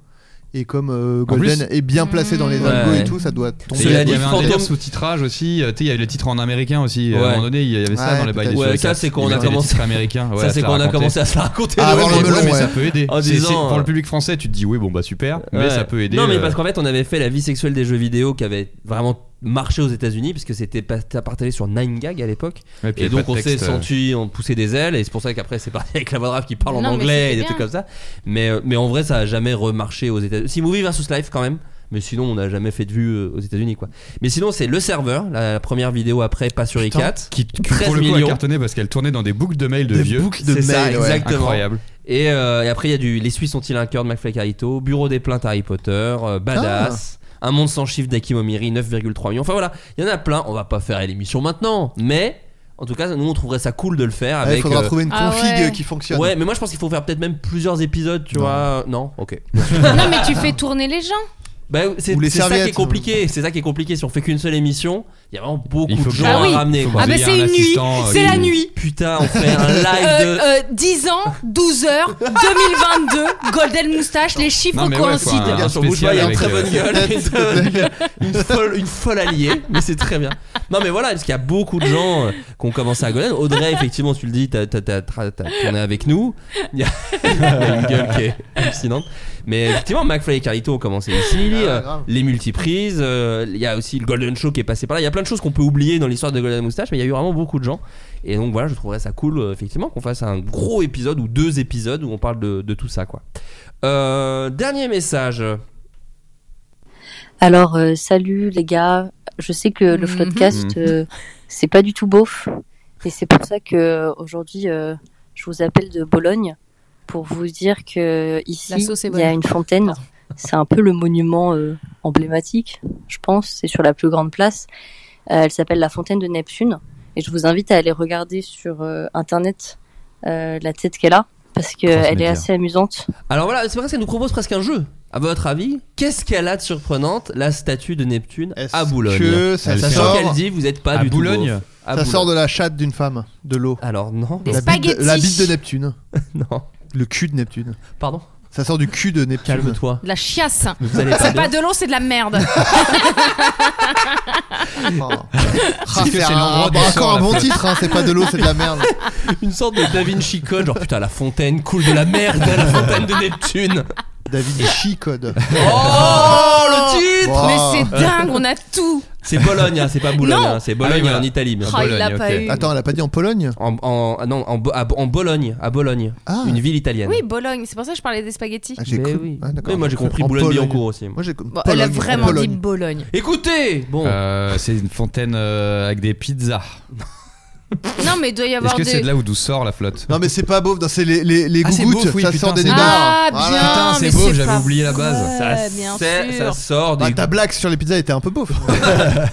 Et comme euh, En Golden est bien placé dans les Mmh. algos Ouais. et tout, ça doit tomber. Et il y Cela a- il dit, y avait un fantôme- délire sous-titrage aussi. euh, Tu sais, il y avait les titres en américain aussi. euh, À Ouais. un moment donné, il y avait ça Ouais, dans les bails des peut-être. Ouais, sur les ça, quatre. c'est quand on Ils a mettaient les commencé- titres américains. ça, Voilà, c'est la qu'on a racontait. commencé à se la raconter. Ah, le avant même le truc. melon, mais ouais. ça peut aider. En C'est- disant, c'est- pour euh, le public français, tu te dis oui, bon bah super, mais Ouais. ça peut aider. Non, mais euh, parce qu'en fait, on avait fait la vie sexuelle des jeux vidéo qui avait vraiment marché aux États-Unis parce que c'était pas- t'as partagé sur 9gag à l'époque. Ouais, Et, puis il y avait donc pas on de s'est texte, euh. senti, on poussait des ailes et c'est pour ça qu'après c'est parti avec la voix de rap qui parle Non, en mais anglais et c'était des bien. trucs comme ça. Mais, euh, mais en vrai ça a jamais remarché aux États-Unis. Si Movie versus Life quand même. Mais sinon, on n'a jamais fait de vue euh, aux États-Unis, quoi. Mais sinon, c'est le serveur, la première vidéo après, pas sur Putain, i4, qui, qui, pour le coup a cartonné parce qu'elle tournait dans des boucles de mails de des vieux. boucles de ça, mails, ouais. exactement. Incroyable. Et, euh, et après, il y a du Les Suisses sont-ils un cœur de McFly Carito, Bureau des plaintes Harry Potter, euh, Badass. Ah. Un monde sans chiffre d'Aki Momiri, 9,3 millions. Enfin voilà, il y en a plein. On va pas faire l'émission maintenant, mais en tout cas, nous on trouverait ça cool de le faire. Ouais, Avec, faudra trouver une Ah config, ouais. euh, qui fonctionne. Ouais, mais moi je pense qu'il faut faire peut-être même plusieurs épisodes, tu vois. Non, ok. Non, mais tu fais tourner les gens. Bah, c'est Ou les c'est ça qui est serviettes. compliqué. C'est ça qui est compliqué. Si on fait qu'une seule émission, il y a vraiment beaucoup faut de que- gens Ah oui. à ramener. Faut quoi. que Ah bah, vous ayez c'est un une nuit. assistant, euh, C'est la qui- nuit. Putain, on fait un live de. Euh, euh, 10 ans, 12 heures, 2022, Golden Moustache, les chiffres Non, mais ouais, faut coïncident. Ah, un- Bien sûr, Bouchard, il y a une très bonne gueule, une très bonne gueule, une folle, une folle alliée, mais c'est très bien. Non, mais voilà, parce qu'il y a beaucoup de gens euh, qui ont commencé à gueuler. Audrey, effectivement, tu le dis, t'as, t'as, t'as, t'as- t'as tourné avec nous. Il y a il y a une gueule qui est hallucinante. Mais effectivement, McFly et Carlito ont commencé ici. Ah ouais, euh, grave. les multiprises, euh, il y a aussi le Golden Show qui est passé par là. Il y a plein de choses qu'on peut oublier dans l'histoire de Golden Moustache, mais il y a eu vraiment beaucoup de gens. Et donc voilà, je trouverais ça cool, euh, effectivement, qu'on fasse un gros épisode ou deux épisodes où on parle de, de tout ça, quoi. Euh, dernier message. Alors, euh, salut les gars. Je sais que le podcast, Mhm. euh, c'est pas du tout beauf. Et c'est pour ça que euh, aujourd'hui, euh, je vous appelle de Bologne pour vous dire que ici, La sauce est il y a bonne. une fontaine. C'est un peu le monument euh, emblématique, je pense. C'est sur la plus grande place. Euh, elle s'appelle la fontaine de Neptune. Et je vous invite à aller regarder sur euh, internet euh, la tête qu'elle a parce qu'elle est Transmédia. assez amusante. Alors voilà, c'est vrai qu'elle nous propose presque un jeu. À votre avis, qu'est-ce qu'elle a de surprenante, la statue de Neptune à Boulogne que ça Sachant sort- qu'elle dit, vous n'êtes pas À du Boulogne tout beauf. Ça À Boulogne. sort de la chatte d'une femme, de l'eau. Alors non. Des la bite, spaghettis. la bite de Neptune. non. Le cul de Neptune. Pardon Ça sort du cul de Neptune. Calme-toi. De la chiasse. Vous allez pas C'est bien. pas de l'eau, c'est de la merde. Ah, c'est un- bah, encore un bon titre, hein, c'est pas de l'eau, c'est de la merde. Une sorte de Da Vinci Code, genre putain, la fontaine coule de la merde, la fontaine de Neptune. David Chicode. Oh le titre Mais Oh. c'est dingue, on a tout. C'est Bologne, hein, c'est pas Boulogne, Non. hein, c'est Bologne Ah oui, voilà. en Italie. bien Oh, sûr. il l'a Bologne, pas ok. eu. Attends, elle a pas dit en Pologne En, en- ah non, en, Bo- à Bo- en Bologne, à Bologne, une ville italienne. Oui, Bologne, c'est pour ça que je parlais des spaghettis. Ah, j'ai Mais cru- Ben oui. Ah, d'accord. Mais moi j'ai compris En Boulogne-Billancourt Pologne. aussi. Moi j'ai Bon, elle a vraiment dit Bologne. Écoutez Bon. Euh, c'est une fontaine euh, avec des pizzas. Non, mais il doit y Est-ce avoir que c'est des. de là où d'où sort la flotte Non mais c'est pas beauf, non, c'est les, les, les Ah, c'est gougoutes, beauf, oui, ça putain, sort des c'est bars. Ah, bien, Putain, mais c'est beau, c'est j'avais pas oublié la base. vrai, Ça, bien c'est- sûr. ça sort Ah, des ta blague sur les pizzas était un peu beauf.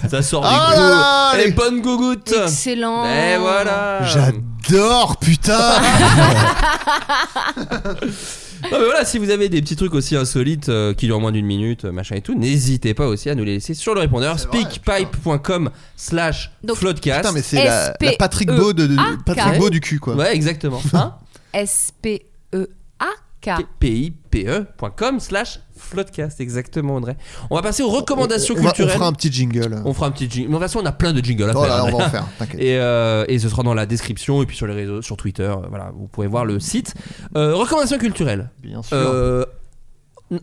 ça sort des Ah goûts. là là, les les- bonnes gougouttes. Excellent. Et Eh, voilà. J'adore, putain. Non, mais voilà, si vous avez des petits trucs aussi insolites euh, qui durent moins d'une minute, euh, machin et tout, n'hésitez pas aussi à nous les laisser sur le répondeur speakpipe.com slash Donc- floodcast. Putain mais c'est la, la SPE. Patrick Beau de, de- E Ah, Patrick carré. Beau du cul quoi. Ouais, exactement. Hein E S-P-E-A-K. pipe.com E slash floodcast, exactement André. On va passer aux recommandations on, va- on culturelles. fera un petit jingle. On fera un petit jingle. Mais De toute façon, on a plein de jingles à Oh faire. là, on va André. en faire, t'inquiète. Et, euh, et ce sera dans la description et puis sur les réseaux, sur Twitter. euh, Voilà, vous pouvez voir le site. Euh, recommandations culturelles. Bien sûr. Euh,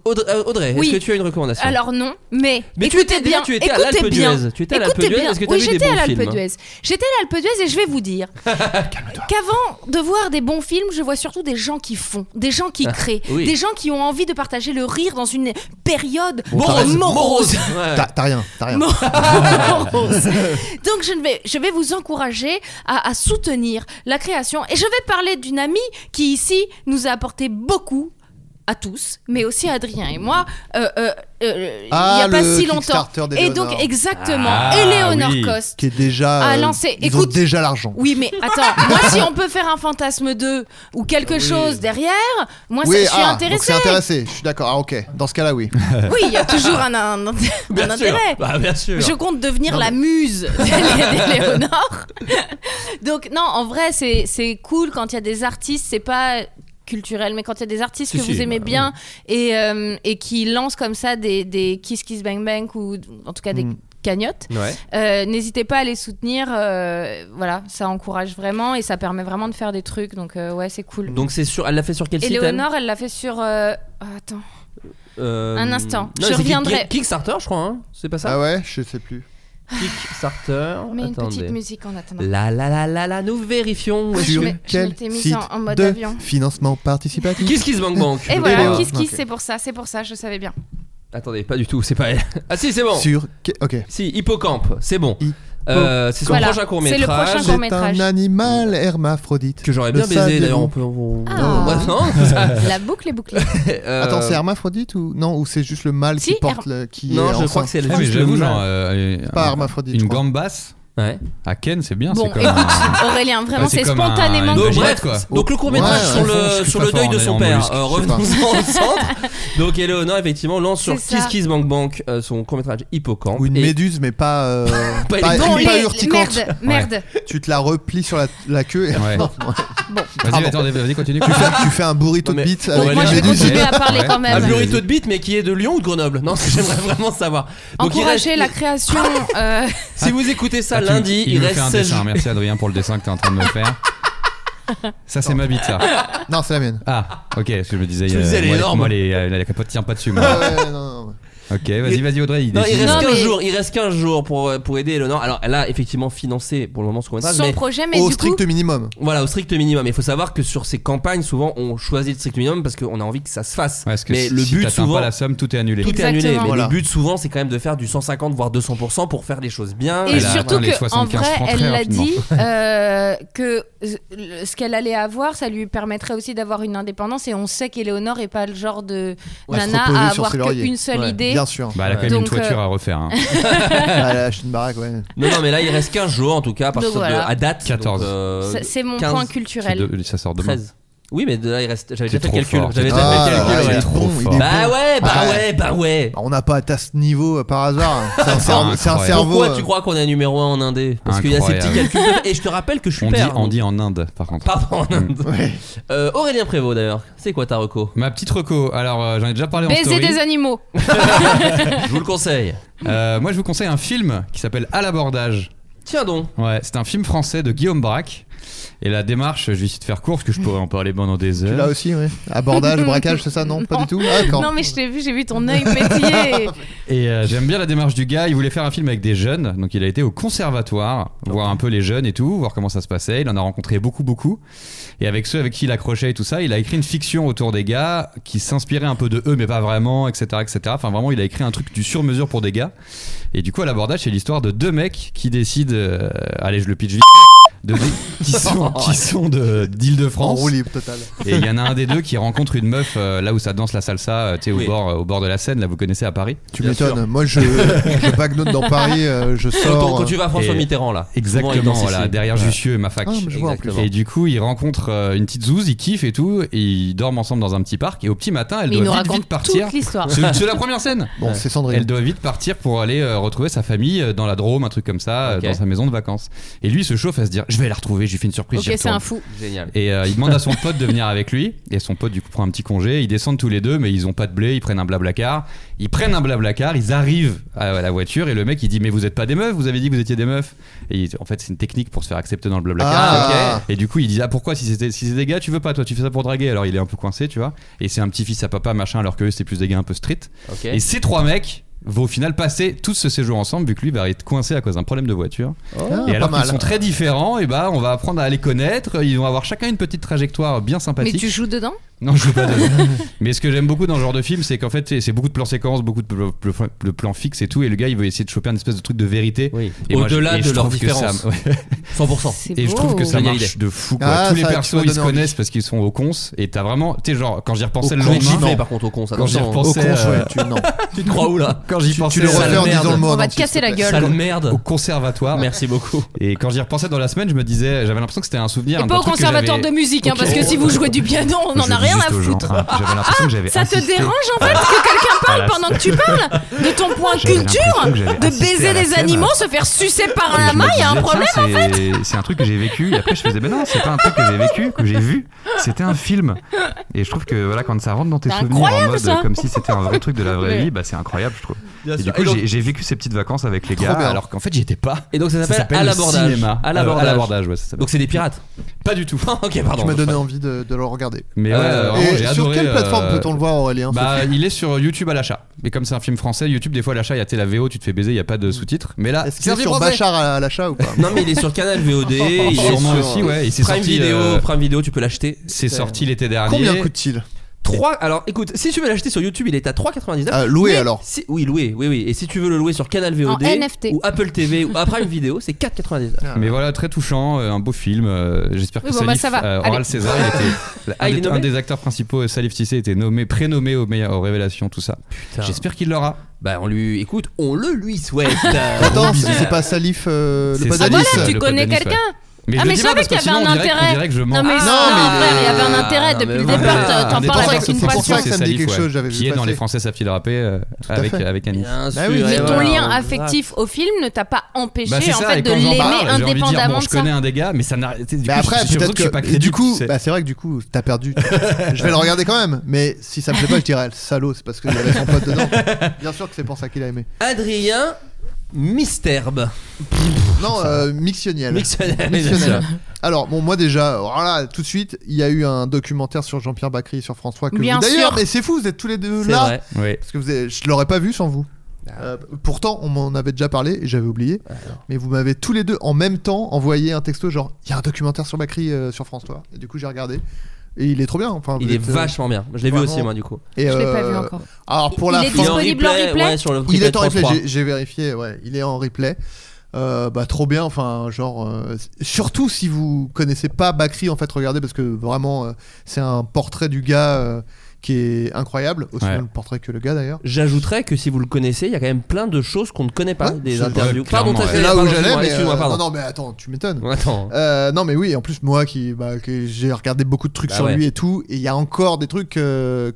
Audrey, euh, Audrey, Oui. est-ce que tu as une recommandation Alors non, mais, Mais tu écoutez étais bien, bien, tu étais à écoutez l'Alpe bien. d'Huez. Tu étais à l'Alpe Écoutez d'Huez, bien. est-ce que t'as oui, vu des j'étais bons à l'Alpe films d'Huez. J'étais à l'Alpe d'Huez et je vais vous dire qu'avant de voir des bons films, je vois surtout des gens qui font, des gens qui créent, Ah, oui. des gens qui ont envie de partager le rire dans une période Bon, t'as raison. morose. Ouais. T'as t'as rien, t'as rien. Morose. Donc je ne vais, je vais vous encourager à, à soutenir la création et je vais parler d'une amie qui ici nous a apporté beaucoup à tous, mais aussi à Adrien et moi, euh, euh, euh, il Ah, n'y a pas le si longtemps. Kickstarter Et d'Éléonore. donc exactement, Ah, Eleonore oui. Coste. Qui est déjà. Ah, euh, non, c'est- Ils ont écoute- déjà l'argent. Oui, mais attends, moi si on peut faire un fantasme 2 ou quelque chose derrière, moi ça- Oui, je suis ah, donc intéressée. c'est intéressé, je suis d'accord. Ah, ok, dans ce cas-là, oui. Oui, il y a toujours un, un- un Bien sûr. intérêt. Bah, bien sûr. Je compte devenir la muse d'Elé- d'Éléonore. Donc non, en vrai, c'est c'est cool quand il y a des artistes, c'est pas culturel, mais quand il y a des artistes Si, que si, vous aimez bah, bien et, euh, et qui lancent comme ça des, des Kiss Kiss Bang Bang ou en tout cas des Hmm. Mm. cagnottes, Ouais. euh, n'hésitez pas à les soutenir. euh, voilà, ça encourage vraiment et ça permet vraiment de faire des trucs. Donc euh, ouais, c'est cool. Donc c'est sur, elle l'a fait sur quel et site elle Léonore, elle l'a fait sur... euh, oh, attends. Euh, Un instant, non, je c'est Kick- reviendrai. Kickstarter, je crois. hein c'est pas ça Ah ouais, je sais plus. Kickstarter. Mets une Attendez. petite musique en attendant. La la la la la, nous vérifions. où est-ce Sur que- quel m'étais mise site en- en mode de avion. financement participatif Kiss Kiss Bank Bank. Et voilà, Kiss Ok. Kiss, c'est pour ça, c'est pour ça, je savais bien. Attendez, pas du tout, c'est pas elle. Ah si, c'est bon. Sur. que- Ok. Si, Hippocampe, c'est bon. Euh, c'est son Voilà, prochain court métrage. c'est le prochain court-métrage. C'est un Mmh. animal hermaphrodite. Que j'aurais bien Le saviez-vous baisé d'ailleurs. On peut. on- Ah. Ouais, non, ça- La boucle est bouclée. Euh, Attends, c'est hermaphrodite ou non Ou c'est juste le mâle Si, qui porte her- le. Qui Non, est je crois enceinte que c'est le- Ah, mais juste j'avoue, le genre. mal. euh, Pas un- hermaphrodite, je Une crois. gambe basse Ouais. à Ken, c'est bien. Bon, c'est comme écoute, un- Aurélien, vraiment, Ouais, c'est comme un- spontanément. une Donc, baguette, bref, quoi. donc le court métrage Ouais, sur ouais, le, je suis sur pas le fort deuil en de son allant père. mollusque, Euh, je sais pas. revenons-en au centre. Donc Eleonore effectivement lance sur C'est Kiss ça. Kiss Bank Bank euh, son court métrage Hippocampe. Ou une Et- méduse, mais pas. euh, Pas pas, électrique. Bon, pas les- urticante. Merde, merde. Tu te la replies sur la, la queue et. Ouais. Non, Vas-y, Pardon. attendez, vas-y, continue. tu, fais, tu fais un burrito Non, mais- de bite Bon, avec moi, la je vais méduse. continuer à parler quand Un même. burrito de bite, mais qui est de Lyon ou de Grenoble Non, c'est- j'aimerais vraiment savoir. Donc, il reste- Encourager la création. euh, Si vous écoutez ça Ah, tu- lundi, il, il me reste fait un 16 dessin. Merci Adrien pour le dessin que t'es en train de me faire. Ça, c'est ma bite, ça. Non, c'est la mienne. Ah, ok, parce que je me disais. Je me disais, elle est moi, énorme. Moi, les, euh, la capote tient pas dessus, Ouais, moi. ouais, non, non, ouais. ok, vas-y, vas-y, Audrey. il Non, il décide. reste Non, 15 mais- jours, il reste 15 jours pour, euh, pour aider Eleonore. Alors, elle a effectivement financé pour le moment ce court métrage, son mais projet, mais Au du coup. strict minimum. voilà, au strict minimum. Il faut savoir que sur ces campagnes, souvent, on choisit le strict minimum parce qu'on a envie que ça se fasse. Ouais, parce que mais si, le si but, t'atteins souvent, pas la somme, tout est annulé. tout est annulé. Exactement. Mais Voilà. le but, souvent, c'est quand même de faire du 150 voire 200% pour faire les choses bien. Et Elle a surtout atteint les que, en 75 vrai, francs elle très l'a rapidement. dit euh, que euh, le- ce qu'elle allait avoir, ça lui permettrait aussi d'avoir une indépendance. Et on sait qu'Éléonore est pas le genre de Ouais, se nana reposer à sur avoir ses lauriers. qu'une seule Ouais, idée. Bien sûr. Bah, elle a quand même Donc, une toiture euh, à refaire. hein. Ah, Elle a acheté une baraque, ouais. Non, non, mais là, il reste 15 jours en tout cas, à, partir Donc de- voilà. à date. 14. donc, euh, C'est- C'est mon 15, point C'est culturel. de- Ça sort demain. 13. Oui, mais de là, il reste. J'avais T'es déjà fait le trop calcul. fort, J'avais t'es déjà trop fait le fort. calcul. Ah, ouais. il est trop fort. Bah ouais, bah Ah ouais. ouais, bah ouais. Bah, On n'a pas atteint ce niveau euh, par hasard. C'est un, cerveau- c'est un Incroyable. cerveau. Pourquoi euh, tu crois qu'on est numéro 1 en Indé Parce qu'il y a ces petits Incroyable. calculs. de- Et je te rappelle que je suis On dit, père. on donc- dit en Inde, par contre. Mm. Pardon, en Inde. Ouais. Euh, Aurélien Prévost d'ailleurs, c'est quoi ta reco Ma petite reco, alors euh, j'en ai déjà parlé en Baiser story. des animaux. Je vous le conseille. Euh, moi je vous conseille un film qui s'appelle À l'abordage. Tiens donc. Ouais, c'est un film français de Guillaume Braque. Et la démarche, je vais essayer de faire court parce que je pourrais en parler pendant des Tu l'as heures. aussi, oui. Abordage, braquage, c'est ça Non, pas du tout. Ah, d'accord. Non, mais je t'ai vu, j'ai vu ton œil pétiller. Et euh, j'aime bien la démarche du gars. Il voulait faire un film avec des jeunes, donc il a été au conservatoire, voir un peu les jeunes et tout, voir comment ça se passait. Il en a rencontré beaucoup, beaucoup. Et avec ceux avec qui il accrochait et tout ça, il a écrit une fiction autour des gars qui s'inspirait un peu de eux, mais pas vraiment, etc., etc. Enfin, vraiment, il a écrit un truc du sur-mesure pour des gars. Et du coup, à l'abordage, c'est l'histoire de deux mecs qui décident, euh, allez, je le pitch vite, de, qui sont, qui sont de- En d'Île-de-France. roue libre total. Et il y en a un des deux qui rencontre une meuf euh, là où ça danse la salsa, euh, tu sais, Oui. au, bord, euh, au bord de la Seine, là vous connaissez à Paris. Tu Bien m'étonnes. sûr. Moi, je, je bagnote dans Paris, euh, je Quand, sors. quand tu vas à François Et- Mitterrand là. Exactement, Souvent, il danse voilà, ici. derrière Ouais. Jussieu et ma fac. Ah, mais je vois en plus. Exactement. et du coup, ils rencontrent euh, une petite zouze, ils kiffent et tout, et ils dorment ensemble dans un petit parc. Et au petit matin, elle Mais il nous doit vite, raconte vite partir. toute l'histoire. C'est c'est la première scène. Bon, c'est Cendrillon. Elle doit vite partir pour aller euh, retrouver sa famille euh, dans la Drôme, un truc comme ça, euh, Ok. dans sa maison de vacances. Et lui, il se chauffe à se dire, je vais la retrouver, je lui fais une surprise. Ok, j'y c'est un retourne. fou. Génial. Et euh, il demande à son pote de venir avec lui. Et son pote, du coup, prend un petit congé. Ils descendent tous les deux, mais ils ont pas de blé. Ils prennent un blablacar. Ils prennent un blablacar. Ils arrivent à la voiture. Et le mec, il dit Mais vous êtes pas des meufs Vous avez dit que vous étiez des meufs. Et il- en fait, c'est une technique pour se faire accepter dans le blablacar. Ah, Et du coup, il dit Ah, pourquoi si c'était si c'est des gars, tu veux pas Toi, tu fais ça pour draguer. Alors, il est un peu coincé, tu vois. Et c'est un petit fils à papa, machin, alors que eux, c'est plus des gars un peu street. Ok. Et ces trois mecs vont au final passer tous ce séjour ensemble, vu que lui, bah, il est coincé à cause d'un problème de voiture. Ah, Et alors pas mal. qu'ils sont très différents, et bah on va apprendre à les connaître. Ils vont avoir chacun une petite trajectoire bien Mais sympathique. tu joues dedans Non, je veux pas. De... Mais ce que j'aime beaucoup dans ce genre de film, c'est qu'en fait, c'est- c'est beaucoup de plans séquences, beaucoup de pl- pl- pl- de plans fixes et tout. Et le gars, il veut essayer de choper un espèce de truc de vérité. Oui. Et moi, Au-delà je- et de je leurs trouve que ça- différences. ouais. 100%. C'est Et je trouve que ça Génial marche de fou. quoi. Ah, Tous les ça, tu persos, m'as ils donné se envie. connaissent parce qu'ils sont au cons. Et t'as vraiment, tu sais, genre, quand j'y repensais le Au cons, lendemain, J'ai non. fait par contre au con ça. Quand j'y attention, Au repensais, con, euh, ouais, tu, non. hein. Tu te crois où là quand j'y pensais, tu le sale refais en merde. disant le mot. On en va te entier, casser la s'il te gueule. Sale au merde. conservatoire. Merci beaucoup. Et quand j'y repensais dans la semaine, je me disais, j'avais l'impression que c'était un souvenir. Et d'un pas au truc que conservatoire j'avais- de musique, hein, Ok. parce que si vous jouez du piano, on Je n'en le a rien dis à juste aux gens, foutre. hein. J'avais l'impression que j'avais Ça te assisté dérange en fait que quelqu'un à parle la- pendant que tu parles de ton point J'avais culture l'impression que j'avais de assisté à baiser la des scène. animaux, se faire sucer par un Et je me lama, il y a un disais, problème. tiens, c'est- C'est un truc que j'ai vécu. Et après, je faisais, ben non, c'est pas un truc que j'ai vécu, que j'ai vu. C'était un film. Et je trouve que voilà, quand ça rentre dans tes C'est souvenirs en incroyable, mode ça. comme si c'était un vrai truc de la vraie Ouais. vie, bah c'est incroyable, je trouve. Bien Et sûr. du coup, Et donc- j'ai- j'ai vécu ces petites vacances avec les Trop gars, bien. alors qu'en fait, j'y étais pas. Et donc ça s'appelle à le l'abordage. cinéma. À Euh, l'abordage. ouais, ça s'appelle. Donc c'est des pirates. pas du tout. ok, pardon. Tu m'as donné envie de, de le regarder. Mais ouais, Euh, euh, Et vraiment, j'ai sur adoré, quelle plateforme euh, peut-on le voir, Aurélien ce bah, film il est sur YouTube à l'achat. Mais comme c'est un film français, YouTube, des fois à l'achat, il y a t'es la VO, tu te fais baiser, il n'y a pas de sous-titres. Mais là, Est-ce qu'il est sur Bachar à à l'achat ou pas Non, mais il est sur Canal VOD, il est Sûrement sur aussi, ouais. Et c'est Prime sorti, Vidéo, euh, Prime Vidéo, tu peux l'acheter. C'est sorti l'été dernier. Combien coûte-t-il 3 Alors écoute, si tu veux l'acheter sur YouTube, il est à 3,99. Ah, loué, Mais alors. si- Oui, loué, oui, oui. Et si tu veux le louer sur Canal VOD, En NFT. ou Apple TV, ou à Prime Vidéo, c'est 4,99. Ah. Mais voilà, très touchant, euh, un beau film. euh, J'espère Oui, que bon, bah, Salif ça va. euh, Allez. Oral César, il était, Ah, un, il des, est nommé un des acteurs principaux, euh, Salif Tissé, était nommé, prénommé aux, meilleures- aux révélations, tout ça. J'espère qu'il l'aura. Bah, on lui écoute, on le lui souhaite. Ah, Attends, c'est c'est pas Salif euh, C'est le Salif, Padalis Ah voilà, tu Tu connais quelqu'un Mais Ah, je mais dis je pas savais parce qu'il y que avait sinon, un on dirait- on intérêt. dirait que je mens. Non, mais Ah, non, mais frère, il y le- avait un intérêt Ah, depuis mais le voilà. départ. t'en- Un T'en des parles avec penseurs, une c'est pour ça passion. que c'est Ça me dit Salif, quelque ouais, chose, j'avais Qui vu est dans passer. les Français savent-ils rapper euh, avec, fait. avec Annie. Bien Bah oui, sûr, Mais Et ton voilà, lien on- affectif au film ne t'a pas empêché Bah, c'est en ça, fait et de quand j'en l'aimer parle, j'ai envie de dire, indépendamment bon, de je ça. connais un des gars, mais ça n'a. Mais Bah, après, peut-être que, Pas et du crédible, coup, tu sais. bah, c'est vrai que du coup, t'as perdu. je vais le regarder quand même, mais si ça me plaît pas, je dirais salaud, c'est parce que j'avais son pote dedans. Bien sûr que c'est pour ça qu'il a aimé. Adrien Misterbe. Non, euh, Mixioniel. Mixioniel, bien sûr. Alors, bon, moi déjà, voilà, tout de suite, il y a eu un documentaire sur Jean-Pierre Bacry sur France 3 que Bien vous- D'ailleurs, sûr. mais c'est fou, vous êtes tous les deux C'est là. vrai. Ah. Parce que vous avez- je l'aurais pas vu sans vous. Euh, pourtant, on m'en avait déjà parlé et j'avais oublié. Mais vous m'avez tous les deux en même temps envoyé un texto genre il y a un documentaire sur Bacri euh, sur France 3. Et du coup, j'ai regardé. Et il est trop bien. Enfin, vous Il est êtes, euh, vachement bien. Je l'ai vu vraiment- aussi, moi, du coup. Et, Je l'ai pas euh, vu encore. Alors pour Il la est fin- disponible en replay ouais, sur le il replay est en replay, 33. j'ai- j'ai vérifié, ouais, il est en replay. Euh, bah trop bien enfin genre euh, s- surtout si vous connaissez pas Bakri en fait regardez parce que vraiment euh, c'est un portrait du gars euh, qui est incroyable aussi Ouais. bien le portrait que le gars d'ailleurs J'ajouterais que si vous le connaissez, il y a quand même plein de choses qu'on ne connaît pas, des c'est- interviews. ouais, pardon, clairement, t'as ouais. fait- là où pardon, j'allais excuse-moi, mais excuse-moi, euh, pardon. non non mais attends tu m'étonnes Attends. Euh, non mais oui en plus moi qui bah, que j'ai regardé beaucoup de trucs Bah sur ouais. lui et tout et il y a encore des trucs euh,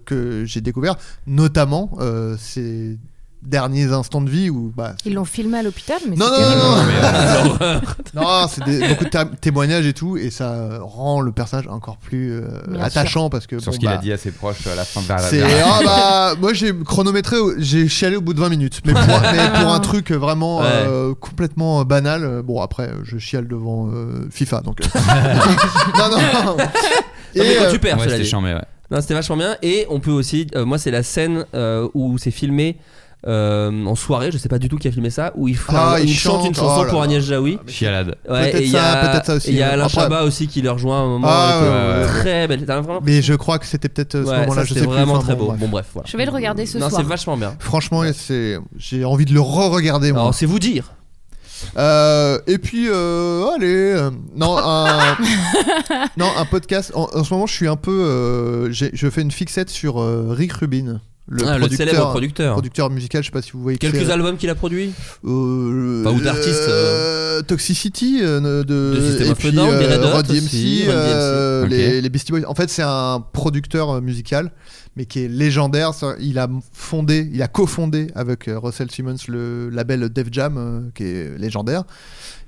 que j'ai découvert notamment euh, ces derniers instants de vie où bah Ils l'ont filmé à l'hôpital, mais non non c'était- non, non. euh, L'horreur. Non, c'est des- beaucoup de té- témoignages et tout, et ça euh, rend le personnage encore plus euh, Bien attachant parce que. Sur bon, ce qu'il a bah, dit à ses proches à la fin vers la- C'est vers la- ah bah moi j'ai chronométré, au- j'ai chialé au bout de 20 minutes, mais pour, mais pour un truc vraiment Ouais. euh, complètement euh, banal. euh, Bon après, euh, je chiale devant euh, FIFA donc. euh. non non. Et, Non, mais quand euh, tu perds, Ouais, cela c'était dit. chiant, mais ouais. Non, c'était vachement bien. Et on peut aussi, euh, moi, c'est la scène euh, où c'est filmé. euh, en soirée, je sais pas du tout qui a filmé ça, où il, fait Ah, un- il il chante, chante, une chanson oh là pour là. Agnès Jaoui. Ah, Chialade. Ouais, Peut-être et il y ça, a, peut-être ça aussi, et il y a ouais. Alain Après- Chabat aussi qui le rejoint à un moment. Ah, et tout. ouais, ouais, ouais. Très belle. T'as vraiment. mais je crois que c'était peut-être euh, ce Ouais, moment-là, ça, je c'était sais plus. vraiment enfin, très bon, beau. bref. Bon, bref, voilà. Je vais le regarder ce non, c'est soir. vachement bien. Franchement, c'est j'ai envie de le re-regarder. moi. Alors, c'est vous dire. Euh, et puis, euh, allez, euh, non, un, non, un podcast. En, en ce moment, je suis un peu, euh, j'ai- je fais une fixette sur euh, Rick Rubin, le, Ah, le producteur, célèbre producteur. producteur musical. Je sais pas si vous voyez qui Quelques c'est. albums qu'il a produits Euh, Enfin, ou d'artistes, euh, Toxicity euh, ne- de, De System et of a puis, euh, Down, des Red Hot Rod DMC, aussi, Run euh, DMC. les, Ok. les Beastie Boys. En fait, c'est un producteur euh, musical, mais qui est légendaire. Ça, Il a fondé, il a cofondé avec euh, Russell Simmons le label Def Jam, euh, qui est légendaire.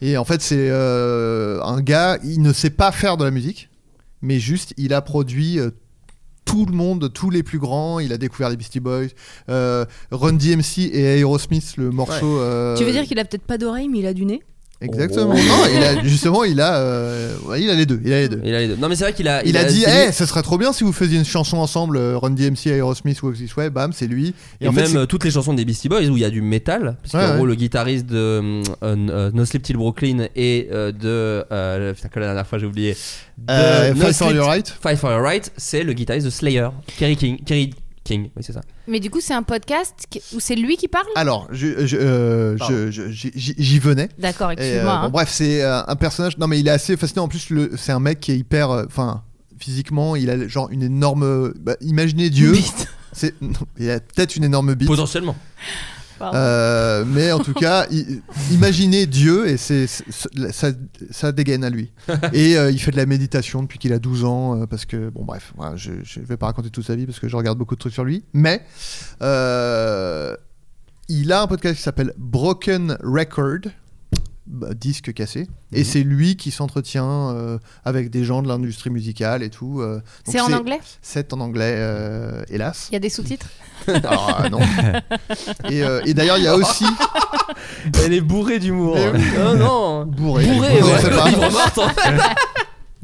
Et en fait, c'est euh, un gars, il ne sait pas faire de la musique, mais juste, il a produit euh, tout le monde, tous les plus grands. Il a découvert les Beastie Boys, euh, Run DMC et Aerosmith, le morceau. euh, Tu veux dire qu'il a peut-être pas d'oreille, mais il a du nez Exactement. Non, il a- justement, il a, euh, ouais, il a les deux. Il a les deux. Il a les deux. Non, mais c'est vrai qu'il a. Il, a, dit, c'est eh, lui- ça serait trop bien si vous faisiez une chanson ensemble, euh, Run DMC, Aerosmith, Walk This Way, bam, c'est lui. Et, en fait, même c'est- euh, toutes les chansons des Beastie Boys où il y a du métal, parce Ouais, qu'en ouais. gros le guitariste de euh, euh, No Sleep Till Brooklyn et euh, de euh, putain que la dernière fois j'ai oublié de Euh, Fight for Sleep- Your Right. Fight for Your Right, c'est le guitariste de Slayer, Kerry King, Kerry King, oui c'est ça. Mais du coup, c'est un podcast qui- où c'est lui qui parle alors, je- je, euh, je- je- j'y- j'y venais. D'accord, Et, euh, excuse-moi. bon, hein. bref, c'est euh, un personnage. Non, mais il est assez fascinant. En plus, le- c'est un mec qui est hyper. euh, Enfin, physiquement, il a genre une énorme. bah, imaginez Dieu. Bite. C'est- non, il a peut-être une énorme bite. Potentiellement. Pardon. Euh, mais en tout cas, i- imaginez Dieu et c'est c'est- c'est- ça, ça dégaine à lui. Et euh, il fait de la méditation depuis qu'il a 12 ans euh, parce que bon bref, voilà, je, je vais pas raconter toute sa vie parce que je regarde beaucoup de trucs sur lui, mais euh, il a un podcast qui s'appelle Broken Record. bah, disque cassé et c'est lui qui s'entretient euh, avec des gens de l'industrie musicale et tout euh. Donc C'est en anglais c'est en anglais euh, hélas Il y a des sous-titres Alors, euh, non. et, euh, et d'ailleurs il y a aussi Elle est bourrée d'humour. Eh oui. non non. bourré. Bourrée, Bourré, ouais. c'est pas- Ivre morte, en fait.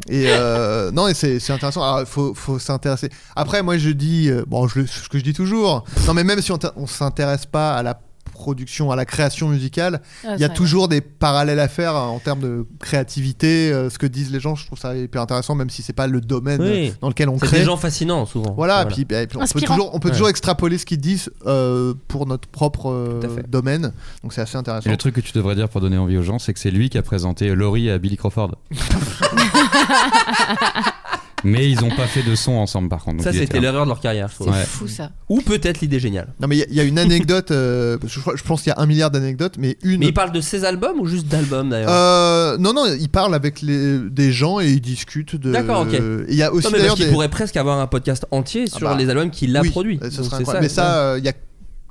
Et euh, non, et c'est c'est intéressant. Alors, faut, faut s'intéresser. Après, moi, je dis, euh, bon, je, le- ce que je dis toujours. Non, mais même si on, t- on s'intéresse pas à la production, à la création musicale, Ah, il c'est y a vrai. toujours des parallèles à faire hein, en termes de créativité. euh, ce que disent les gens, je trouve ça hyper intéressant, même si c'est pas le domaine euh, dans lequel on C'est crée. des gens fascinants souvent. Voilà, puis- et puis on peut Inspirant. toujours, on peut toujours Ouais. extrapoler ce qu'ils disent euh, pour notre propre euh, domaine. Donc c'est assez Et intéressant. le truc que tu devrais dire pour donner envie aux gens, c'est que c'est lui qui a présenté Laurie à Billy Crawford. Mais ils ont pas fait de son ensemble par contre. donc Ça, il est c'était clair. l'erreur de leur carrière. C'est Ouais. fou, ça. Ou peut-être l'idée géniale. Non mais il y a- il y, a une anecdote, euh, parce que je, crois- je pense qu'il y a un milliard d'anecdotes, mais une. Mais il parle hein. de ses albums ou juste d'albums d'ailleurs Euh, non non, il parle avec les, des gens et il discute de. D'accord, ok. Et Il y a aussi non, mais d'ailleurs parce qu'il des- pourrait presque avoir un podcast entier Ah sur bah, les albums qu'il a oui, produits. ça Donc, serait c'est incroyable. mais ça, euh, il y a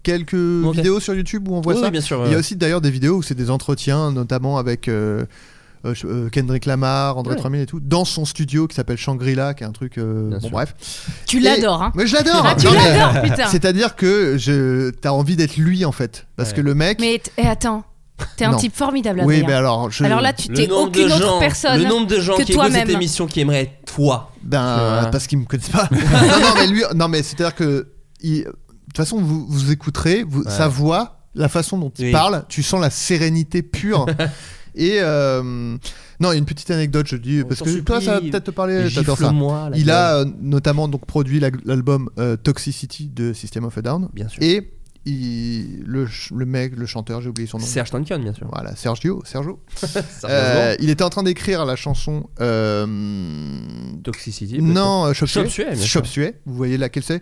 quelques Ok. vidéos sur YouTube où on voit Oui, ça. oui, bien sûr, Il y ouais. a aussi d'ailleurs des vidéos où c'est des entretiens, notamment avec. euh, euh, je- euh, Kendrick Lamar, André Ouais. 3000 et tout, dans son studio qui s'appelle Shangri-La, qui est un truc. euh, bon, bref. Tu Et- l'adores, hein Mais je l'adore Ah, tu Non, mais- euh, l'adores, putain C'est-à-dire que je... t'as envie d'être lui, en fait. Parce que le mec. Mais t- et attends, t'es un Non. type formidable. Oui, Adrien. mais alors, je- là, tu Le t'es nombre de aucune autre gens- personne Le nombre de gens que qui écoutent cette toi-même. émission qui aimeraient être toi. Ben, Ouais. parce qu'ils me connaissent pas. non, non, mais lui, non, mais c'est-à-dire que. il- De toute façon, vous, vous écouterez vous- Ouais. sa voix, la façon dont il Oui. parle, tu sens la sérénité pure. Et euh, non, une petite anecdote, je dis, parce t'en que toi, supplie, ça va peut-être te parler. j'adore Eh, ça. gifle-moi, la Il a gueule. euh, notamment donc produit la- l'album euh, Toxicity de System of a Down. Bien sûr. Et il- le, ch- le mec, le chanteur, j'ai oublié son nom. Serge Tankian, bien sûr. Voilà, Sergio. Sergio. Sergio. Euh, il était en train d'écrire la chanson. euh, Toxicity. Non, euh, Chop Chop Suey. Suey, bien sûr. Chop Suey, vous voyez laquelle c'est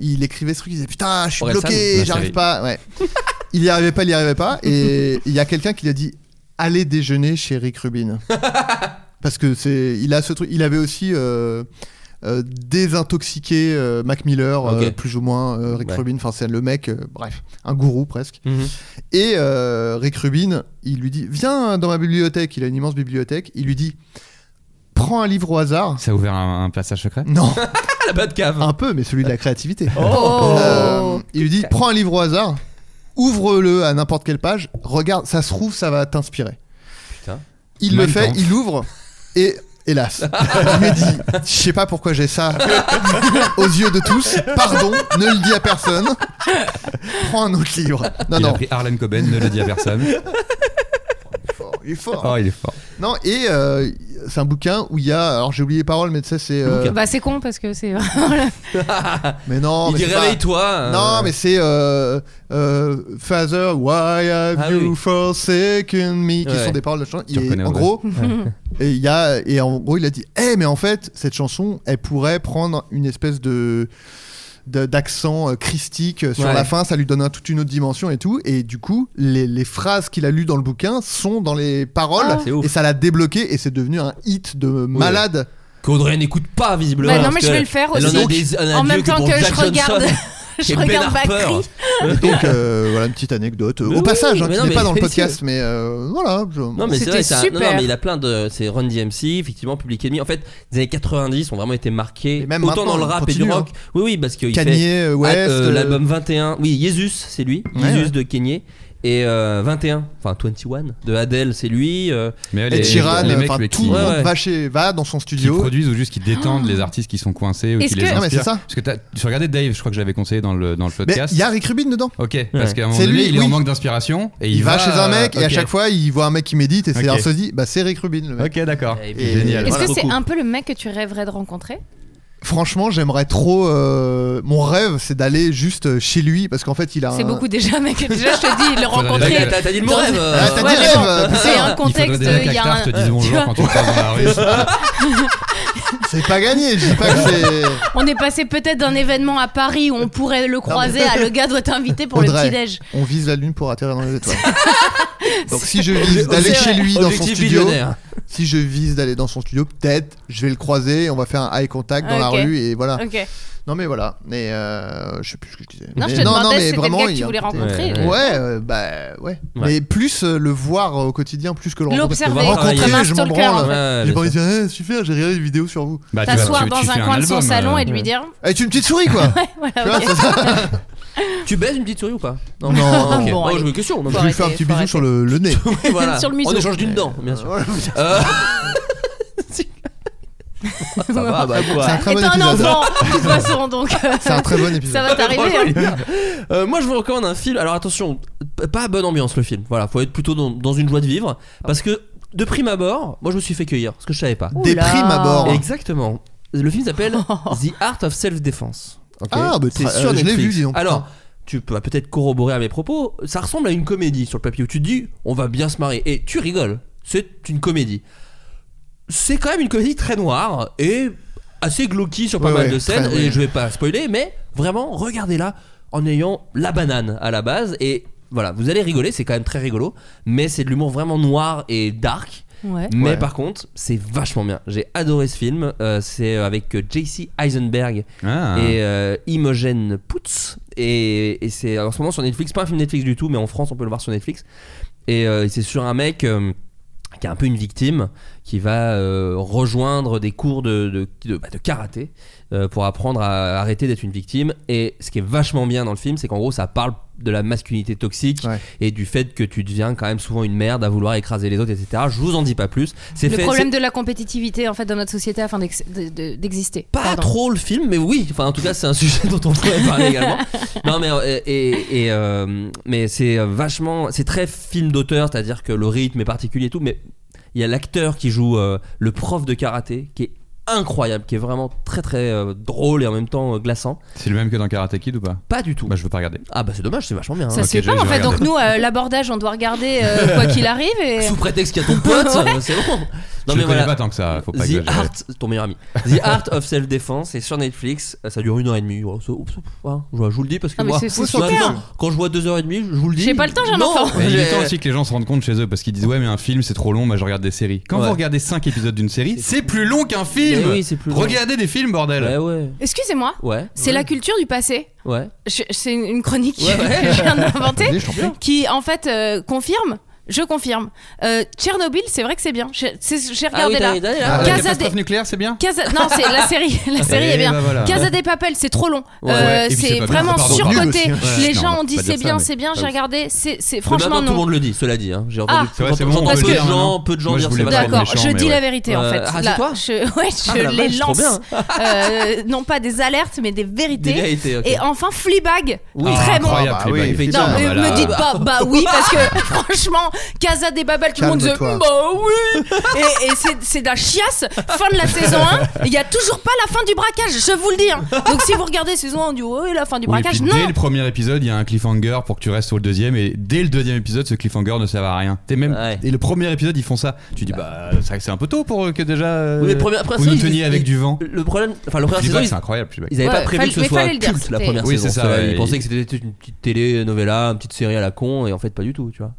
Il écrivait ce truc, il disait Putain, je suis Orelsan, bloqué, la j'arrive série. pas. Ouais. il y arrivait pas, il y arrivait pas. Et il y a quelqu'un qui lui a dit Allez déjeuner chez Rick Rubin. Parce que c'est. Il a ce truc. Il avait aussi. euh, euh, désintoxiqué euh, Mac Miller euh, Ok. plus ou moins euh, Rick Ouais. Mhm. Rubin enfin c'est le mec euh, bref un gourou presque et euh, Rick Rubin il lui dit viens dans ma bibliothèque il a une immense bibliothèque il lui dit prends un livre au hasard Ça a ouvert un, un passage secret non, la bonne cave. un peu, mais celui de la créativité. Oh. Euh, il lui dit prends un livre au hasard, ouvre-le à n'importe quelle page, regarde, ça se trouve, ça va t'inspirer. Putain. Il le Mein fait, Kampf. il ouvre et hélas, il lui dit je sais pas pourquoi j'ai ça aux yeux de tous, pardon, ne le dis à personne. Prends un autre livre. Non Il a non, pris Harlem Coben, ne le dis à personne. il est fort. Oh, il est fort. Non et euh, c'est un bouquin où il y a alors j'ai oublié les paroles mais tu sais c'est euh, Bah, c'est con parce que c'est vraiment la- Mais non, Il Ah, mais dit c'est pas- réveille-toi, euh. Non, mais c'est euh, euh, Father, why have Ah you oui. forsaken me Qui Ouais. sont des paroles de chanson. Tu reconnais, En ouais. gros, Ouais. et il y a et en gros il a dit, eh mais en fait cette chanson, elle pourrait prendre une espèce de de- d'accent euh, christique sur Ouais. la fin ça lui donne un- toute une autre dimension et tout et du coup les, les phrases qu'il a lues dans le bouquin sont dans les paroles Ah. C'est ouf. et ça l'a débloqué et c'est devenu un hit de malade Qu'Audrey n'écoute pas visiblement. Bah non, parce mais je que vais le faire elle aussi. En, a des- un En adieu même temps pour que je Jack Johnson, regarde- qui je est Ben regarde Harper. Bakri. Et donc euh, voilà une petite anecdote euh, Mais au oui, passage hein, mais qui non, n'est mais pas dans le délicieux. podcast mais euh, voilà je- Non mais c'est vrai, c'est un- non, non, super. mais il a plein de c'est Run DMC, effectivement Public Enemy. En fait, les années 90 ont vraiment été marquées même autant dans maintenant, le il rap et continue, du rock. hein. Oui oui, parce que il Kanye, fait euh, West, ah, euh, euh, l'album 21. Oui, Jesus, c'est lui, Ouais, Jesus ouais. de Kanye et euh, 21, enfin 21 de Adele, c'est lui. euh, Mais Ed les- Sheeran les mecs, enfin mais tout qui- le monde Ouais, ouais. va chez va dans son qui studio Oh. produisent ou juste qui détendent les artistes qui sont coincés ou Est-ce qui les que- Ah, mais inspirent. c'est ça. Parce que t'as- tu regardais Dave, je crois que je l'avais conseillé dans le dans le mais podcast. il y a Rick Rubin dedans Ok, parce qu'à un moment C'est donné, lui, il est en oui. manque d'inspiration et il, va chez un mec et à chaque fois il voit un mec qui médite et c'est Ok. un sosie bah c'est Rick Rubin le mec Ok, d'accord. Et- Génial. Est-ce Voilà. que c'est un peu le mec que tu rêverais de rencontrer franchement j'aimerais trop euh, mon rêve c'est d'aller juste chez lui parce qu'en fait il a C'est un- beaucoup déjà, mec. Déjà, je te dis, le Faudrait rencontrer. déjà- T'as- t'as dit le mot rêve, euh. Ah, t'as dit Ouais, mais rêve, bon, putain. C'est un Il faudrait contexte. déjà Il qu'un y a cactard un. Bah, te dise bonjour quand tu passes dans la rue. C'est pas gagné, je dis pas que c'est. On est passé peut-être d'un événement à Paris où on pourrait le croiser. mais- Ah, le gars doit t'inviter pour Audrey, le petit-déj. On vise la lune pour atterrir dans les étoiles. Donc si je vise C'est d'aller vrai. chez lui dans son Objectif studio, millionnaire. si je vise d'aller dans son studio, peut-être je vais le croiser, on va faire un eye contact dans Ah, Ok. la rue et voilà. Ok. Non mais voilà, mais euh, je sais plus ce que je disais. Non, Mais je te demandais si mais c'était le vraiment, gars que il tu y a voulais un côté- rencontrer. Ouais, Ouais. euh, bah ouais. Mais plus euh, le voir au quotidien, plus que le rencontrer. L'observer, comme un rencontrer, je m'en stalker, en branle. fait. Ouais, J'ai bien pas envie de dire, Eh, super, j'ai regardé une vidéo sur vous. Bah, tu vas- T'asseoir tu- dans tu un fais un coin de son album, salon euh, et de lui ouais. dire- Avec une petite souris quoi. Voilà, ok. Tu baises une petite souris ou pas Non. ok. Bon, Oh, allez. je veux une question. non, Je mais- lui fais un petit bisou sur le, le nez. Oui, voilà. Sur le miso. On échange d'une dent, bien sûr. Euh, Ça va, bah, quoi. C'est un très bon Et t'as un épisode. enfant, de toute façon, donc, euh, C'est un très bon épisode. ça va t'arriver, Franchement, les hein. gars. Euh, moi, je vous recommande un film. Alors, attention, p- pas bonne ambiance le film. Voilà, faut être plutôt dans, dans une joie de vivre. Parce que, de prime abord, moi, je me suis fait cueillir. Ce que je savais pas. Des Oula. primes abord. Exactement. Le film s'appelle The Art of Self-Defense. Ok Ah, bah, c'est tra- sur euh, je l'ai Netflix. vu, dis donc, putain. Alors, tu peux peut-être corroborer à mes propos. Ça ressemble à une comédie sur le papier où tu te dis, on va bien se marrer. Et tu rigoles. C'est une comédie c'est quand même une comédie très noire et assez glauque sur pas Ouais, mal ouais, de scènes. très, et ouais. je vais pas spoiler, mais vraiment, regardez-la en ayant la banane à la base. Et voilà, vous allez rigoler, c'est quand même très rigolo. Mais c'est de l'humour vraiment noir et dark. Ouais. Mais Ouais. par contre, c'est vachement bien. J'ai adoré ce film. Euh, c'est avec euh, JC Eisenberg Ah. et euh, Imogen Poots. Et, et c'est en ce moment sur Netflix, pas un film Netflix du tout, mais en France, on peut le voir sur Netflix. Et euh, c'est sur un mec. euh, qui est un peu une victime, qui va euh, rejoindre des cours de, de, de- bah, de karaté euh, pour apprendre à arrêter d'être une victime. Et ce qui est vachement bien dans le film, c'est qu'en gros, ça parle de la masculinité toxique et du fait que tu deviens quand même souvent une merde à vouloir écraser les autres, etc. Je vous en dis pas plus. C'est Le fait- problème c'est- de la compétitivité, en fait, dans notre société afin d'ex- de- de- d'exister. pas trop le film, mais oui. Enfin, en tout cas, c'est un sujet dont on pourrait parler également. Non, mais euh, et, et, euh, mais c'est euh, vachement, c'est très film d'auteur, c'est-à-dire que le rythme est particulier et tout. Mais il y a l'acteur qui joue euh, le prof de karaté, qui est incroyable, qui est vraiment très très euh, drôle et en même temps euh, glaçant. C'est le même que dans Karate Kid ou pas Pas du tout. Bah, je veux pas regarder. Ah, bah, c'est dommage, c'est vachement bien. Ça se fait pas en fait, donc nous, euh, l'abordage, on doit regarder euh, quoi qu'il arrive. Et... Sous prétexte qu'il y a ton pote, Ouais. euh, c'est bon. Je le connais pas tant que ça, faut The pas exagérer. Art, ton meilleur ami. The Art of Self Defense, c'est sur Netflix, Euh, ça oh, dure une heure et demie. Voilà, c'est- oups, oups, voilà, hein. je vois- je vous le dis parce que Ah, mais moi, c'est- c'est maintenant, super. quand je vois deux heures et demie, je vous le dis. J'ai pas le temps, j'ai un Non, enfant. Mais il est j'ai- temps aussi que les gens se rendent compte chez eux parce qu'ils disent ouais mais un film c'est trop long, moi je regarde des séries. Quand Ouais. vous regardez 5 épisodes d'une série, c'est plus long qu'un film. Mais oui, c'est plus long. Regardez des films bordel. Ouais ouais. Excusez-moi, Ouais. c'est la culture du passé. Ouais. Je- C'est une une chronique Ouais, ouais. que je viens d'inventer Vas-y, je t'en prie. qui en fait euh, confirme. Je confirme. Euh, Tchernobyl, c'est vrai que c'est bien. J'ai c'est- j'ai regardé Ah là. oui, t'as- t'as- t'as- la Casa catastrophe de- nucléaire, c'est bien Casa- Non, c'est la série. La série Eh est bien. ben voilà. Casa des Papel, c'est trop long. Ouais, Euh, ouais. Et puis c'est c'est pas bien. vraiment Pardon, pardon. surcoté. Nul aussi, hein. Les Ouais. gens Non, ont dit pas c'est dire ça, bien, mais- c'est bien. J'ai Ouais. regardé. C'est c'est- Mais maintenant, franchement tout le non. monde le dit, cela dit. Hein. J'ai Ah. entendu C'est vrai, c'est bon, j'entends on peut peu le de dire gens, maintenant. peu de gens hein. Moi, je dire c'est voulais pas vachement être bien. méchant, Je mais dis ouais. la vérité en Euh, fait. ah, c'est Là, toi je, ouais, je Ah, la les vache, c'est trop lance. bien. Euh, non pas des alertes, mais des vérités. Des vérités, ok. Et enfin Fleabag, Oui. très Ah, bon. incroyable, Ah, bah oui, Fleabag, effectivement. Non, mais Ah, bah me là. dites pas bah oui parce que franchement, Casa des Babel, tout le monde dit Calme-toi. bah oui. Et, et c'est- c'est de la chiasse. Fin de la saison 1, il y a toujours pas la fin du braquage. Je vous le dis. hein. Donc si vous regardez saison 1, on dit oui la fin du Oui, et braquage. puis non. Dès le premier épisode, il y a un cliffhanger pour que tu restes sur le deuxième. Et dès le deuxième épisode, ce cliffhanger ne sert à rien. T'es même. Et le premier épisode, ils font ça. Tu dis, bah, c'est vrai que c'est un peu tôt pour euh, que déjà. euh, Oui, mais première- première vous nous saison, teniez ils- avec ils- du vent. Le problème, enfin, le première Fleabag, saison, ils- c'est incroyable, Fleabag. Ils avaient Ouais, pas prévu fallait- que ce mais soit fallait le dire, culte la c'était- première Oui, saison. c'est ça, Cela, Ils ouais. pensaient que c'était une petite télé, novella, une petite série à la con, et en fait, pas du tout, tu vois.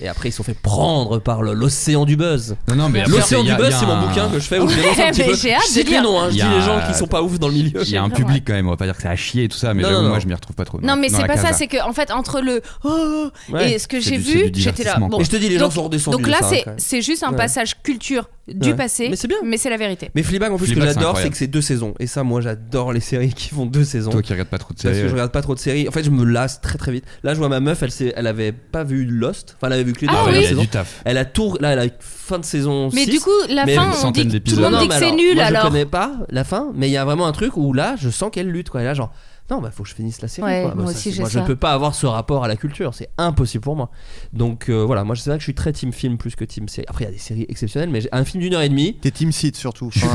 Et après, ils se sont fait prendre par le- l'océan du buzz. Non, non, mais après, l'océan il y du a- il buzz, y a c'est mon un- bouquin que je fais où je Ouais, dénonce un petit mais peu. j'ai hâte Je de dis les lire. noms, hein, je Il y dis a- les gens qui sont pas ouf dans le milieu. Il y a un public quand même, on va pas dire que c'est à chier et tout ça, mais Non, j'avoue, non, moi non. je m'y retrouve pas trop. Non mais dans c'est la pas ça, Casa. c'est que en fait entre le oh Ouais, et ce que c'est j'ai du- vu, c'est du j'étais là. divertissement, quoi. Et je te dis, les Donc- gens sont redescendus Donc de là ça, hein, c'est quand même. c'est juste un Ouais. passage culture du Ouais. passé. Mais c'est bien. Mais c'est la vérité. Mais Fleabag en plus ce que Fleabag, c'est j'adore c'est incroyable. que c'est deux saisons et ça moi j'adore les séries qui font deux saisons. Toi qui regardes pas trop de Parce séries, que je ouais. regarde pas trop de séries. En fait je me lasse très très vite. Là je vois ma meuf elle s'est- elle avait pas vu Lost. Enfin elle avait vu que les deux Ah oui. premières Elle a saisons. du taf. Elle a tout là elle a fin de saison Mais 6, du coup, la mais fin, avec on une centaine dit que- tout le d'épisodes. monde Non, dit mais que c'est nul, moi, alors. Je connais pas la fin mais il y a vraiment un truc où là je sens qu'elle lutte quoi. Elle a genre non, bah faut que je finisse la série. Ouais, quoi. Bah, moi ça, aussi, c'est- j'ai moi, je ça. peux pas avoir ce rapport à la culture, c'est impossible pour moi. Donc euh, voilà, moi c'est vrai que je suis très team film plus que team série. Après il y a des séries exceptionnelles, mais j'ai- un film d'une heure et demie. T'es team site surtout. Oh.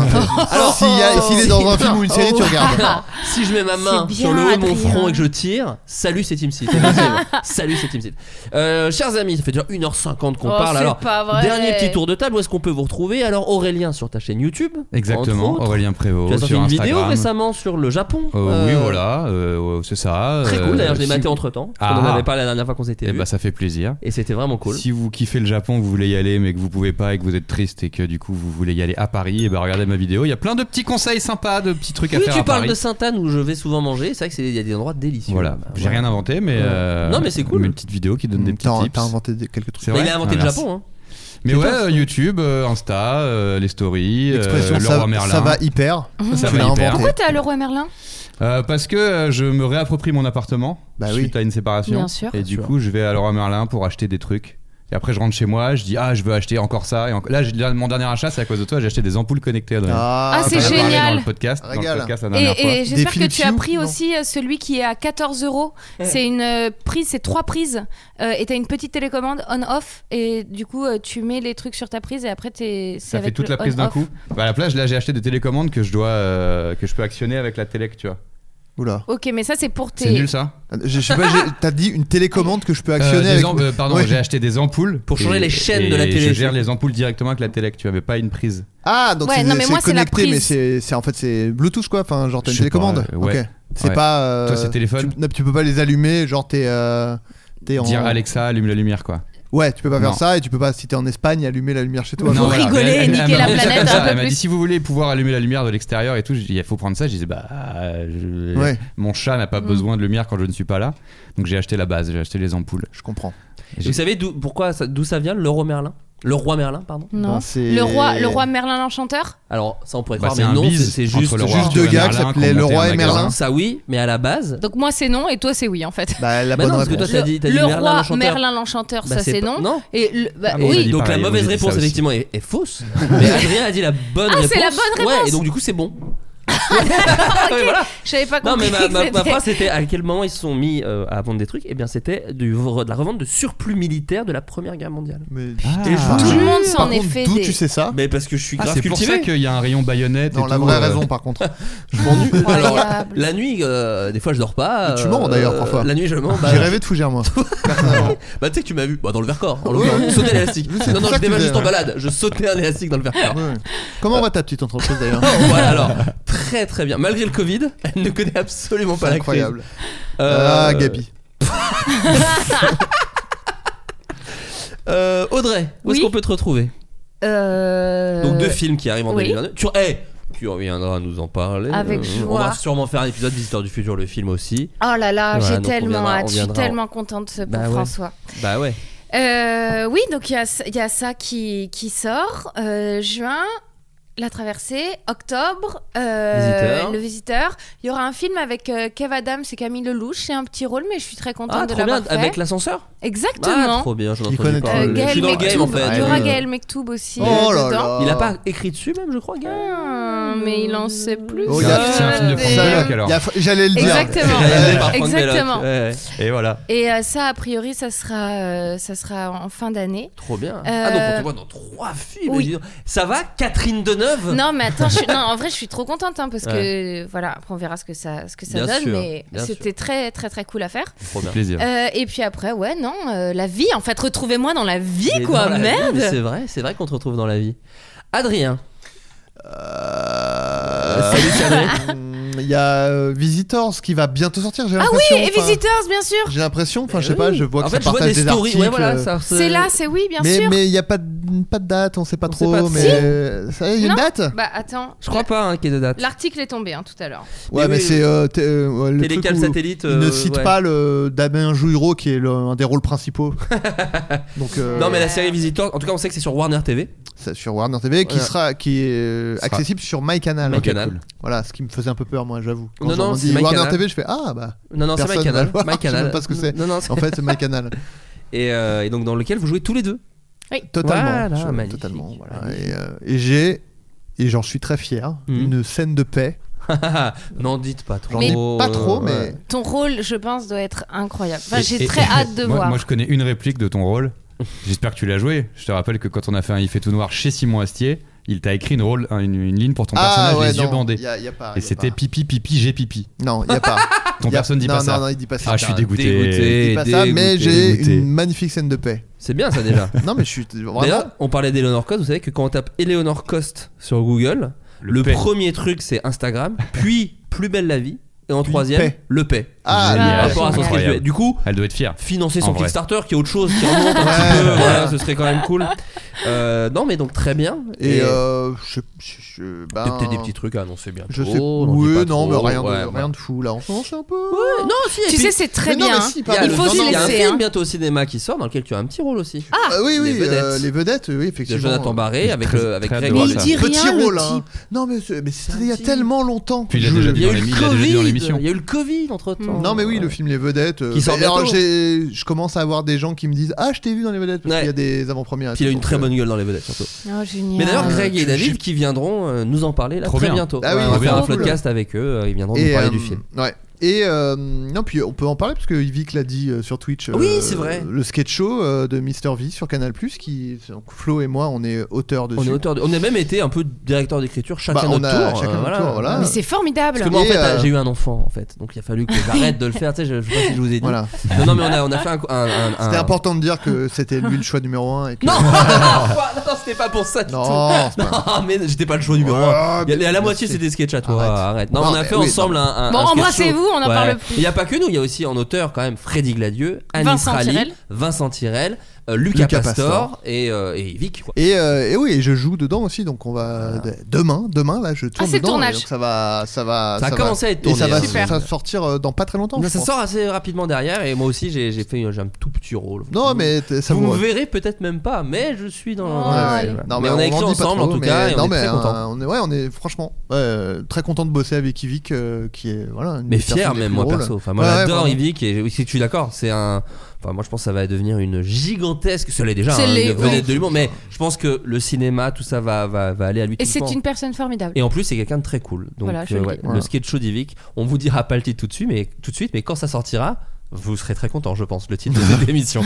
s'il y a- s'il est dans un film ou une série, tu regardes. Oh. si je mets ma main C'est sur bien, le haut de mon Adrien. front et que je tire, salut c'est team site. Effectivement. salut c'est team site. Euh, chers amis, ça fait déjà 1h50 qu'on Oh, parle. c'est Alors pas vrai. dernier petit tour de table, où est-ce qu'on peut vous retrouver Alors Aurélien sur ta chaîne YouTube. entre Exactement, autres. Aurélien Prévost. Tu as sorti sur une Instagram. vidéo récemment sur le Japon. Euh, Oui, Euh, voilà, euh, c'est ça. Très cool, euh, d'ailleurs, je l'ai si maté vous- entre-temps, parce qu'on en avait parlé la dernière fois qu'on s'était Eh vus. bah, ça fait plaisir. Et c'était vraiment cool. Si vous kiffez le Japon, vous voulez y aller, mais que vous pouvez pas et que vous êtes triste et que du coup vous voulez y aller à Paris, et bah regardez ma vidéo. Il y a plein de petits conseils sympas, de petits trucs à Oui, faire tu à parles Paris. de Sainte-Anne où je vais souvent manger. C'est vrai qu'il y a des endroits délicieux. Voilà, Bah, j'ai rien inventé, mais. Ouais. euh, Non, mais c'est cool. Une petite vidéo qui donne des petits T'as tips. t'as inventé des- quelques trucs. C'est vrai il a inventé le merci. Japon, hein. Mais Putain, ouais, c'est- euh, YouTube, euh, Insta, euh, les stories, euh, L'expression Leroy ça- Merlin. ça va hyper. Ça Tu va l'as hyper. Pourquoi t'as le roi Merlin Euh, parce que euh, je me réapproprie mon appartement suite à une séparation. Bien sûr. Et Bah du Bien sûr. coup, je vais à Leroy Merlin pour acheter des trucs. Et après, je rentre chez moi, je dis Ah, je veux acheter encore ça. Et en- Là, j'ai- là, mon dernier achat, c'est à cause de toi, j'ai acheté des ampoules connectées à Ah, c'est génial. Dans le podcast, dans le Régale. podcast la dernière fois. Et, et j'espère que tu as pris aussi euh, celui qui est à 14 euros. C'est une euh, prise, c'est trois prises. Euh, et t'as une petite télécommande on-off. Et du coup, euh, tu mets les trucs sur ta prise et après, t'es. c'est Ça fait avec toute le la prise d'un on-off. coup. Bah, à la plage, là, j'ai acheté des télécommandes que je dois, euh, que je peux actionner avec la télé, tu vois. Oula. Ok, mais ça, c'est pour tes. C'est nul ça Je sais pas, j'ai- t'as dit une télécommande que je peux actionner Euh, des avec. am- euh, pardon, Ouais. j'ai acheté des ampoules Pour changer et- les chaînes et de la télé, Je c'est- gère les ampoules directement avec la télé, que tu avais pas une prise. Ah, donc Ouais, c'est non, mais c'est moi, c'est la connecté, mais prise. c'est c'est- en fait c'est Bluetooth quoi, enfin genre t'as une Je sais pas, télécommande. euh, ouais. Ok. C'est Ouais. pas. euh, Toi, c'est téléphone Tu, non, tu peux pas les allumer, genre t'es. euh, t'es en... Dire Alexa, allume la lumière, quoi. Ouais, tu peux pas Non. faire ça et tu peux pas, si t'es en Espagne, allumer la lumière chez toi. Non, Genre. voilà. Mais elle- elle m'a dit ça comme ça. peu Elle m'a dit plus. si vous voulez pouvoir allumer la lumière de l'extérieur et tout, j'ai dit, il faut prendre ça. Je disais bah je- Ouais. mon chat n'a pas Mm. besoin de lumière quand je ne suis pas là. Donc j'ai acheté la base, j'ai acheté les ampoules. Je comprends. Vous savez d'où pourquoi ça- d'où ça vient le roi Merlin Le roi Merlin, pardon. Non. le, roi, le roi Merlin l'Enchanteur Alors ça on pourrait Bah, croire, c'est mais un non, c'est bise c'est entre juste le roi Ah, Juste deux Merlin gars qui qu'on s'appelaient le montait roi en et magasin. Merlin. Ça oui, mais à la base. Donc, moi, c'est non et toi, c'est oui en fait. Bah, la Bah bonne non, parce que réponse. toi, t'as dit- t'as dit le Merlin roi l'Enchanteur. Merlin l'Enchanteur, Bah, ça c'est c'est pas- non. non. Et le- bah, Ah, mais on a oui. dit Donc, donc la pareil, mauvaise moi, j'ai dit ça réponse aussi. effectivement est, est fausse. mais Adrien a dit la bonne Ah, réponse. c'est la bonne réponse. Ouais, et donc du coup c'est bon. ok, J'avais pas Non compris. mais ma, que ma- ma c'était- phrase c'était à quel moment ils se sont mis euh, à vendre des trucs Et bien c'était du- de la revente de surplus militaire de la Première Guerre mondiale. Mais Ah, Tout le monde s'en est fait des. ça Mais parce que je suis Ah, grave c'est Ah. pour cultivé. ça qu'il y a un rayon baïonnette. Non, et la tout, vraie euh, raison par contre. Je m'ennuie. Alors, la, Incroyable. la nuit, euh, des fois, je dors pas. Tu euh, mens d'ailleurs parfois. La nuit, je mens. Bah, J'ai rêvé de fougère moi. bah, tu sais que tu m'as vu bah, dans le Vercors. En Ouais, l'occurrence, ouais. sauter l'élastique. C'est pour Non, ça non, que je tu hein. démarre fais, juste en ouais. balade. Je sautais un élastique dans le Vercors. Ouais. Comment va ta petite entreprise d'ailleurs voilà, alors, très très bien. Malgré le Covid, elle ne connaît absolument pas C'est la incroyable. crise. Euh, Ah, Gabi. euh, Audrey, où est-ce Oui. qu'on peut te retrouver Euh, Donc, deux films qui arrivent en oui. 2022. Tu, eh, tu reviendras nous en parler. Euh, Avec On va joie. sûrement faire un épisode Visiteur du futur, le film aussi. Oh là là, Voilà, j'ai donc on tellement viendra- on hâte, je suis viendra en- tellement contente pour Bah ouais. François. Bah ouais. Euh, oui, donc il y a, ça- il y a ça qui, qui sort. Euh, juin, La Traversée. Octobre, euh, Visiteur. Le Visiteur. Il y aura un film avec euh, Kev Adams et Camille Lelouch. C'est un petit rôle, mais je suis très contente Ah, de trop bien. l'avoir fait. Avec l'ascenseur Ah, Exactement. trop bien, je Il connaît parler. tout. Euh, je suis dans le Gaël game en Mektoub. fait. Il y aura Euh, Gaël Mektoub aussi. euh, Oh là dedans. là. Il a pas écrit dessus même, je crois, Gaël. Ah, mais il en sait plus. Oh, il y a- Euh, C'est un film de Franck des- Belloc alors. Il y a- J'allais le dire. Exactement. Réalisé par Franck Exactement. Belloc. Ouais, ouais. Et voilà. Et euh, ça, a priori, ça sera, euh, ça sera en fin d'année. Trop bien. Euh, Ah donc on te voit dans trois films. oui. dis donc. Ça va, Catherine Deneuve Non, mais attends, je suis- non, en vrai, je suis trop contente hein, parce que voilà, après on verra ce que ça, ce que ça Bien donne, sûr, mais bien c'était très, très, très cool à faire. Trop bien. Plaisir. Euh, et puis après, ouais, non, euh, la vie, en fait, retrouvez-moi dans la vie, Mais quoi, dans la vie, merde. mais C'est vrai, c'est vrai qu'on te retrouve dans la vie. Adrien. Salut, c'est Adrien. Euh, Hum, Il y a euh, Visitors qui va bientôt sortir, j'ai ah l'impression. oui, et enfin, Visitors, bien sûr. J'ai l'impression, enfin, je sais Eh Oui. pas, je vois En que fait, ça je vois partage des des stories. articles. euh, Ouais, voilà, ça se- C'est là, c'est oui, bien mais sûr. mais il n'y a pas de, pas de date, on sait pas On sait trop. pas trop. mais Si. euh, ça, il y a une Non date Bah attends, Je crois pas hein, qu'il y ait de date. l'article est tombé hein, tout à l'heure. Ouais, mais, Mais oui, c'est. Euh, t- euh, ouais, le Télécable truc où satellite, il ne euh, cite ouais. pas le Damien Jouiro qui est le- un des rôles principaux. Donc, euh, Non mais la série Visitor, en tout cas on sait que c'est sur Warner TV. ça, sur Warner TV qui Voilà. sera qui est euh, Sera- accessible sur MyCanal. My Canal. cool. Voilà, ce qui me faisait un peu peur moi, j'avoue. Quand Non, on non, dit c'est My Warner Canal. TV, je fais ah bah. Non non c'est personne My Canal. va voir, My Je sais Canal. même pas ce que c'est. Non, non, En fait, c'est MyCanal. et, euh, et donc dans lequel vous jouez tous les deux. Oui. Totalement. Voilà, je- magnifique. totalement. voilà. Magnifique. Hmm. Et, euh, et j'ai et j'en suis très fier. Mhm. Une scène de paix N'en dites pas trop. Euh, Mais- Pas trop, mais- ouais. Ton rôle, je pense, doit être incroyable. Enfin, Et- j'ai et- très hâte de moi, voir. Moi, je connais une réplique de ton rôle. J'espère que tu l'as joué. Je te rappelle que quand on a fait un Il fait tout noir chez Simon Astier, il t'a écrit une, rôle, un- une, une ligne pour ton Ah, personnage, ouais, les yeux non, bandés. y a- y a pas, y a Et c'était pas. pipi, pipi, j'ai pipi. Non, il n'y a pas. Ah, Ton Y a- personne dit non, pas ça. Non, non, il dit pas ça. Ah, je suis t'as raison. dégoûté. Dégoûté, Il dit pas ça, mais dégoûté, j'ai dégoûté. une magnifique scène de paix. C'est bien ça déjà. non, mais je suis vraiment. D'ailleurs, on parlait d'Eleanor Cost. Vous savez que quand on tape Eleanor Cost sur Google, le, paix. premier truc c'est Instagram, puis Plus belle la vie, et en troisième, paix. le paix. Ah, Génial. génial. Par rapport à son Incroyable. sketch. Du coup, elle doit être fière. financer En son vrai. Kickstarter qui est autre chose, qui remonte un petit peu. Voilà, ce serait quand même cool. Euh, non, mais donc très bien. Et, euh, je, je- je- ben, Peut-être des petits trucs à annoncer bientôt, Je sais. n'en dis oui, pas non, trop, mais rien, ouais, de, ouais. rien de fou là. En ce moment, c'est un peu. non, si, Tu sais, c'est très Mais non, bien. mais hein. si, Il y a Il le- faut non, se non, il y a un laisser. film hein. bientôt au cinéma qui sort dans lequel tu as un petit rôle aussi. Ah, oui, oui, Les vedettes. euh, les vedettes, oui, de effectivement. Jonathan Barré avec, très- le- avec très Greg adorable, Wall. ça. Petit le rôle, hein. Non, mais c'est- mais c'était il y a tellement longtemps. Puis il a Je- déjà Il y a eu dans le l'émi- il a déjà dit dans Covid. l'émission. Il y a eu le Covid entre temps. Non mais oui le film Les Vedettes euh, Qui sort mais alors, bientôt. j'ai- je commence à avoir des gens qui me disent ah je t'ai vu dans Les Vedettes parce Ouais. qu'il y a des avant-premières et Puis il a tout, une donc, très euh, bonne gueule dans les vedettes surtout. Oh, génial. Mais d'ailleurs, Euh, Greg et je- David qui viendront euh, nous en parler là Trop très bien. bientôt. Ah oui, Ouais, on va trop faire un bien. podcast avec eux. euh, Ils viendront Et, nous parler euh, du film. Ouais. Et euh, non, puis on peut en parler parce que Yvick l'a dit euh, sur Twitch. euh, Oui, c'est vrai. Le sketch show euh, de Mister V sur Canal qui donc Flo et moi, on est auteurs dessus. On, est auteur de- on a même été un peu directeur d'écriture chacun Bah, on notre a tour. chacun euh, notre tour, voilà. Mais c'est formidable. Parce que moi en Et, fait euh, j'ai eu un enfant en fait donc il a fallu que j'arrête de le faire tu sais je, je sais pas si je vous ai dit Voilà. non non mais on a, on a fait un, un- un- un- C'était important de dire que c'était lui le choix numéro 1 et que non Quoi non c'était pas pour ça du Non, tout c'est pas- non mais j'étais pas le choix numéro Ouais, 1 mais- à la moitié c'est des sketchs à toi arrête, Arrête. non, Non, on a mais fait oui, ensemble non. un, un- Bon, un sketch show. embrassez-vous, on en parle plus. il y a pas que nous il y a aussi en auteur quand même Freddy Gladieux Annie Vincent Frali, Tirel. Vincent Tirel euh, Lucas, Lucas Pastor, Pastor. et euh, et Vic quoi Et, euh, et oui, et je joue dedans aussi, donc on va d- demain, demain là, je tourne Ah, c'est le dedans, et tournage. donc ça va, Ah, ça va, Ça a va- commencé à être et ça tourné, va hein. ça Super. va sortir euh, dans pas très longtemps. Mais je ça pense. sort assez rapidement derrière et moi aussi j'ai j'ai fait j'ai un tout petit rôle Non, mais t- ça vous vous. me verrez peut-être même pas, mais je suis dans. Oh, dans la ouais. scène. Non, mais, on en a écrit dit pas ensemble trop, en tout mais- cas, et non, on est mais, très euh, contents. on est, ouais, on est franchement ouais, euh, très content de bosser avec Yvick, euh, qui est voilà. Une Mais des fier personnes les même plus moi drôles. perso. Enfin moi Ouais, ouais, j'adore vraiment. Yvick et oui, si tu es d'accord, c'est un. Enfin moi je pense que ça va devenir une gigantesque. Ça l'est déjà. C'est hein, les- une oui. vedette de l'humour, mais je pense que le cinéma tout ça va va, va aller à lui. Et tout le c'est temps. une personne formidable. Et en plus c'est quelqu'un de très cool. Donc euh, Voilà, je le ouais, dis. le sketch show d'Yvick, on vous dira pas le titre tout de suite, mais tout de suite, mais quand ça sortira. Vous serez très content, je pense, le titre de cette émission.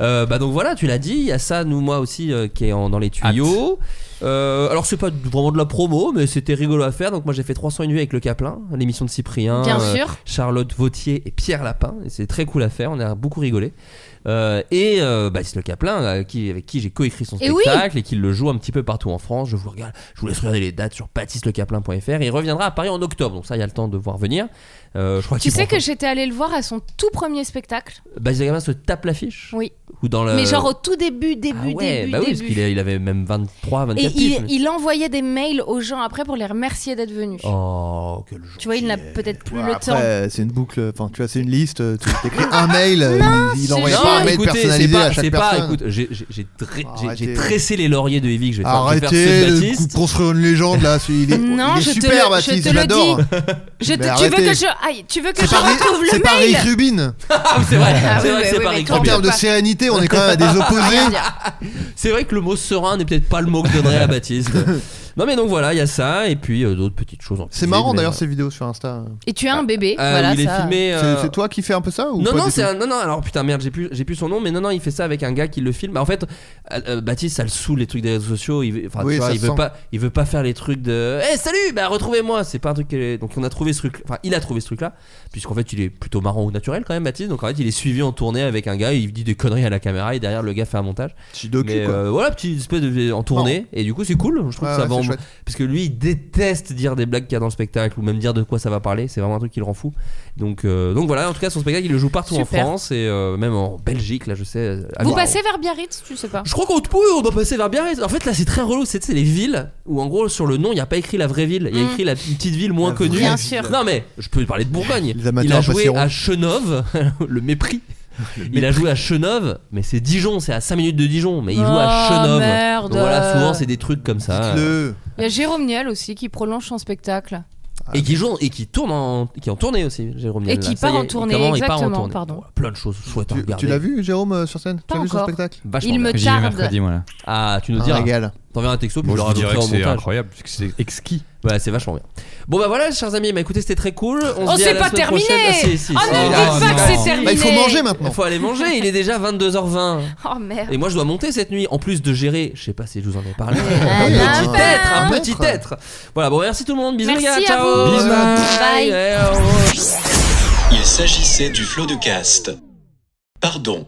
Euh, bah donc voilà, tu l'as dit, il y a ça, nous, moi aussi, euh, qui est en- dans les tuyaux. Euh, alors c'est pas vraiment de la promo, mais c'était rigolo à faire. Donc moi j'ai fait 301 vues avec le Caplin, l'émission de Cyprien, euh, Bien sûr. Charlotte Vautier et Pierre Lapin. Et c'est très cool à faire, on a beaucoup rigolé. Euh, et euh, Baptiste Le Caplin, euh, qui, avec qui j'ai coécrit son Et spectacle et qui le joue un petit peu partout en France. Je vous regarde, je vous laisse regarder les dates sur baptistelecaplin.fr. Et il reviendra à Paris en octobre, donc ça il y a le temps de voir venir. Euh, je crois Tu qu'il sais prend- que j'étais allée le voir à son tout premier spectacle. Baptiste Le Caplin se tape l'affiche Oui. ou dans le Mais genre au tout début, début, Euh. ah ouais, début, bah oui, début. parce qu'il a- il avait même 23, 24 Et piges, il, mais- il envoyait des mails aux gens après pour les remercier d'être venus. Oh, quel jour. Tu vois, il n'a peut-être plus Ouais, le après, temps. euh, c'est une boucle, enfin tu vois, c'est une liste, euh, tu écris un mail, euh, il, il c'est envoyait juste- pas un mail écoutez, c'est personnalisé pas, à chaque c'est pas- personne. écoute, j'ai- j'ai- j'ai tré- j'ai- j'ai Arrêtez. tressé les lauriers de Evic, je vais faire, je vais faire Arrêtez ceux de de Baptiste. cou- construire une légende là, c'est- il est, Non, il est je te super le- je Baptiste, te le j'adore. dis. Je te- Mais tu veux que arrêtez. je, aïe, tu veux que C'est je pas Rick- retrouve C'est le pas Rick mail Rubin. Ah, c'est vrai, Ah c'est oui, vrai que oui, c'est oui, pas mais Rick quand En Rubin. termes de pas. sérénité, on est quand même à des opposés. C'est vrai que le mot serein n'est peut-être pas le mot que donnerait à Baptiste. Non, mais donc voilà, il y a ça, et puis euh, d'autres petites choses. en C'est plus, marrant mais, d'ailleurs euh, ces vidéos sur Insta. Et tu as un bébé. ah, voilà, où il est ça. filmé. C'est- euh, C'est toi qui fais un peu ça ou Non pas non du c'est tout un non non alors putain merde j'ai plus j'ai plus son nom mais non non il fait ça avec un gars qui le filme Bah, en fait euh, euh, Baptiste ça le saoule les trucs des réseaux sociaux il veut- enfin, tu Oui, vois, ça il se veut sent. pas il veut pas faire les trucs de Eh salut bah retrouvez-moi c'est pas un truc qui est- donc on a trouvé ce truc enfin il a trouvé ce truc là puisqu'en fait il est plutôt marrant ou naturel quand même Baptiste donc en fait il est suivi en tournée avec un gars il dit des conneries à la caméra et derrière le gars fait un montage Petit docu, mais quoi. Oh. euh, voilà petite espèce de en tournée et du coup c'est cool je trouve Ouais, que ouais, ça va c'est en- chouette. parce que lui il déteste dire des blagues qu'il y a dans le spectacle ou même dire de quoi ça va parler c'est vraiment un truc qui le rend fou donc euh, donc voilà en tout cas son spectacle il le joue partout Super. en France et euh, même en Belgique là je sais euh, à Vous Milan. passez vers Biarritz, tu sais pas. je crois qu'on oui, on doit passer vers Biarritz. En fait, là, c'est très relou. C'est tu sais, les villes où, en gros, sur le nom, il n'y a pas écrit la vraie ville. Il y a Mm. écrit la une petite ville moins La connue. vraie Bien ville. sûr. Non, mais je peux parler de Bourgogne. Les amateurs Il a joué passeront. à Chenove, le mépris. Il a joué à Chenove, mais c'est Dijon, c'est à 5 minutes de Dijon, mais il joue à Oh, Chenove. merde. Donc Voilà, souvent c'est des trucs comme ça. euh, Le. Il y a Jérôme Niel aussi qui prolonge son spectacle. Et qui joue, et qui tourne en, qui est en tournée aussi, Jérôme Et Niel, qui là. Ça part y est, en tournée, comment il part en exactement, tournée. Ah, pardon. Voilà, plein de choses chouettes à Tu- regarder. Tu l'as vu Jérôme euh, sur scène Tu Pas as vu son encore. spectacle Vachement Il bien. me J'y vais tarde. mercredi moi là. Ah, tu nous Un diras. régal. T'enverras un texto, puis Moi je je vous l'aurai dirais que au c'est montage. incroyable, parce que c'est exquis. Bah, c'est vachement bien. Bon, bah voilà, chers amis, bah écoutez, c'était très cool. On Oh, se dit c'est à la pas semaine terminé prochaine. Ah, si, si, Oh si. non, dites Ah, pas que non. c'est terminé. Bah, il faut manger maintenant. Il faut aller manger, il est déjà 22h20. Oh merde. Et moi, je dois monter cette nuit. En plus de gérer, je sais pas si je vous en ai parlé, Ah, un non. petit être, un Ah. petit être. Voilà, bon, merci tout le monde. Bisous, Merci les gars. à ciao. vous. Bisous. Bye. Bye. Ouais, au revoir. Il s'agissait du flot de cast. Pardon.